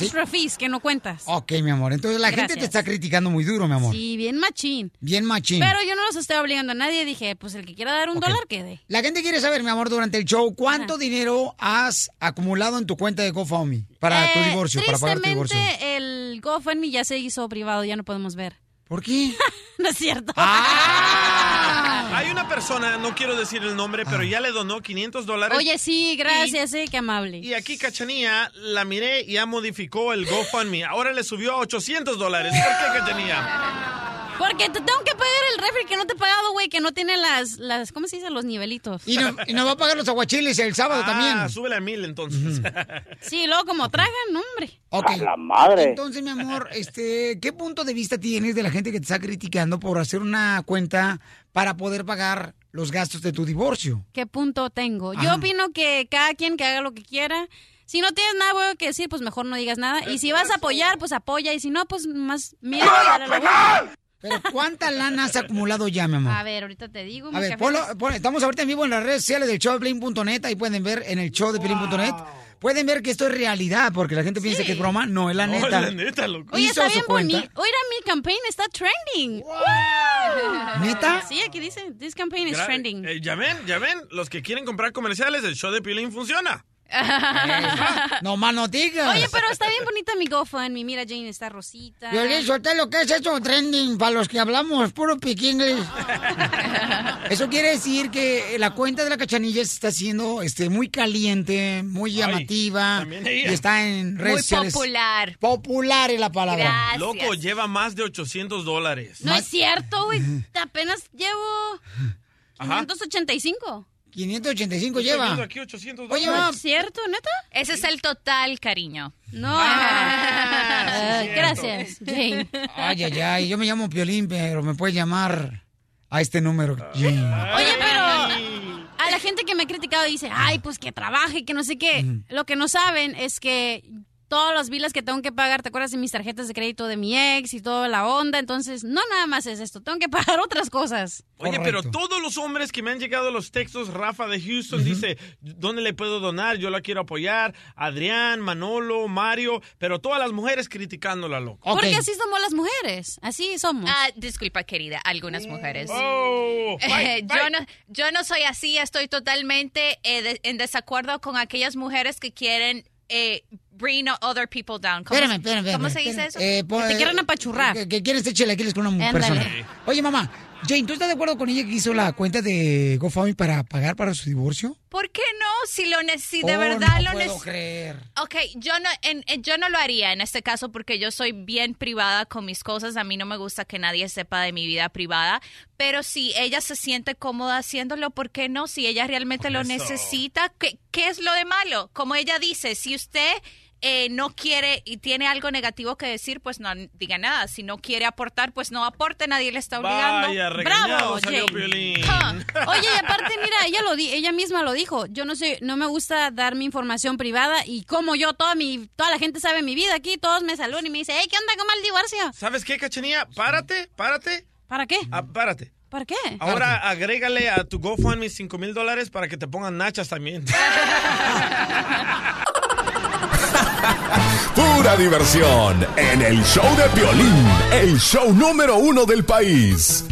Extra fees que no cuentas.
Ok, mi amor. Entonces la gente
Gracias.
te está criticando muy duro, mi amor.
Sí, bien machín.
Bien machín.
Pero yo no los estoy obligando a nadie. Dije, pues el que quiera dar un dólar, que dé.
La gente quiere saber, mi amor, durante el show, ¿cuánto dinero has acumulado en tu cuenta de GoFundMe para tu
Eh,
divorcio, para pagar tu divorcio?
Tristemente, el GoFundMe ya se hizo privado, ya no podemos ver.
¿Por qué?
[LAUGHS] no es [LAUGHS] cierto.
¡Ah!
Hay una persona, no quiero decir el nombre, pero ya le donó 500 dólares.
Oye, sí, gracias, eh, qué amable.
Y aquí Cachanía la miré y ya modificó el GoFundMe. Ahora le subió a 800 dólares. ¿Por qué Cachanía?
Porque te tengo que pagar el refri que no te he pagado, güey, que no tiene las, las, ¿cómo se dice? Los nivelitos.
Y, no- y nos va a pagar los aguachiles el sábado
Ah,
también.
súbele a mil entonces.
Sí, luego como tragan, hombre.
Ok.
A la madre.
Entonces, mi
[LAUGHS]
amor, este, ¿qué punto de vista tienes de la gente que te está criticando por hacer una cuenta para poder pagar los gastos de tu divorcio?
¿Qué punto tengo? Yo
Ajá.
opino que cada quien que haga lo que quiera. Si no tienes nada bueno que decir, pues mejor no digas nada. Y si vas a apoyar, pues apoya. Y si no, pues más mira. y dale la vuelta.
Pero ¿cuánta lana has acumulado ya, mi amor?
A ver, ahorita te digo.
A
mi
ver,
café.
ponlo- pon- estamos ahorita en vivo en las redes sociales del show de Piolín.net, ahí pueden ver en el show de Piolín.net. Pueden ver que esto es realidad, porque la gente piensa que es broma. No, es la
No, es
neta.
la neta, loco.
Oye,
Hizo
está
su
bien
cuenta.
bonito. Oiga, mi campaign está trending.
¿Neta?
Sí, aquí dice, this campaign is
Gra-
trending.
eh, ya ven, ya ven, los que quieren comprar comerciales, el show de
[LAUGHS]
Pilín funciona.
No más no digas.
Oye, pues, pero está bien bonita mi GoFundMe. Mira, Jane está rosita.
Violín, lo que es eso? Trending, para los que hablamos, puro
[LAUGHS]
piquingles. Eso quiere decir que la cuenta de la cachanilla se está haciendo este, muy caliente, muy llamativa.
también
y
ella.
está en
Muy
redes sociales.
popular.
Popular es la palabra.
Loco, lleva más de 800 dólares.
No es cierto, güey. Apenas llevo 585.
585
Estoy
lleva.
viendo aquí 800
Oye,
¿No
mamá.
es cierto, neta?
Ese es el total, cariño.
No.
Ah,
Ah,
sí, [LAUGHS]
gracias, [LAUGHS] Jane.
Ay, ay, ay. Yo me llamo Piolín, pero me puedes llamar a este número.
Ah.
Oye, pero a la gente que me ha criticado dice, ay, pues que trabaje, que no sé qué. Lo que no saben es que todas las vilas que tengo que pagar, ¿te acuerdas de mis tarjetas de crédito de mi ex y toda la onda? Entonces, no nada más es esto, tengo que pagar otras cosas.
Oye, pero todos los hombres que me han llegado los textos, Rafa de Houston dice, ¿dónde le puedo donar? Yo la quiero apoyar. Adrián, Manolo, Mario, pero todas las mujeres criticándola, loco.
Porque así somos las mujeres, así somos.
Ah, disculpa, querida, algunas mujeres.
Mm.
[LAUGHS]
Oh,
Eh, yo, no, yo no soy así, estoy totalmente eh, de- en desacuerdo con aquellas mujeres que quieren eh, bring other people down. ¿Cómo,
Espérame, espérame, espérame.
¿cómo se
espérame.
dice eso?
Eh, po-
que te quieren apachurrar.
Que, que quieren ser chilaquiles con una mu-
Ándale.
persona. Oye, mamá, Jane, ¿tú estás de acuerdo con ella que hizo la cuenta de GoFundMe para pagar para su divorcio?
¿Por qué no? Si lo ne- si de
Oh,
verdad
no
lo
puedo
necesito.
creer.
Ok, yo no, en- en- yo no lo haría en este caso porque yo soy bien privada con mis cosas. A mí no me gusta que nadie sepa de mi vida privada. Pero si ella se siente cómoda haciéndolo, ¿por qué no? Si ella realmente lo
eso.
necesita, ¿qué, qué es lo de malo? Como ella dice, si usted eh, no quiere y tiene algo negativo que decir, pues no diga nada. Si no quiere aportar, pues no aporte. Nadie le está obligando.
Vaya,
Bravo,
regañado salió
Jane.
Piolín.
Oye, y aparte, mira, ella lo di- ella misma lo dijo. Yo no sé, no me gusta dar mi información privada y como yo, toda mi, toda la gente sabe mi vida aquí, todos me saludan y me dicen, hey, ¿qué onda? ¿Cómo va el divorcio?
¿Sabes qué, Cachenía? Párate, párate. Ah,
¿Para qué?
párate.
¿Para qué?
Ahora agrégale a tu GoFundMe 5 mil dólares para que te pongan nachas también.
Pura diversión en el show de Piolín, el show número uno del país.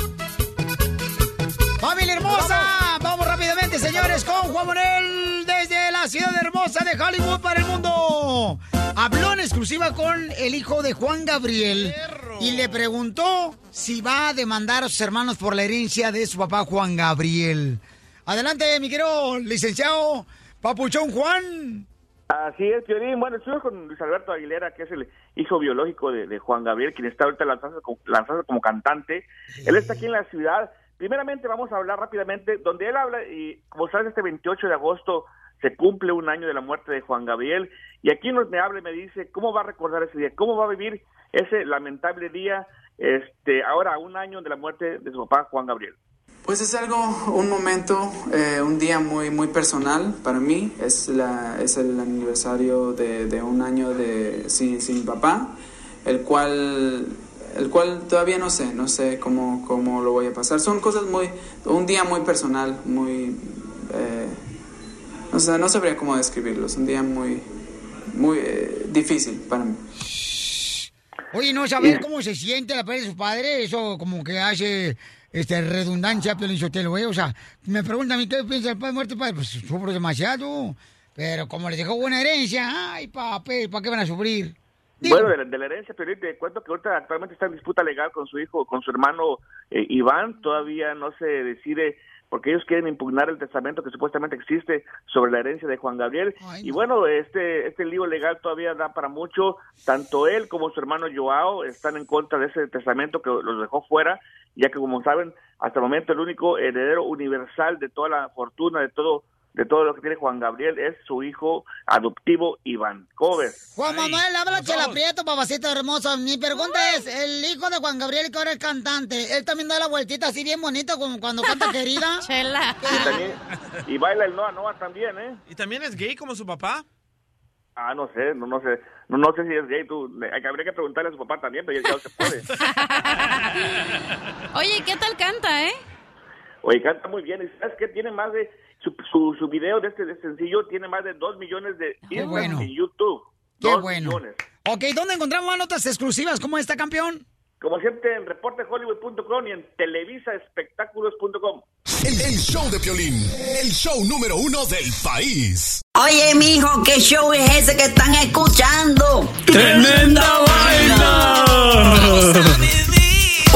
¡Familia hermosa! Vamos, rápidamente, señores, con Juan Manuel desde la ciudad hermosa de Hollywood para el mundo. Habló en exclusiva con el hijo de Juan Gabriel y le preguntó si va a demandar a sus hermanos por la herencia de su papá Juan Gabriel. Adelante, mi querido licenciado Papuchón Juan.
Así es, Piolín. Bueno, estuve con Luis Alberto Aguilera, que es el hijo biológico de, de Juan Gabriel, quien está ahorita lanzando como, lanzando como cantante. Él está aquí en la ciudad. Primeramente vamos a hablar rápidamente, donde él habla, y como sabes, este 28 de agosto se cumple un año de la muerte de Juan Gabriel, y aquí nos me habla y me dice cómo va a recordar ese día, cómo va a vivir ese lamentable día, este, ahora a un año de la muerte de su papá Juan Gabriel.
[LAUGHS] Pues es algo, un momento, eh, un día muy, muy personal para mí. Es, la, es el aniversario de, de un año de, sin, sin papá. el cual el cual todavía no sé, no sé cómo, cómo lo voy a pasar. Son cosas muy, un día muy personal, muy, eh, no sé, no sabría cómo describirlo, es un día muy, muy eh, difícil para mí.
Oye, no saber cómo se siente la pérdida de su padre, eso como que hace este redundancia, Piolín Sotelo, güey. O sea, me preguntan a mí qué piensa el padre muerto, padre, pues sufro demasiado. Pero como les dejó buena herencia, ay, papel, ¿para qué van a sufrir?
Bueno, de la, de la herencia, pero te cuento que ahorita actualmente está en disputa legal con su hijo, con su hermano eh, Iván, todavía no se decide porque ellos quieren impugnar el testamento que supuestamente existe sobre la herencia de Juan Gabriel. Y bueno, este este lío legal todavía da para mucho. Tanto él como su hermano Joao están en contra de ese testamento que los dejó fuera, ya que como saben, hasta el momento el único heredero universal de toda la fortuna, de todo de todo lo que tiene Juan Gabriel es su hijo adoptivo Iván. ¿Cómo ves?
Juan Manuel, habla Chela Prieto, papacito hermoso. Mi pregunta es, el hijo de Juan Gabriel, que ahora es cantante, ¿él también da la vueltita así bien bonito como cuando [LAUGHS] canta querida? Chela.
Y, también- y baila el Noa Noa también, ¿eh?
¿Y también es gay como su papá?
Ah, no sé, no, no sé, no, no sé si es gay, tú, le- habría que preguntarle a su papá también, pero ya no se puede.
Oye, ¿qué tal canta, eh?
Oye, canta muy bien, y ¿sabes qué? Tiene más de, su, su, su video de este de sencillo tiene más de dos millones de vistas
bueno.
en YouTube.
Qué
Dos
bueno.
millones.
Ok, ¿dónde encontramos más notas exclusivas? ¿Cómo está, campeón?
Como siempre en reportehollywood.com y en televisaespectáculos.com.
El, el show de Piolín, el show número uno del país.
Oye, mijo, ¿qué show es ese que están escuchando?
¡Tremenda
vaina!